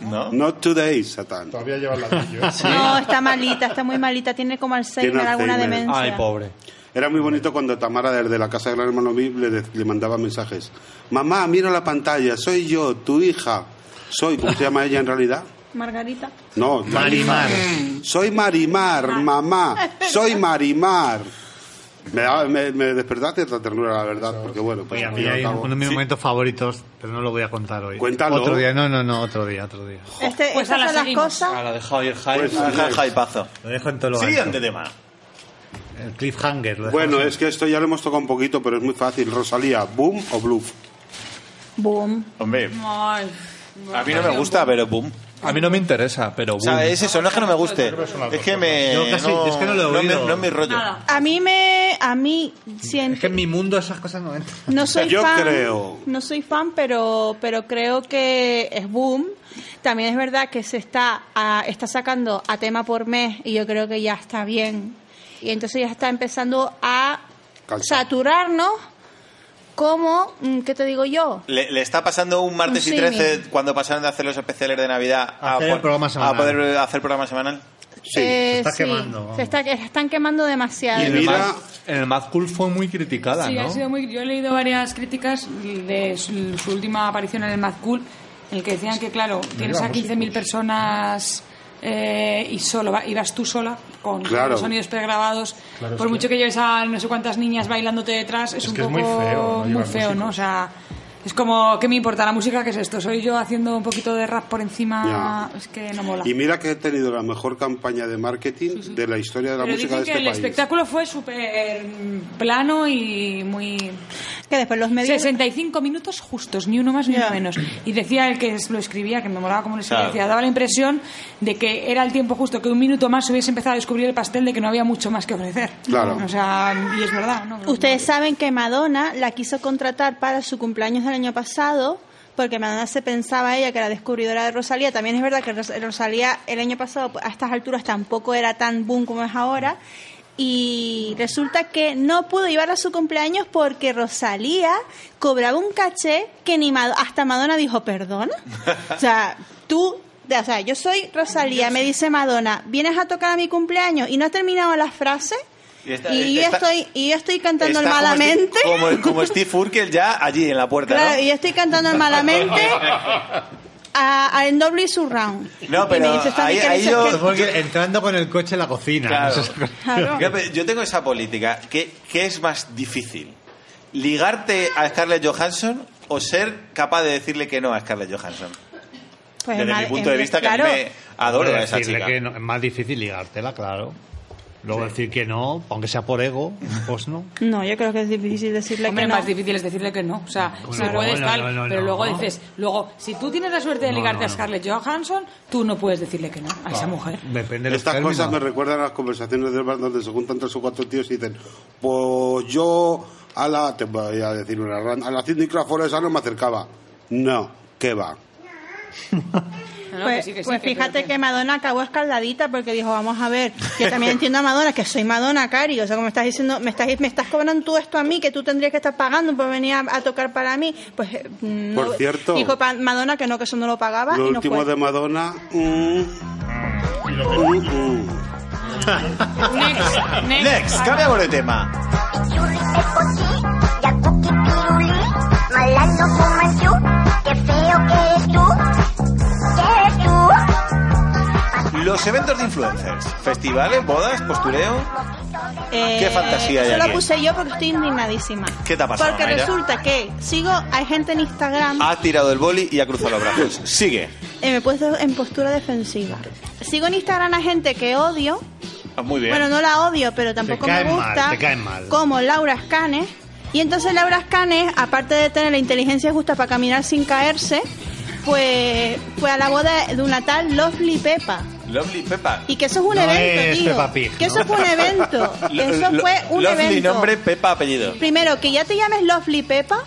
¿No?
not today, Satán.
Todavía lleva el ladrillo.
No, está malita, está muy malita, tiene como Alzheimer,
Tiene
alguna
Alzheimer.
demencia.
Ay, pobre.
Era muy bonito cuando Tamara desde la casa del gran hermano Bill le, de- le mandaba mensajes. Mamá, miro la pantalla, soy yo, tu hija. Soy, ¿cómo se llama ella en realidad?
Margarita.
No, la-
Marimar.
soy Marimar,
Ah.
mamá, soy Marimar. Me, daba- me, me despertaba cierta ternura, la verdad, porque bueno, pues
Oye, a
al
mí
fin y al
hay
cabo-
uno de mis momentos favoritos, pero no lo voy a contar hoy.
Cuéntalo.
Otro día, no, no, no, otro día, otro día.
Este,
Pues
estas
ala,
son las
seguimos.
Ah,
cosas.
A la de Javier Jaime.
Pues,
Ajá,
sí.
jaipazo.
Lo dejo en todo lo alto.
Siguiente tema.
El cliffhanger. lo dejamos
Bueno,
en-
es que esto ya lo hemos tocado un poquito, pero es muy fácil. Rosalía, ¿boom o bluff?
Boom.
Hombre,
Ay,
a mí no me gusta, pero boom.
A mí no me interesa, pero
O sea,
boom.
es eso, no es que no me guste. Es que me.
Yo casi-
no,
es que no lo he
me-
oído.
no es mi rollo.
Nada.
A mí me. A mí. siento-
Es que en mi mundo esas cosas no entran.
No soy
Yo
fan,
creo.
No soy fan, pero, pero creo que es boom. También es verdad que se está, a- está sacando a tema por mes y yo creo que ya está bien. Y entonces ya está empezando a
Cansar.
saturarnos como, mm, ¿qué te digo yo?
Le, le está pasando un martes
Un
y 13
símil.
cuando pasaron de hacer los especiales de Navidad
A hacer
po-
el programa semanal.
a poder hacer programa semanal.
Sí.
Eh,
se está
sí,
quemando, vamos.
Se, está, se están quemando demasiado.
Y en el
Mira-
Mad- en el Mad Cool fue muy criticada,
Sí,
¿no?
ha sido muy... Yo he leído varias críticas de su, su última aparición en el Mad Cool, en el que decían que, claro, tienes a 15.000 personas eh, y solo va- y vas tú sola con
Claro.
los sonidos pregrabados. Por mucho que... lleves a no sé cuántas niñas bailándote detrás, es, un
que es
poco
muy feo, ¿no?
muy
Llevar
feo, ¿no? O sea, es como, ¿qué me importa la música? ¿Qué es esto? Soy yo haciendo un poquito de rap por encima.
Ya.
Es que no mola.
Y mira que he tenido la mejor campaña de marketing de la historia de la
Pero
música de
dicen que
este
el
país.
espectáculo fue súper mm, plano y muy...
Que después los medios.
65 minutos justos, ni uno más ni uno
Ya.
menos. Y decía el que lo escribía, que me molaba como lo escribía,
Claro.
decía, daba la impresión de que era el tiempo justo que un minuto más hubiese empezado a descubrir el pastel de que no había mucho más que ofrecer.
Claro.
O sea, y es verdad, ¿no?
Ustedes saben que Madonna la quiso contratar para su cumpleaños del año pasado, porque Madonna se pensaba ella que era descubridora de Rosalía. También es verdad que Ros- Rosalía el año pasado pues, a estas alturas tampoco era tan boom como es ahora. Y resulta que no pudo llevarla a su cumpleaños porque Rosalía cobraba un caché que ni Mad- hasta Madonna dijo, perdona. O sea, tú, o sea, yo soy Rosalía, me dice Madonna, vienes a tocar a mi cumpleaños y no has terminado la frase.
Y está- eh,
y yo
está-
estoy y yo estoy cantando el
Está como
malamente.
Steve- Como, como Steve Urkel ya allí en la puerta, ¿no?
Claro, y yo estoy cantando el malamente a, a en doble y surround.
No,
Y
pero
me dice, "Esta
ahí-
Miquel,
ahí
eso
yo-
es
Es porque entrando con el coche en la cocina.
Claro.
no sé si-
Claro.
Yo, pe- yo tengo esa política. ¿Qué, qué es más difícil? ¿Ligarte a Scarlett Johansson o ser capaz de decirle que no a Scarlett Johansson?
que- pues,
Desde mi
mal-
punto de
eh,
vista, que a mí
claro,
me adoro a esa
Decirle
chica.
que no- es más difícil ligártela, claro. Luego decir que no, aunque sea por ego, pues no.
No, yo creo que es difícil decirle
Hombre,
que no.
más difícil es decirle que no. O sea,
Bueno,
si puedes
bueno,
tal,
no, no,
pero
no.
luego dices, luego, si tú tienes la suerte de
No,
ligarte
no,
a
no.
Scarlett Johansson, tú no puedes decirle que no a esa mujer.
Depende
Estas
los
cosas
términos.
me recuerdan a las conversaciones del bar donde se juntan tres o cuatro tíos y dicen, pues yo a la, te voy a decir una ran- a la Cindy Crawford esa no me acercaba. No, que va.
pues
que sí, que sí,
pues
que-
fíjate que Madonna acabó escaldadita porque dijo, vamos a ver, yo también entiendo a Madonna, que soy Madonna, Cari, o sea, como estás diciendo, me estás, me estás cobrando tú esto a mí, que tú tendrías que estar pagando por venir a, a tocar para mí, pues eh, no-
Por cierto.
dijo pa- Madonna que no, que eso no lo pagaba
Lo
y no
último
fue.
de Madonna. mm, mm, mm.
Next, next.
Next, cambiamos de tema.
Malando fumas tú, qué feo que eres tú, que eres tú.
Los eventos de influencers. Festivales, bodas, postureo.
Eh,
Ah, ¿Qué fantasía hay
Eso lo
aquí?
puse yo porque estoy indignadísima.
¿Qué te ha pasado,
Porque
Mayra? Ah.
resulta que sigo, hay gente en Instagram
Ha tirado el boli y ha cruzado los brazos. Sigue.
Eh, me he puesto en postura defensiva. Sigo en Instagram a gente que odio.
Ah, Muy bien.
Bueno, no la odio, pero tampoco
caen
me
mal,
gusta.
te caen mal.
Como Laura Scanes. Y entonces Laura Scanes, aparte de tener la inteligencia justa para caminar sin caerse, pues fue a la boda de una tal Lovely Pepa.
Lovely Peppa.
Y que eso es un evento, tío. Que eso fue un evento. Que
Lo-
eso
lo-
fue un
Lovely
evento.
nombre, Peppa apellido.
Primero, que ya te llames Lovely Pepa.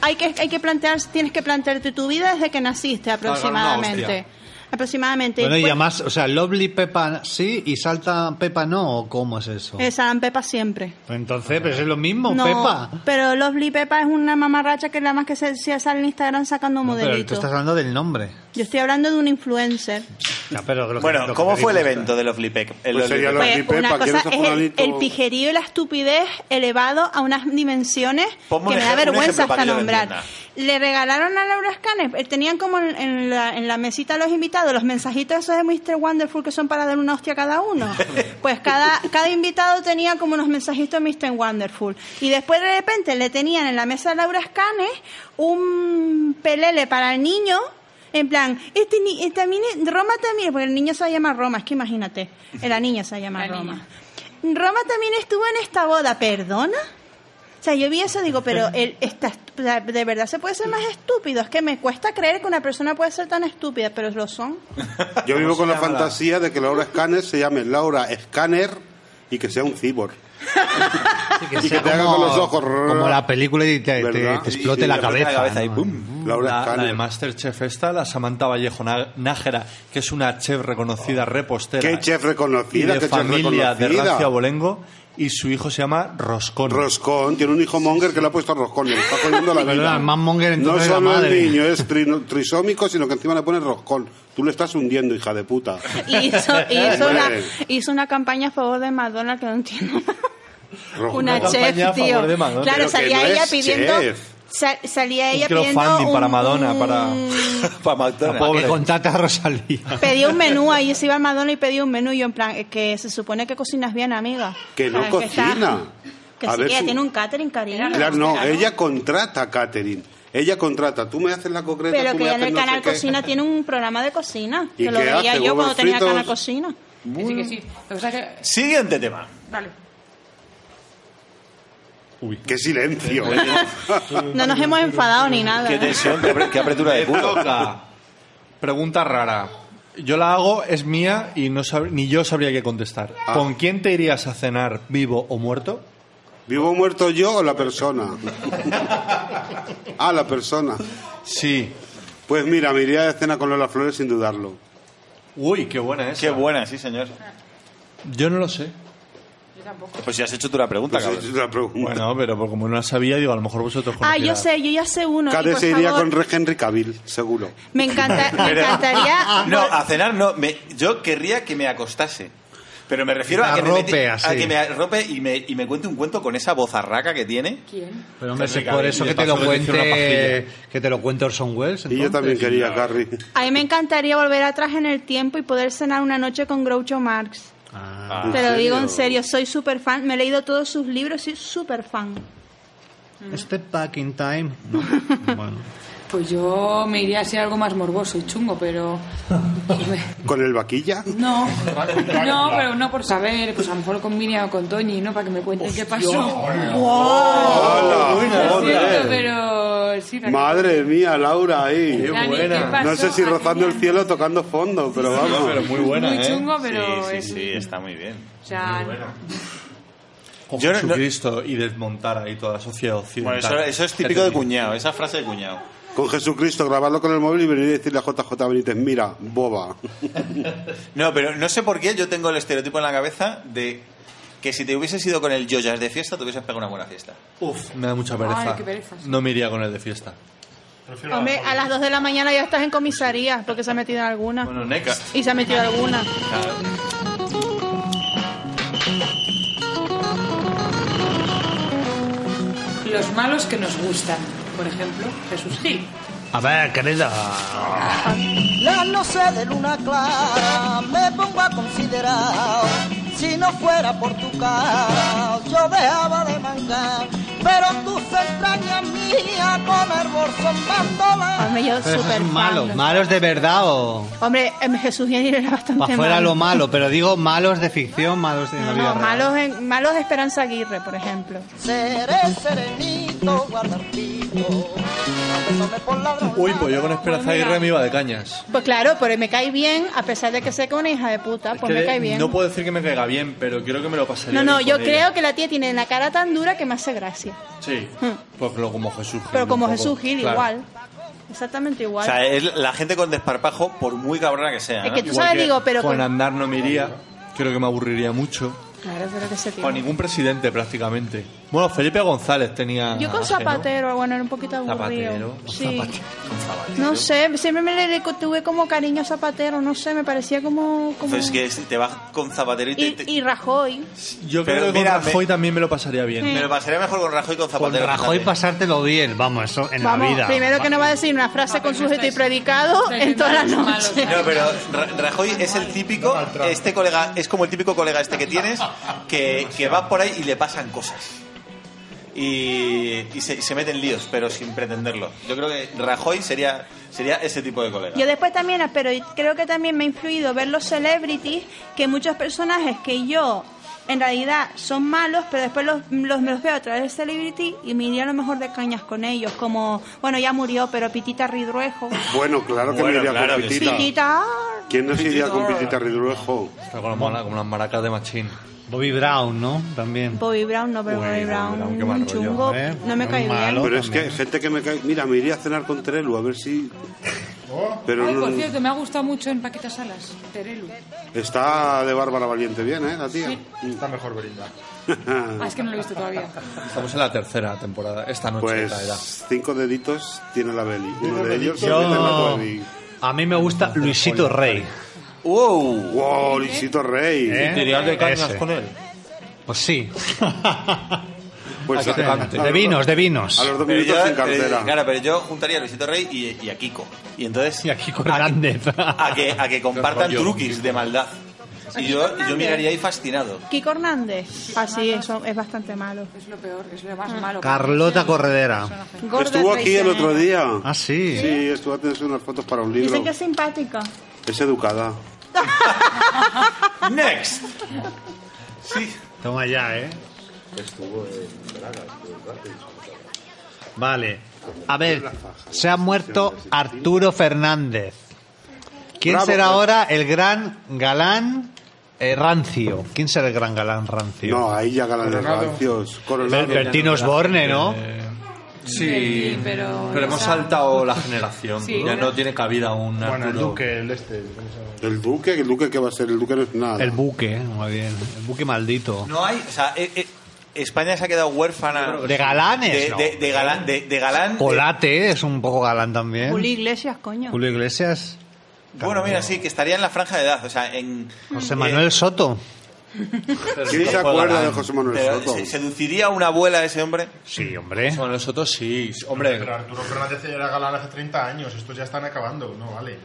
Hay que, hay que plantear, tienes que plantearte tu vida desde que naciste aproximadamente.
hostia.
Aproximadamente. Pues,
Bueno, y
Después-
además, o sea, Lovely Pepa sí y Salta Pepa no, ¿o cómo es eso?
Eh, Sarán Pepa siempre.
Entonces, pues es lo mismo,
No,
Pepa.
pero Lovely Pepa es una mamarracha que nada más que se, se sale en Instagram sacando
Pero tú
modelitos.
estás hablando del nombre.
Yo estoy hablando de un influencer.
Ya, pero lo que- lo
Bueno,
que
¿cómo
te
fue el
digo-
evento de Lovely Peppa? El
Pues sería
Peppa.
Pues, una cosa es el, el pijerío y la estupidez elevado a unas dimensiones
Ponme un
que me da
ej- un ejemplo
vergüenza
para
hasta
que yo lo
nombrar.
entienda.
Le regalaron a Laura Scanes, eh, tenían como en, en la, en la mesita los invitados los mensajitos esos de Mr. Wonderful que son para dar una hostia a cada uno. Pues cada, cada invitado tenía como unos mensajitos de Mr. Wonderful. Y después de repente le tenían en la mesa de Laura Scanes un pelele para el niño. En plan, este ni- eh, también es- Roma también, porque el niño se llama Roma, es que imagínate, eh, la niña se llama Roma. Roma también estuvo en esta boda, ¿perdona? O sea, yo vi eso y digo, pero él está, est- o sea, de verdad se puede ser más estúpido. Es que me cuesta creer que una persona puede ser tan estúpida, pero lo son.
Yo vivo con la
llama la-
fantasía de que Laura Scanner se llame Laura Scanner y que sea un cyborg.
que
y que
sea
te haga
como-
con los ojos.
Como la película y te, te-
¿Verdad?
te explote
Y- y
la
le corta
cabeza.
la cabeza
¿no?
y ¡pum! Laura
Mm, La, la de
Scanner.
Masterchef esta, la Samantha Vallejo Na- Nájera, que es una chef reconocida, repostera.
¿Qué chef
Y
reconocida?
de
¿Qué chef
familia de
reconocida?
Rancia Bolengo, y su hijo se llama Roscón.
Roscón, tiene un hijo monger que le ha puesto Roscón, le está jodiendo la
Perdón,
vida.
el más monger
no
entonces es la
solo
madre.
el niño es tri- trisómico, sino que encima le pone Roscón. Tú le estás hundiendo, hija de puta.
Y hizo, y
Hombre,
hizo, una, hizo una campaña a favor de Madonna que no entiendo.
Roscón.
Una, chef, tío. Claro,
Pero que
salía
no
ella
es
pidiendo.
chef.
sal- salía ella
Un
pidiendo.
crowdfunding
Un,
para Madonna, para...
para Madonna.
Pobre, contrata a Rosalía.
Pedía un menú, ahí se iba a Madonna y pedía un menú. Y yo, en plan, es que se supone que cocinas bien, amiga.
Que no
O sea, es está-
cocina.
Que
A
sí,
ver
que
si-
tiene un catering, cariño.
Claro, no, ella contrata a Catherine. Ella contrata, tú me haces la concreta,
Pero
tú
que
me
ya en
haces
el
no sé
canal
qué.
Cocina tiene un programa de cocina.
¿Y
Que lo
qué
veía
hace,
yo cuando
huevos
tenía
fritos?
canal Cocina.
Que sí, que sí. Lo que pasa es que-
Siguiente tema.
Vale.
¡Qué silencio! ¿eh?
No nos hemos enfadado ni nada. ¿eh?
qué apretura de
culo. Pregunta rara. Yo la hago, es mía y no sab- ni yo sabría qué contestar. ¿Con quién te irías a cenar, vivo o muerto?
¿Vivo o muerto yo o la persona? ah, la persona.
Sí.
Pues mira, me iría de cena con Lola Flores sin dudarlo.
Uy, qué buena esa.
Qué buena, sí, señor.
Yo no lo sé.
Pues si has hecho tú la pregunta, cabrón.
Bueno, pero por como no la sabía, digo, a lo mejor vosotros
Ah, yo
conocíais.
sé, yo ya sé uno. y
Cade
por
se iría
favor,
con Re- Henry Cavill, seguro.
Me, encanta, me
Pero-
Ah,
encantaría.
No,
ah.
a cenar no. me- yo querría que me acostase. Pero me refiero a que,
Me
me
arrope,
meti- a
así.
que me arrope y me, y me cuente un cuento con esa bozarraca que tiene.
¿Quién?
Pero hombre,
Henry
si por
Cavill,
eso
y
que
de
te lo
paso le hice una
cuente
pastilla.
que te lo cuente Orson Welles.
Y yo también quería,
Carrie.
Carrie.
A mí me encantaría volver atrás en el tiempo y poder cenar una noche con Groucho Marx.
Ah,
Te lo digo en serio, soy súper fan. Me he leído todos sus libros, soy súper fan.
Step back in time. No, bueno.
Pues yo me iría a ser algo más morboso y chungo, pero.
¿Con el vaquilla?
No, no, pero no por saber, pues a lo mejor con Miriam o con Toñi, ¿no? Para que me cuenten qué pasó.
¡Hala!
Lo
Joder.
siento, pero sí, la-
Madre mía, Laura ahí.
Qué Dani, buena. ¿qué pasó
No sé si rozando el cielo tocando fondo, pero vamos.
No, pero muy buena,
Muy
¿eh?
chungo, pero
Sí, sí,
es-
sí, está muy bien.
o sea,
Yo Jesucristo y desmontar ahí toda la sociedad
Bueno,
occidental.
eso, eso es típico de cuñado, esa frase de cuñado.
Con Jesucristo, grabarlo con el móvil y venir a decirle a JJ Benítez, mira, boba.
No, pero no sé por qué yo tengo el estereotipo en la cabeza de que si te hubieses ido con el Yoyas de fiesta, te hubieses pegado una buena fiesta.
Uf, me da mucha pereza.
Ay, qué pereza, sí.
No me iría con el de fiesta.
Hombre, a las 2 de la mañana ya estás en comisaría porque se ha metido en alguna.
Bueno, neca.
Y se ha metido en alguna.
los malos que nos gustan. Por ejemplo, Jesús Gil.
A ver, querida.
Las noches de luna clara me pongo a considerar. Si no fuera por tu cara, yo dejaba de mangar. Pero tú se extrañas mía con el bolso en bandola.
Hombre, yo
Pero eso
súper
es
fan.
malo. ¿Malos de verdad o...?
Hombre, em, Jesús Gil era bastante
Para fuera
malo.
lo malo, pero digo malos de ficción, malos de la vida
No,
real.
malos, en- malos de Esperanza Aguirre, por ejemplo.
Seré serenito, guardardito.
Uy, pues yo con Esperanza Aguirre me iba de cañas.
Pues claro, pero me cae bien, a pesar de que sé que es una hija de puta, pues
Que
me cae bien.
No puedo decir que me caiga bien, pero creo que me lo pasaría
No, no,
bien
yo
con ella.
creo que la tía tiene la cara tan dura que me hace gracia.
Sí,
Hmm.
pues lo- como Jesús Gil.
Pero como
un poco,
Jesús Gil,
claro.
igual. Exactamente
O
igual.
sea, es la gente con desparpajo, por muy cabrona que sea.
Es
¿no?
que tú Igual sabes, que digo, pero
Con
con-
andar no me iría, creo que me aburriría mucho.
Claro, pero que se
Con
tiene.
ningún presidente prácticamente. Bueno, Felipe González tenía...
Yo con
no sé, ¿no?
Zapatero, ah, bueno, era un poquito aburrido.
Zapatero,
Sí.
Zapatero, Zapatero.
No sé, siempre me le tuve como cariño a Zapatero, no sé, me parecía como... como...
Pues que si te vas con Zapatero y te... te-
Y, y Rajoy.
Yo
Pero
creo que
mira,
con Rajoy también me lo pasaría bien.
Me lo pasaría mejor con Rajoy y con
Con
Zapatero.
Rajoy
fíjate.
pasártelo bien, vamos, eso en
Vamos,
la vida.
primero que no va a decir una frase con sujeto y predicado en toda la noche.
No, pero Ra- Rajoy es el típico, este colega, es como el típico colega este que tienes, que, que va por ahí y le pasan cosas. Y, y se, y se mete en líos, pero sin pretenderlo. Yo creo que Rajoy sería, sería ese tipo de colega.
Yo después también, pero creo que también me ha influido ver los celebrities, que muchos personajes que yo en realidad son malos, pero después los, los, me los veo a través del celebrity y me iría a lo mejor de cañas con ellos, como, bueno, ya murió, pero Pitita Ridruejo.
Bueno, claro que
Bueno,
me iría
claro
con
que sí.
Pitita.
Pitita.
¿Quién no se iría con Pitita Ridruejo?
Pero con, las mala- con las maracas de machín.
Bobby Brown, ¿no? También.
Bobby Brown, no, pero
Uy,
Bobby
Bobby
Brown,
Brown, qué mal rollo.
chungo,
Eh,
no me
es
cae
malo.
bien.
Pero es
también.
que gente que me cae... Mira, me iría a cenar con Terelu, a ver si... Pero
Ay,
no-
por cierto, me ha gustado mucho en Paquita Salas, Terelu.
Está de Bárbara Valiente bien, ¿eh? La tía.
Está mejor Belinda.
Ah, es que no lo he visto todavía.
Estamos en la tercera temporada, esta noche caerá.
Pues cinco deditos tiene la Beli. Uno de ellos...
Yo-
mete la Beli.
A mí me gusta Luisito Rey.
¡Wow!
¡Wow, Luisito Rey!
¿Eh?
¿Te irías de cañas
Ese.
con él?
Pues sí.
Pues
A que te
a-
cante.
a
De
los-
vinos, de vinos.
A los dos
Pero
minutos
yo,
en
eh,
cartera.
claro, pero yo juntaría a Luisito Rey y, y a Kiko. Y entonces
Y aquí con Hernández.
a que, a que compartan
rollo.
truquis de maldad. Y yo, yo miraría ahí fascinado.
Kiko Hernández, así eso es bastante malo.
Es lo peor, es lo más malo.
Carlota Corredera.
Gorda
Estuvo aquí el
traicionera.
otro día.
Ah, sí.
Sí, estuvo haciendo unas fotos para un libro.
Dicen que es simpática.
Es educada.
Next.
Toma ya, ¿eh? Vale. A ver, se ha muerto Arturo Fernández. ¿Quién
Bravo,
será
pues.
bravo.
ahora el gran galán eh, rancio? ¿Quién será el gran galán rancio?
No, ahí ya ganan los rancios.
Ber-
Coronado.
Bertino Osborne, ¿no?
Sí,
pero-
pero, hemos saltado la generación.
Sí.
Ya no tiene cabida un
Bueno, el
Arturo.
Duque, el este. ¿cómo se llama?
El duque, el duque que va a ser, el duque no es nada.
El buque, muy bien. El buque maldito.
No hay, o sea, eh, eh, España se ha quedado huérfana
De galanes,
de,
no.
de- de galán, de, de galán.
Colate es un poco galán también.
Julio Iglesias, coño.
Julio Iglesias.
Bueno, mira, sí, que estaría en la franja de edad, o sea, en
José
eh,
Manuel Soto.
¿Quién se acuerda de José Manuel
eh, pero
Soto?
¿se- ¿Seduciría a una abuela ese hombre?
Sí, hombre.
Bueno, nosotros sí. Hombre,
Pero Arturo Fernández era galán hace 30 años. Estos ya están acabando. No vale.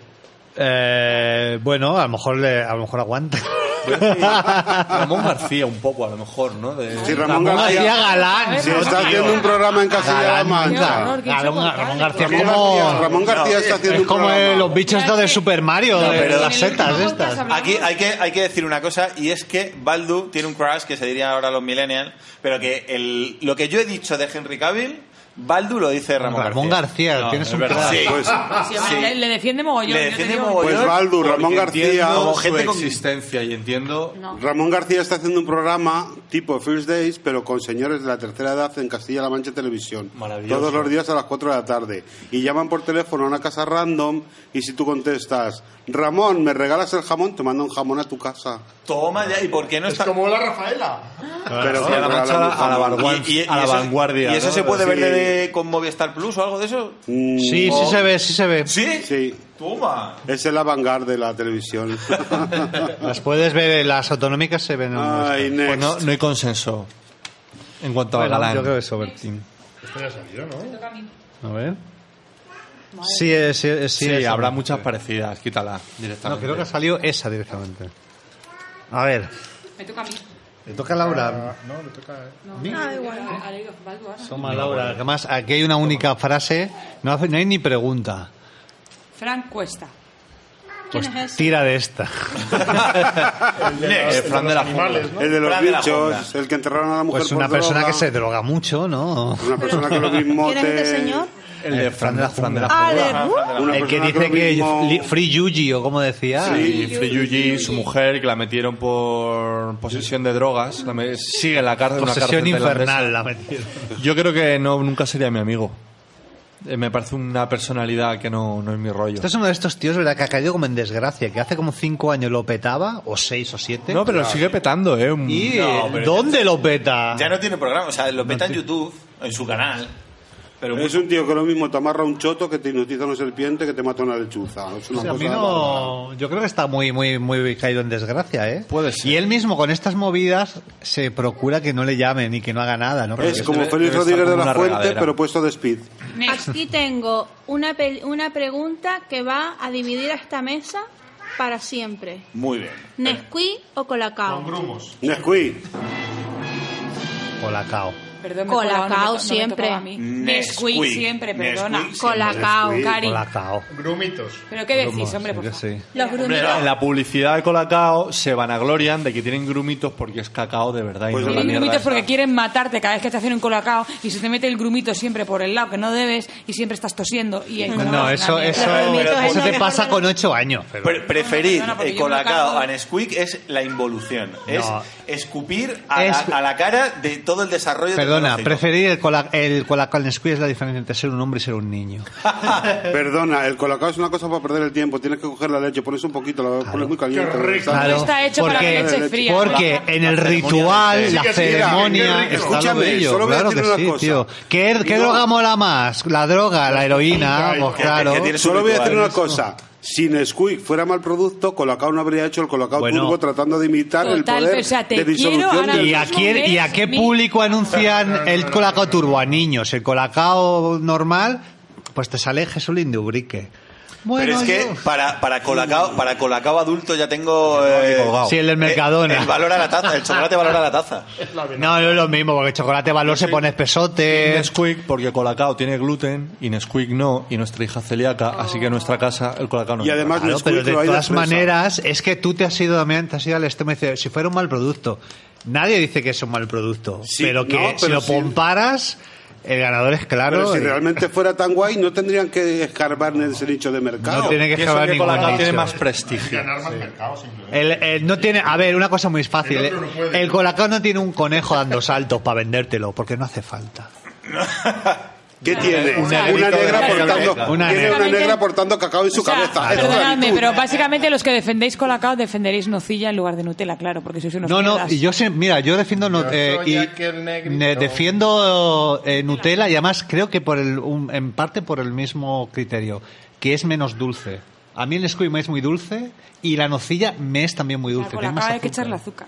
Eh, bueno, a lo mejor le- a lo mejor aguanta.
Pues
Ramón García, un poco, a lo mejor, ¿no? De...
Sí, Ramón Ramón García García Galán. Si está haciendo un programa en Castilla-La Mancha.
Galán- Ramón García
Ramón
como...
García- Ramón García está haciendo
Es como
un programa.
los bichos estos de Super Mario,
No,
de
pero-
las setas estas.
Aquí hay que, hay que decir una cosa, y es que Baldu tiene un crush que se diría ahora los millennials, pero que el, lo que yo he dicho de Henry Cavill, Baldu lo dice Ramón,
Ramón García, tienes un
verdad.
crack.
Sí. Pues-
Sí, hombre, le, le defiende mogollón.
Le
yo te
defiende
digo.
mogollón.
Pues Baldu,
Porque
Ramón García,
entiendo
como
su
gente con-
existencia y entiendo...
Ramón García está haciendo un programa tipo First Days, pero con señores de la tercera edad en Castilla-La Mancha Televisión.
Maravilloso.
Todos los días a las 4 de la tarde. Y llaman por teléfono a una casa random y si tú contestas, Ramón, ¿me regalas el jamón? Te manda un jamón a tu casa.
Toma ya, ¿y por qué no está...?
Como la Rafaela.
Pero
Sí, a la
regalan
mancha,
un
a la
jamón.
vanguardia.
Y- y-
a la
y eso-
vanguardia,
¿Y eso
¿no?
se puede ver
Sí.
de- con Movistar Plus o algo de eso?
Mm,
Sí, sí se ve, sí se ve.
¿Sí?
Sí.
Toma.
Es el avant de la televisión.
Las puedes ver, eh, las autonómicas se ven. en
Ay,
nuestra.
Pues no, no hay consenso en cuanto a
Bueno,
Galán.
yo creo que es Overteam.
Esto ya ha salido, ¿no?
A ver. Sí, es- sí, es- sí,
Sí,
es-
habrá muchas parecidas, quítala directamente.
No, creo que ha salido esa directamente. A ver.
Me toca a mí.
Le toca a Laura.
No, le toca.
No,
Mí.
no, igual. A Lady of Baldur, ahora.
Toma, Laura. Además, aquí hay una única frase. No, hace- no hay ni pregunta.
Frank Cuesta. ¿Quién
Pues
es ese?
tira de esta.
El de,
Next.
los-
El Fran de la
animales, ¿no?
El de los
Fran de la
bichos,
jungla.
el que enterraron a la mujer
Pues
por
una persona
droga,
que se droga mucho, ¿no?
Una persona que lo
¿Quién es
mismote...
este señor?
El de Eh, Fran de la Fran de la
Ah, de
Ajá, Fran de la
Una
El que
persona
dice
lo
que
mismo-
li- Free Yuji o como decía.
Y Free Yuji, su mujer, que la metieron por posesión de drogas, la me- sigue en la cárcel. una
Posesión
cárcel
infernal la metieron.
tailandesa. Yo creo que no, nunca sería mi amigo. Eh, me parece una personalidad que no, no es mi rollo.
Este es uno de estos tíos, ¿verdad? Que ha caído como en desgracia, que hace como cinco años lo petaba, o seis o siete.
No, pero sigue petando, ¿eh? Un-
¿Y
No, pero-
dónde lo peta?
Ya no tiene programa, o sea, lo meta en YouTube, en su canal, pero
Es un tío que lo mismo te amarra un choto, que te hipnotiza una serpiente, que te mata una lechuza. Es una
O sea, a
cosa
mí no- Yo creo que está muy, muy, muy caído en desgracia, ¿eh?
Puede ser.
Y él mismo con estas movidas se procura que no le llamen y que este no haga nada, ¿no?
Es
Porque-
como
debe-
Félix
debe
Rodríguez
estar
de
como
la
una
Fuente,
regadera.
pero puesto de speed.
Next.
Aquí tengo una, pel- una pregunta que va a dividir a esta mesa para siempre.
muy bien.
¿Nesquí o
Con
Colacao?
grumos.
Nesquí.
Colacao.
Perdón, me
Colacao
colaba, no me to- no me
siempre.
tocaba a mí.
Nesquik.
Nesquik siempre, perdona.
Nesquik siempre.
Colacao.
Nesquí.
Cari.
Colacao.
Grumitos.
¿Pero qué decís, hombre, por
Yo
favor?
sí.
Los
Hombre,
grumitos.
En la publicidad de Colacao se vanaglorian de que tienen grumitos porque es cacao de verdad.
Pues
y no
el
la
Tienen
mierda
grumitos
esta.
porque quieren matarte cada vez que te hacen un colacao y se te mete el grumito siempre por el lado que no debes y siempre estás tosiendo y el colacao
No,
es una
eso,
mierda.
eso,
Pero-
eso
pero-
te pasa con ocho años. pero-
Pre- preferir
No, no, porque
eh,
yo me
colacao
lo
a Nesquik es la involución.
No.
Es escupir a, la-
Es-
a la cara de todo el desarrollo
Perdona,
tecnológico.
preferir el, cola, el colacao en Nesquik es la diferencia entre ser un hombre y ser un niño.
Perdona, el colacao es una cosa para perder el tiempo. Tienes que coger la leche, pones un poquito, la pones muy caliente.
Qué rico.
¿sabes?
Claro,
está hecho para que leche fría.
Porque en el
de-
ritual,
Sí,
la
que sí, mira,
ceremonia,
qué rico.
está lo
Escúchame,
bello.
solo voy a
Claro que
decir una
sí,
cosa.
tío. ¿Qué, qué
No.
droga mola más? ¿La droga, la heroína?
Ay,
Pues
que-
claro.
que tiene su
Solo voy a decir
ritual,
una cosa. Si Nesquik fuera mal producto, Colacao no habría hecho el Colacao
Bueno.
Turbo tratando de imitar el
Total,
poder
o sea, te
de
quiero,
disolución
ahora
del-
¿Y a,
mismo
quién, ¿Y a
ves
qué
mi-
público anuncian el colacao turbo? A niños. El colacao normal, pues te sale Jesulín de Ubrique.
Pero
Bueno,
es que
yo-
para, para, colacao, para colacao adulto ya tengo... eh,
colgao.
Sí, el del
eh,
Mercadona.
el valor a la taza, el chocolate valora la taza.
No, no es lo mismo, porque el chocolate valor se pone espesote.
Nesquik porque Colacao tiene gluten y Nesquik no y nuestra hija celíaca, así que en nuestra casa el Colacao no.
Y
entra.
además
Claro,
Nesquik
pero de
lo hay
todas
fresa.
maneras, es que tú te has ido, Damián, te has ido al extremo y dices, si fuera un mal producto, nadie dice que es un mal producto,
Sí,
pero que
no,
si
pero
lo
sí.
comparas, el ganador es claro.
Pero si
y
realmente fuera tan guay, no tendrían que escarbar en ese nicho de mercado.
No tiene que
Pienso
jalar
que
ningún
Colacao tiene
nicho.
más prestigio.
Ganar más mercado, simplemente.
El- el no tiene, a ver, una cosa muy fácil.
El
El,
otro no puede.
el colacao no tiene un conejo dando saltos para vendértelo, porque no hace falta.
¿Qué tiene?
Una
Una,
negra
negra portando,
Una
tiene
negra.
una negra portando cacao en su
O sea,
cabeza. Es
Perdonadme,
esclavitud.
pero básicamente los que defendéis colacao defenderéis nocilla en lugar de Nutella, claro, porque sois unos
No, no,
mierdas.
y yo sé, mira, yo defiendo no-
Yo
eh,
soy
y
aquel negrito.
ne- defiendo eh, Nutella y además creo que por el, un- en parte por el mismo criterio, que es menos dulce. A mí el Squid me es muy dulce y la nocilla me es también muy
La
dulce. tiene más
colacao hay que
azúcar.
echarle azúcar.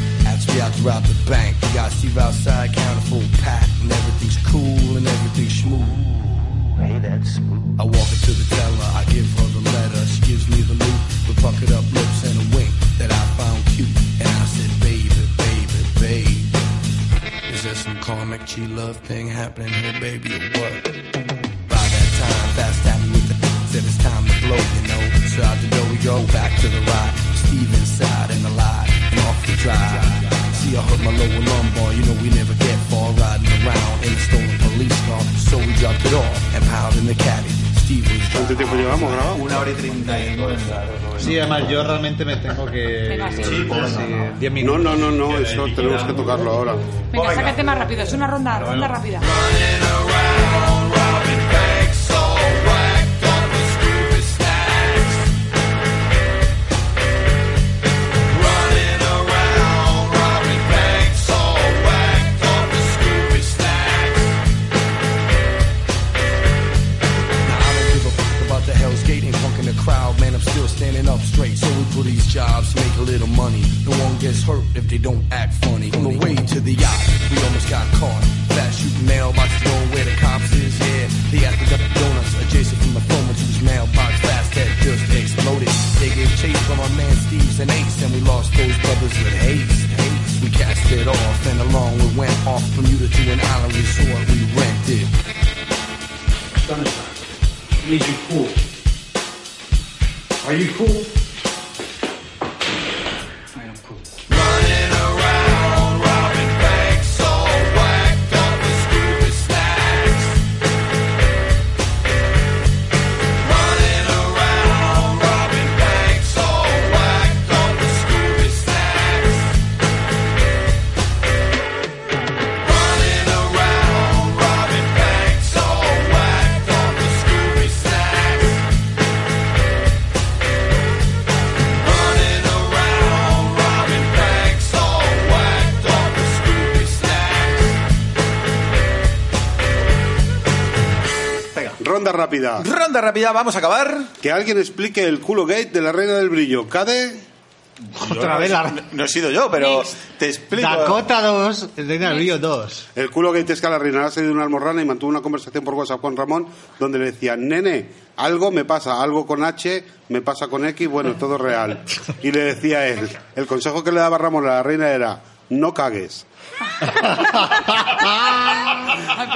atmosphere throughout the bank. Got Steve outside, counter full pack, and everything's cool and everything's smooth. Hey, that's smooth. I walk into the teller, I give her the letter. She gives me the loot with bucket up lips and a wink that I found cute. And I said, baby, baby, baby. Is there some karmic G love thing happening here, baby, or what? By that time, fast tapping with the said it's time to blow, you know. So out the door we go, back to the ride. Steve inside and alive and off the drive. See, I hurt my lower lumbar, you know we never get far riding around in a stolen police car. So we dropped it off and piled in the caddy. Steve was
¿Cuánto tiempo llevamos grabado?
Una hora y treinta y nueve.
Sí, además yo realmente me tengo que... Sí, sí,
No,
diez minutos.
no, no, no, eso tenemos que tocarlo ahora.
Venga, sácate más rápido, es una ronda, ronda rápida.
Now I don't give a fuck about the Hell's Gate and funk in the crowd, man. I'm still standing up straight. So we do these jobs, make a little money. No one gets hurt if they don't act funny. On the way to the yacht, we almost got caught. Fast shooting mailboxes, going where the cops is. Yeah, they asked to donuts adjacent from the phone whose mailbox fast that just exploded. They gave chase from our man Steve's and Ace, and we lost those brothers with haste. We cast it off, and along we went off from Utah to an island resort. We rented.
Is you cool? Are you cool?
Ronda rápida.
Ronda rápida, vamos a acabar.
Que alguien explique el culo gate de la reina del brillo. Cade.
Otra vez la-
No, he sido yo, pero te explico.
Dakota 2, Reina del Brillo 2.
El culo gate es que a la reina ha salido una almorrana y mantuvo una conversación por WhatsApp con Ramón donde le decía, nene, algo me pasa, algo con H, me pasa con X, bueno, todo real. Y le decía él, el consejo que le daba Ramón a la reina era, no cagues.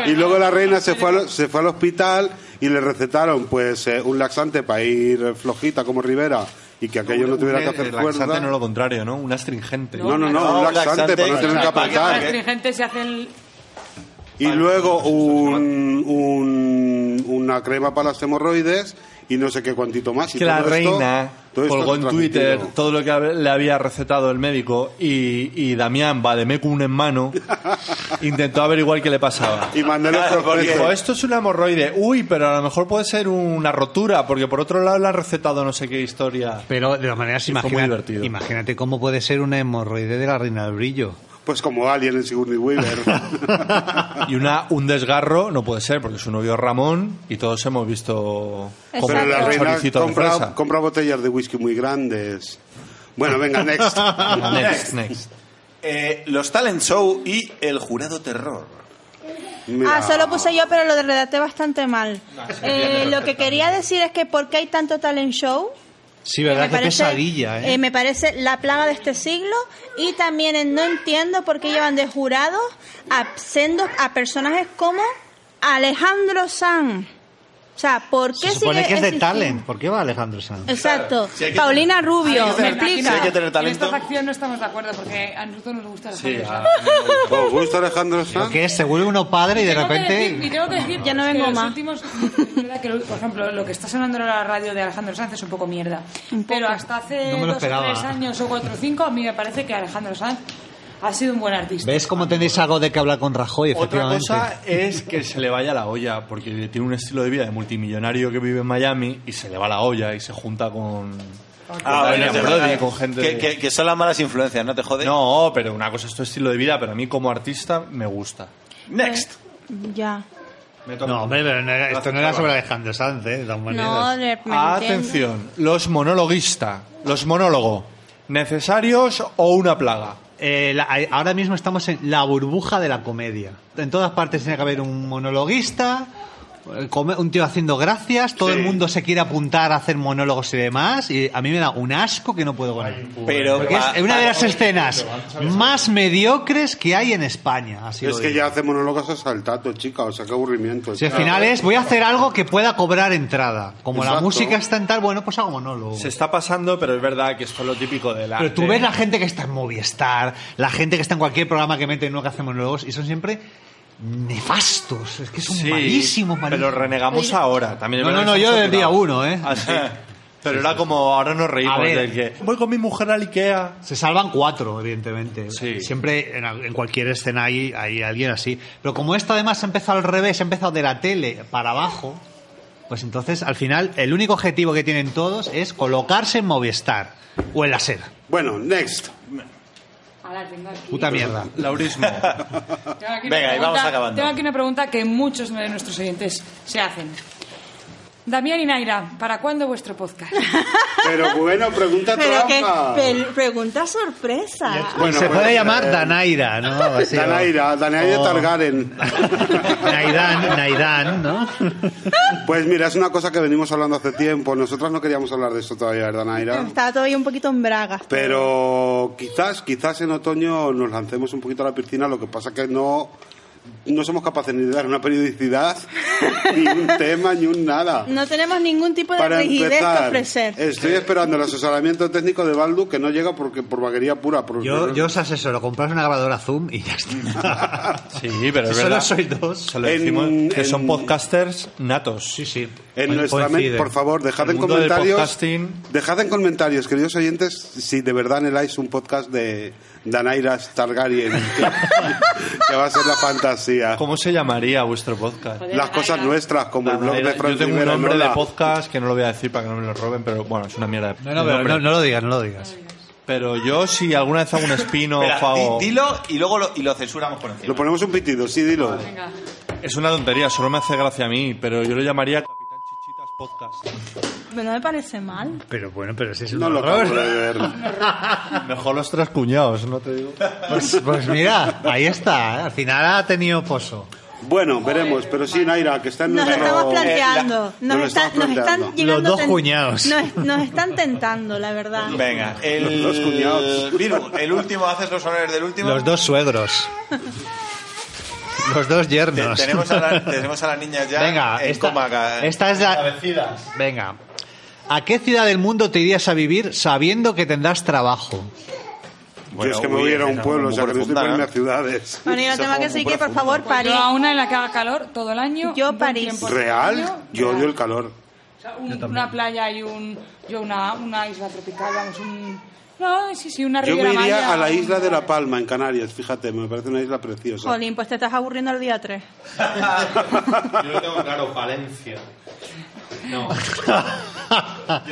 Y luego la reina se fue, al, se fue al hospital y le recetaron pues eh, un laxante para ir flojita como Rivera y que aquello no tuviera que hacer
El laxante
fuerza.
no lo contrario, ¿no? Un astringente.
No, no, no, un laxante para no tener que
Los
apretar.
astringentes se hacen...
Y luego un, un- una crema para las hemorroides y no sé qué cuantito más.
Es
Y
que la
todo esto-
reina
todo esto
colgó en Twitter
transmitido.
todo lo que hab- le había recetado el médico y, y Damián va de mecum en mano intentó averiguar qué le pasaba.
Y mandó el otro
porque
preso.
dijo, esto es una hemorroide. Uy, pero a lo mejor puede ser una rotura porque por otro lado le ha recetado no sé qué historia.
Pero de todas maneras,
Y fue muy
imagina-
divertido.
imagínate cómo puede ser una hemorroide de la Reina del Brillo.
Pues como Alien en Sigourney Weaver.
Y una, un desgarro no puede ser porque su novio es Ramón y todos hemos visto cómo
Pero la
el
reina
choricito de
compra,
fresa.
compra botellas de whisky muy grandes. Bueno, venga, next.
Next, next.
Eh, los Talent Show y el jurado terror.
Mira.
Ah, solo puse yo, pero lo redacté bastante mal. Eh, lo que quería decir es que ¿por qué hay tanto talent show?
Sí, verdad, qué
parece-
pesadilla, ¿eh?
eh, me parece la plaga de este siglo y también eh, no entiendo por qué llevan de jurados a, sendos, a personajes como Alejandro San. O sea, ¿por qué
Se supone
sigue
que es de
existiendo?
talent. ¿Por qué va Alejandro Sanz?
Exacto.
Si hay que-
Paulina Rubio,
Hay que
¿me
tener-
explica?
si hay que tener
En esta facción no estamos de acuerdo porque a nosotros nos gusta
Sí, ah.
Alejandro
a-
Sanz.
¿Os gusta Alejandro
Lo que es, se vuelve uno padre y de
Tengo que
repente... Mm.
decir- y tengo que decir
Ya no
que
vengo
los
más.
últimos- es verdad que lo- por ejemplo, lo que está sonando en la radio de Alejandro Sanz es un poco mierda. Pero hasta hace
No me lo
dos o
esperaba.
tres años o cuatro o cinco, a mí me parece que Alejandro Sanz ha sido un buen artista.
¿Ves cómo tenéis algo de que hablar con Rajoy,
Otra
efectivamente?
cosa es que se le vaya la olla, porque tiene un estilo de vida de multimillonario que vive en Miami y se le va la olla y se junta con, Ah, bueno,
te-
Brody, con gente
que,
de-
que- que son las malas influencias, ¿no te jodes?
No, pero una cosa es tu estilo de vida, pero a mí como artista me gusta.
Next.
Ya.
No, hombre, pero no era- esto no era sobre Alejandro Sanz, ¿eh? Don
No,
Maneras.
le- me entiendo.
Atención, los monologuista, los monólogo, ¿necesarios o una plaga?
Eh, la- hay- ahora mismo estamos en la burbuja de la comedia. En todas partes tiene que haber un monologuista, eh, come- un tío haciendo gracias, todo el mundo se quiere apuntar a hacer monólogos y demás, y a mí me da un asco que no puedo con él.
Pero
Porque
va-
es una de
va-
las escenas más mediocres que hay en España. Así
es
lo
que
digo.
ya hace monólogos asaltato, chica, o sea, qué aburrimiento.
Si al final es, voy a hacer algo que pueda cobrar entrada. Como la
Exacto.
música está en tal, bueno, pues hago monólogo.
Se está pasando, pero es verdad que esto es lo típico de la...
Pero tú ves la gente que está en Movistar, la gente que está en cualquier programa que mete no que hace monólogos, y son siempre nefastos. Es que son
Sí,
malísimos, malísimos.
Pero renegamos ahora. También es
No, no,
verdad
no,
que
yo
estamos
del día
saturados.
uno, ¿eh?
Ah, sí. Pero era como, ahora nos reímos
A ver.
del que... Voy con mi mujer al Ikea.
Se salvan cuatro, evidentemente. Siempre en, en cualquier escena hay, hay alguien así. Pero como esto además ha empezado al revés, ha empezado de la tele para abajo, pues entonces al final el único objetivo que tienen todos es colocarse en Movistar o en la SER.
Bueno, next.
Ahora tengo aquí.
Puta mierda.
Laurismo.
Tengo aquí una
Venga, y
pregunta-
vamos acabando.
Tengo aquí una pregunta que muchos de nuestros oyentes se hacen. Damián y Naira, ¿para cuándo vuestro podcast?
Pero bueno, pregunta
Pero que
trampa.
pel- pregunta sorpresa.
Bueno,
Se
bueno,
puede llamar
eh,
Danaira, ¿no? Así, o-
Danaira, Danaira
o
Targaren.
Nairán, Nairán, ¿no?
Pues mira, es una cosa que venimos hablando hace tiempo. Nosotros no queríamos hablar de eso todavía, ¿verdad, Naira?
Estaba todavía un poquito en bragas.
Pero quizás, quizás en otoño nos lancemos un poquito a la piscina. Lo que pasa que no, no somos capaces ni de dar una periodicidad, ni un tema, ni un nada.
No tenemos ningún tipo de
Para
rigidez que
empezar, eh,
ofrecer.
estoy esperando el asesoramiento técnico de Baldu que no llega porque por vaguería pura. por-
Yo, yo os asesoro, comprar una grabadora Zoom y ya está.
Sí, pero
Si
es
solo
verdad.
sois dos.
Solo decimos que son podcasters natos. Sí, sí.
En nuestra mente, por favor, dejad en comentarios. Dejad en comentarios, queridos oyentes, si de verdad anheláis un podcast de Danaira Targaryen, que, que va a ser la fantasía.
¿Cómo se llamaría vuestro podcast?
Las cosas nuestras, como el blog de Fran
Yo tengo un
Rivera,
nombre de
Lola.
podcast que no lo voy a decir para que no me lo roben, pero bueno, es una mierda. de-
No, no, pero
nombre.
no, no lo digas, no lo digas.
Pero yo, si alguna vez hago un spin-off
Espera,
hago-
di- dilo y luego lo, y lo censuramos por encima.
Lo ponemos un pitido, sí, dilo.
pues
Es una tontería, solo me hace gracia a mí, pero yo lo llamaría...
No me parece mal.
Pero bueno, pero si es
No lo
horror.
acabo de Mejor los tres cuñados, no te digo.
Pues, pues mira, ahí está. ¿eh? Al final ha tenido pozo.
Bueno, veremos, pero sí, Naira, que está en
Nos lo
nuestro-
estamos planteando.
Eh, la-
Nos, está-
estamos
nos
planteando.
están llegando.
dos
ten-
cuñados.
Nos, nos están tentando, la verdad.
Venga, el,
Los cuñados.
Viru, el último, haces los honores del último.
Los dos suegros. Los dos
Te-
yernos.
tenemos, a la, tenemos a la niña ya
Venga,
en
esta-
coma acá. ¿eh?
esta es la- Venga. ¿A qué ciudad del mundo te irías a vivir sabiendo que tendrás trabajo?
Yo es que me voy a ir a un pueblo, o sea, que no estoy poniendo ciudades.
Bueno, y el tema que sí que, por favor, París.
Yo a una en la que haga calor todo el año. Yo París.
¿Real? Yo odio el calor.
una playa y un, yo una, una isla tropical, vamos, un... No, sí, sí, una
Yo
Riviera
me iría
Maya,
a la
un-
isla de La Palma, en Canarias, fíjate, me parece una isla preciosa.
Jolín, pues te estás aburriendo el día 3.
Yo lo tengo claro, Valencia. No.
Ah,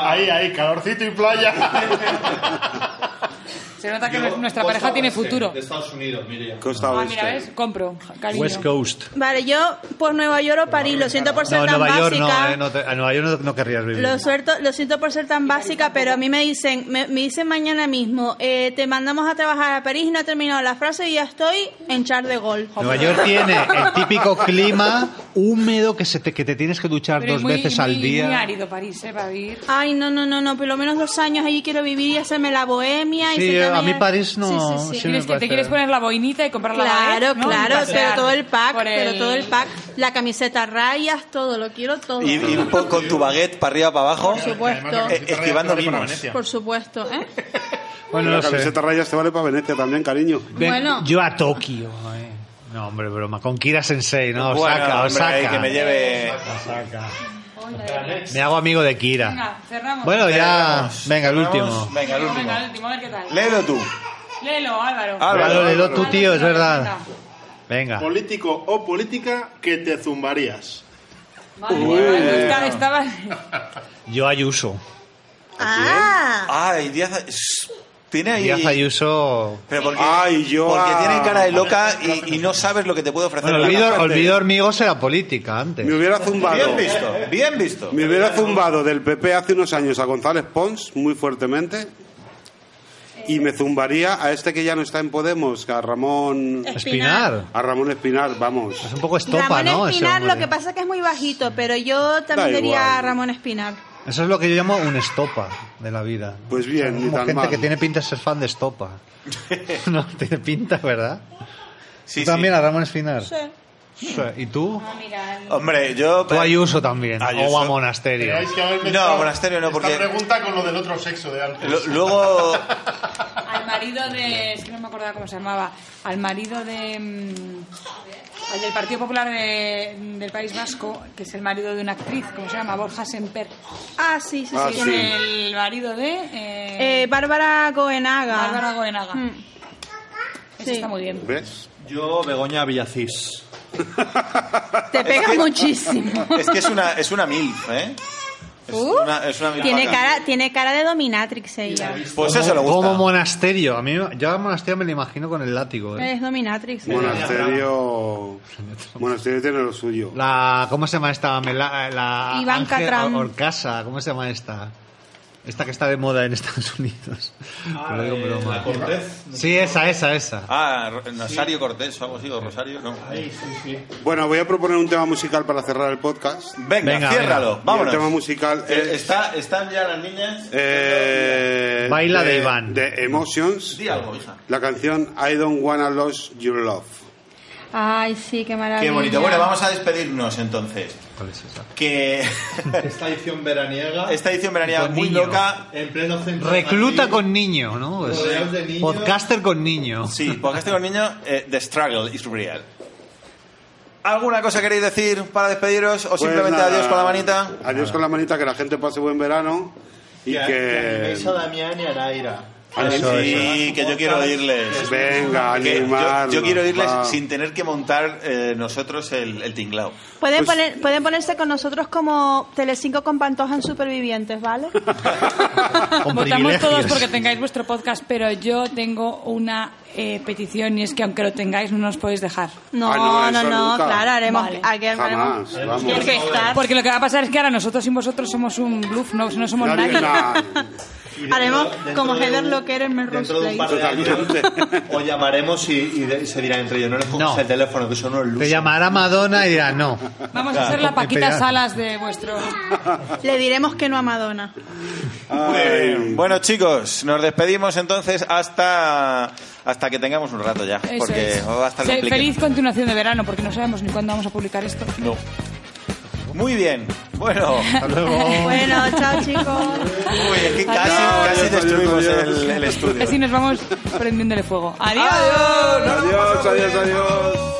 Ahí, ahí, calorcito y playa.
Se nota que nuestra pareja tiene futuro.
De Estados Unidos, mira.
Costa
Ah, mira,
este.
ves, compro, cariño.
Coast.
Vale, yo, pues Nueva York o París. Lo siento por ser
No,
tan
Nueva York
básica.
no, eh, no te- a Nueva York no, no querrías vivir.
Lo, suelto- lo siento por ser tan básica, pero a mí me dicen, me, me dicen mañana mismo, eh, te mandamos a trabajar a París, no he terminado la frase y ya estoy en char de gol.
Nueva York tiene el típico clima húmedo que, se te, que te tienes que duchar
Pero
dos
es muy-
veces
muy-
al
Muy
día.
árido París, eh, para vivir.
Ay, no, no, no, no, por lo menos dos años allí quiero vivir y hacerme la bohemia. Y
Sí,
sentarme
a mí
ahí-
París no-
Sí, sí, sí.
sí me
Tienes que- te
parece-
quieres poner la boinita y comprar la
Claro,
baguette, ¿no?
claro,
Y
pero
pasear
todo el pack,
por
pero todo el pack, la camiseta rayas, todo, lo quiero todo.
Y, y un poco con tu baguette para arriba, para abajo.
Por supuesto.
Eh, esquivando mimos.
Por supuesto, ¿eh?
Bueno,
la
no sé.
camiseta rayas te vale para Venecia también, cariño.
Ven,
Bueno.
Yo a Tokio. eh. No, hombre, broma. Con Kira Sensei, ¿no?
Bueno,
Osaka,
hombre,
Osaka.
ahí que me lleve.
Me hago amigo de Kira.
Venga, cerramos.
Bueno, ya.
Cerramos.
Venga, el
Cerramos.
último.
Venga, el último.
Venga, el último, a ver qué tal.
Léelo tú.
Léelo, Álvaro.
Álvaro, léelo tú, tío, es verdad.
venga.
Venga.
Político o política que te zumbarías.
Madre mía,
Uy.
está- estaba-
Yo Ayuso.
Ah.
Ah, y Díaz... shh, Tiene ahí...
Díaz Ayuso...
Pero porque,
Ay, yo-
porque tiene cara de loca y, y no sabes lo que te puede ofrecer.
Bueno,
la
olvido,
gente.
olvido hormigos era política antes.
Me hubiera zumbado.
Bien visto, bien visto.
Me hubiera zumbado del PP hace unos años a González Pons muy fuertemente y me zumbaría a este que ya no está en Podemos, a Ramón
Espinar.
A Ramón Espinar, vamos. Es
un poco
Ramón Espinar, lo que pasa es que es muy bajito, pero yo también
Da
diría
igual.
a Ramón Espinar.
Eso es lo que yo llamo un estopa de la vida.
Pues bien, ni
como
tan
gente
mal.
que tiene pinta de ser fan de estopa. no tiene pinta, ¿verdad?
Sí,
¿Tú también a Ramón Espinar?
Sí.
Sí. ¿Y tú?
Hombre, yo...
Tú Ayuso también.
Ayuso.
O a Monasterio.
Teníais que haberme
No,
estado-
monasterio no, porque-
Esta pregunta con lo del otro sexo de antes.
Lo- luego...
Al marido de. Es que no me acordaba cómo se llamaba. Al marido de. mm, al del Partido Popular de- mm, del País Vasco, que es el marido de una actriz, ¿cómo se llama? Borja Semper.
Ah, sí, sí,
Ah,
sí.
Con sí. el marido de. eh,
Eh, Bárbara Goenaga.
Bárbara Goenaga.
Mm.
Ese está muy bien.
¿Ves?
Yo, Begoña Villacís.
Te pega muchísimo.
Es que es una, es una MILF, ¿eh? Es
Uh,
una, es una milf
tiene,
vaca.
cara, tiene cara de dominatrix ella.
Pues eso le gusta.
Como Monasterio. A mí, yo a Monasterio me lo imagino con el látigo. ¿eh?
Es dominatrix. ella.
Monasterio. Monasterio tiene lo suyo.
La, ¿Cómo se llama esta? Mela- eh, la
Iván
Ángel
Catram.
Orcasa. ¿Cómo se llama esta? Esta que está de moda en Estados Unidos. Te lo digo en
eh,
broma.
la Cortez.
Sí, esa, esa, esa.
Ah, Ro- Nazario Cortés o algo así, o Rosario, no.
Bueno, voy a proponer un tema musical para cerrar el podcast.
Venga, Venga, ciérralo, venga. vámonos.
Y El tema musical
Eh,
es.
está, están ya las niñas.
eh,
Baila de Iván.
De Emotions.
Di algo, hija.
La canción I Don't Wanna Lose Your Love.
Ay, sí, qué maravilla.
Qué bonito. Bueno, vamos a despedirnos entonces.
¿Cuál es esa?
Que
Esta edición veraniega.
esta edición veraniega
Con
muy
niños.
loca.
En pleno centro. de
Recluta
Madrid.
con niño, ¿no? Pues,
Rodeados de niños.
podcaster con niño.
Sí, podcast con niños, eh, The Struggle is Real. ¿Alguna cosa queréis decir para despediros o
Pues
simplemente
nada,
adiós con la manita?
Adiós con la manita, que la gente pase buen verano. Y
a-
que.
animéis a Damián y a Laira.
Ah, eso,
sí,
eso.
que yo quiero oírles.
Venga,
Que yo-
animarnos,
yo, quiero oírles
va.
sin tener que montar eh, nosotros el, el tinglao.
Pueden, poner, pueden ponerse con nosotros como Telecinco con Pantoja en Supervivientes, ¿vale?
Votamos todos porque tengáis vuestro podcast, pero yo tengo una eh, petición y es que aunque lo tengáis no nos podéis dejar.
No, Ah, no, no, eso no, nunca. claro, haremos- hay que- Jamás, haremos-
vamos.
Porque, porque lo que va a pasar es que ahora nosotros sin vosotros somos un bluff, no, no somos
Nadie
nadie.
nada.
Haremos
dentro
como
de
Heather
un-
Locker en Melrose
Dentro de un par de
Place.
años os llamaremos y, y de- se dirán entre ellos, no les pongas el teléfono, que son unos
Te
luces.
llamará Madonna y dirá no.
Vamos a hacer la Paquita Salas de vuestro...
Le diremos que no a Madonna.
Bueno, chicos, nos despedimos entonces hasta hasta que tengamos un rato ya,
Eso
porque
es.
va a estar
Se-
complicado.
feliz continuación de verano porque no sabemos ni cuándo vamos a publicar esto.
No. Muy bien. Bueno,
Bueno, chao chicos.
Uy, es que casi, casi destruimos el- el estudio.
Así nos vamos prendiéndole fuego. Adiós.
Adiós,
adiós, adiós.
Oh,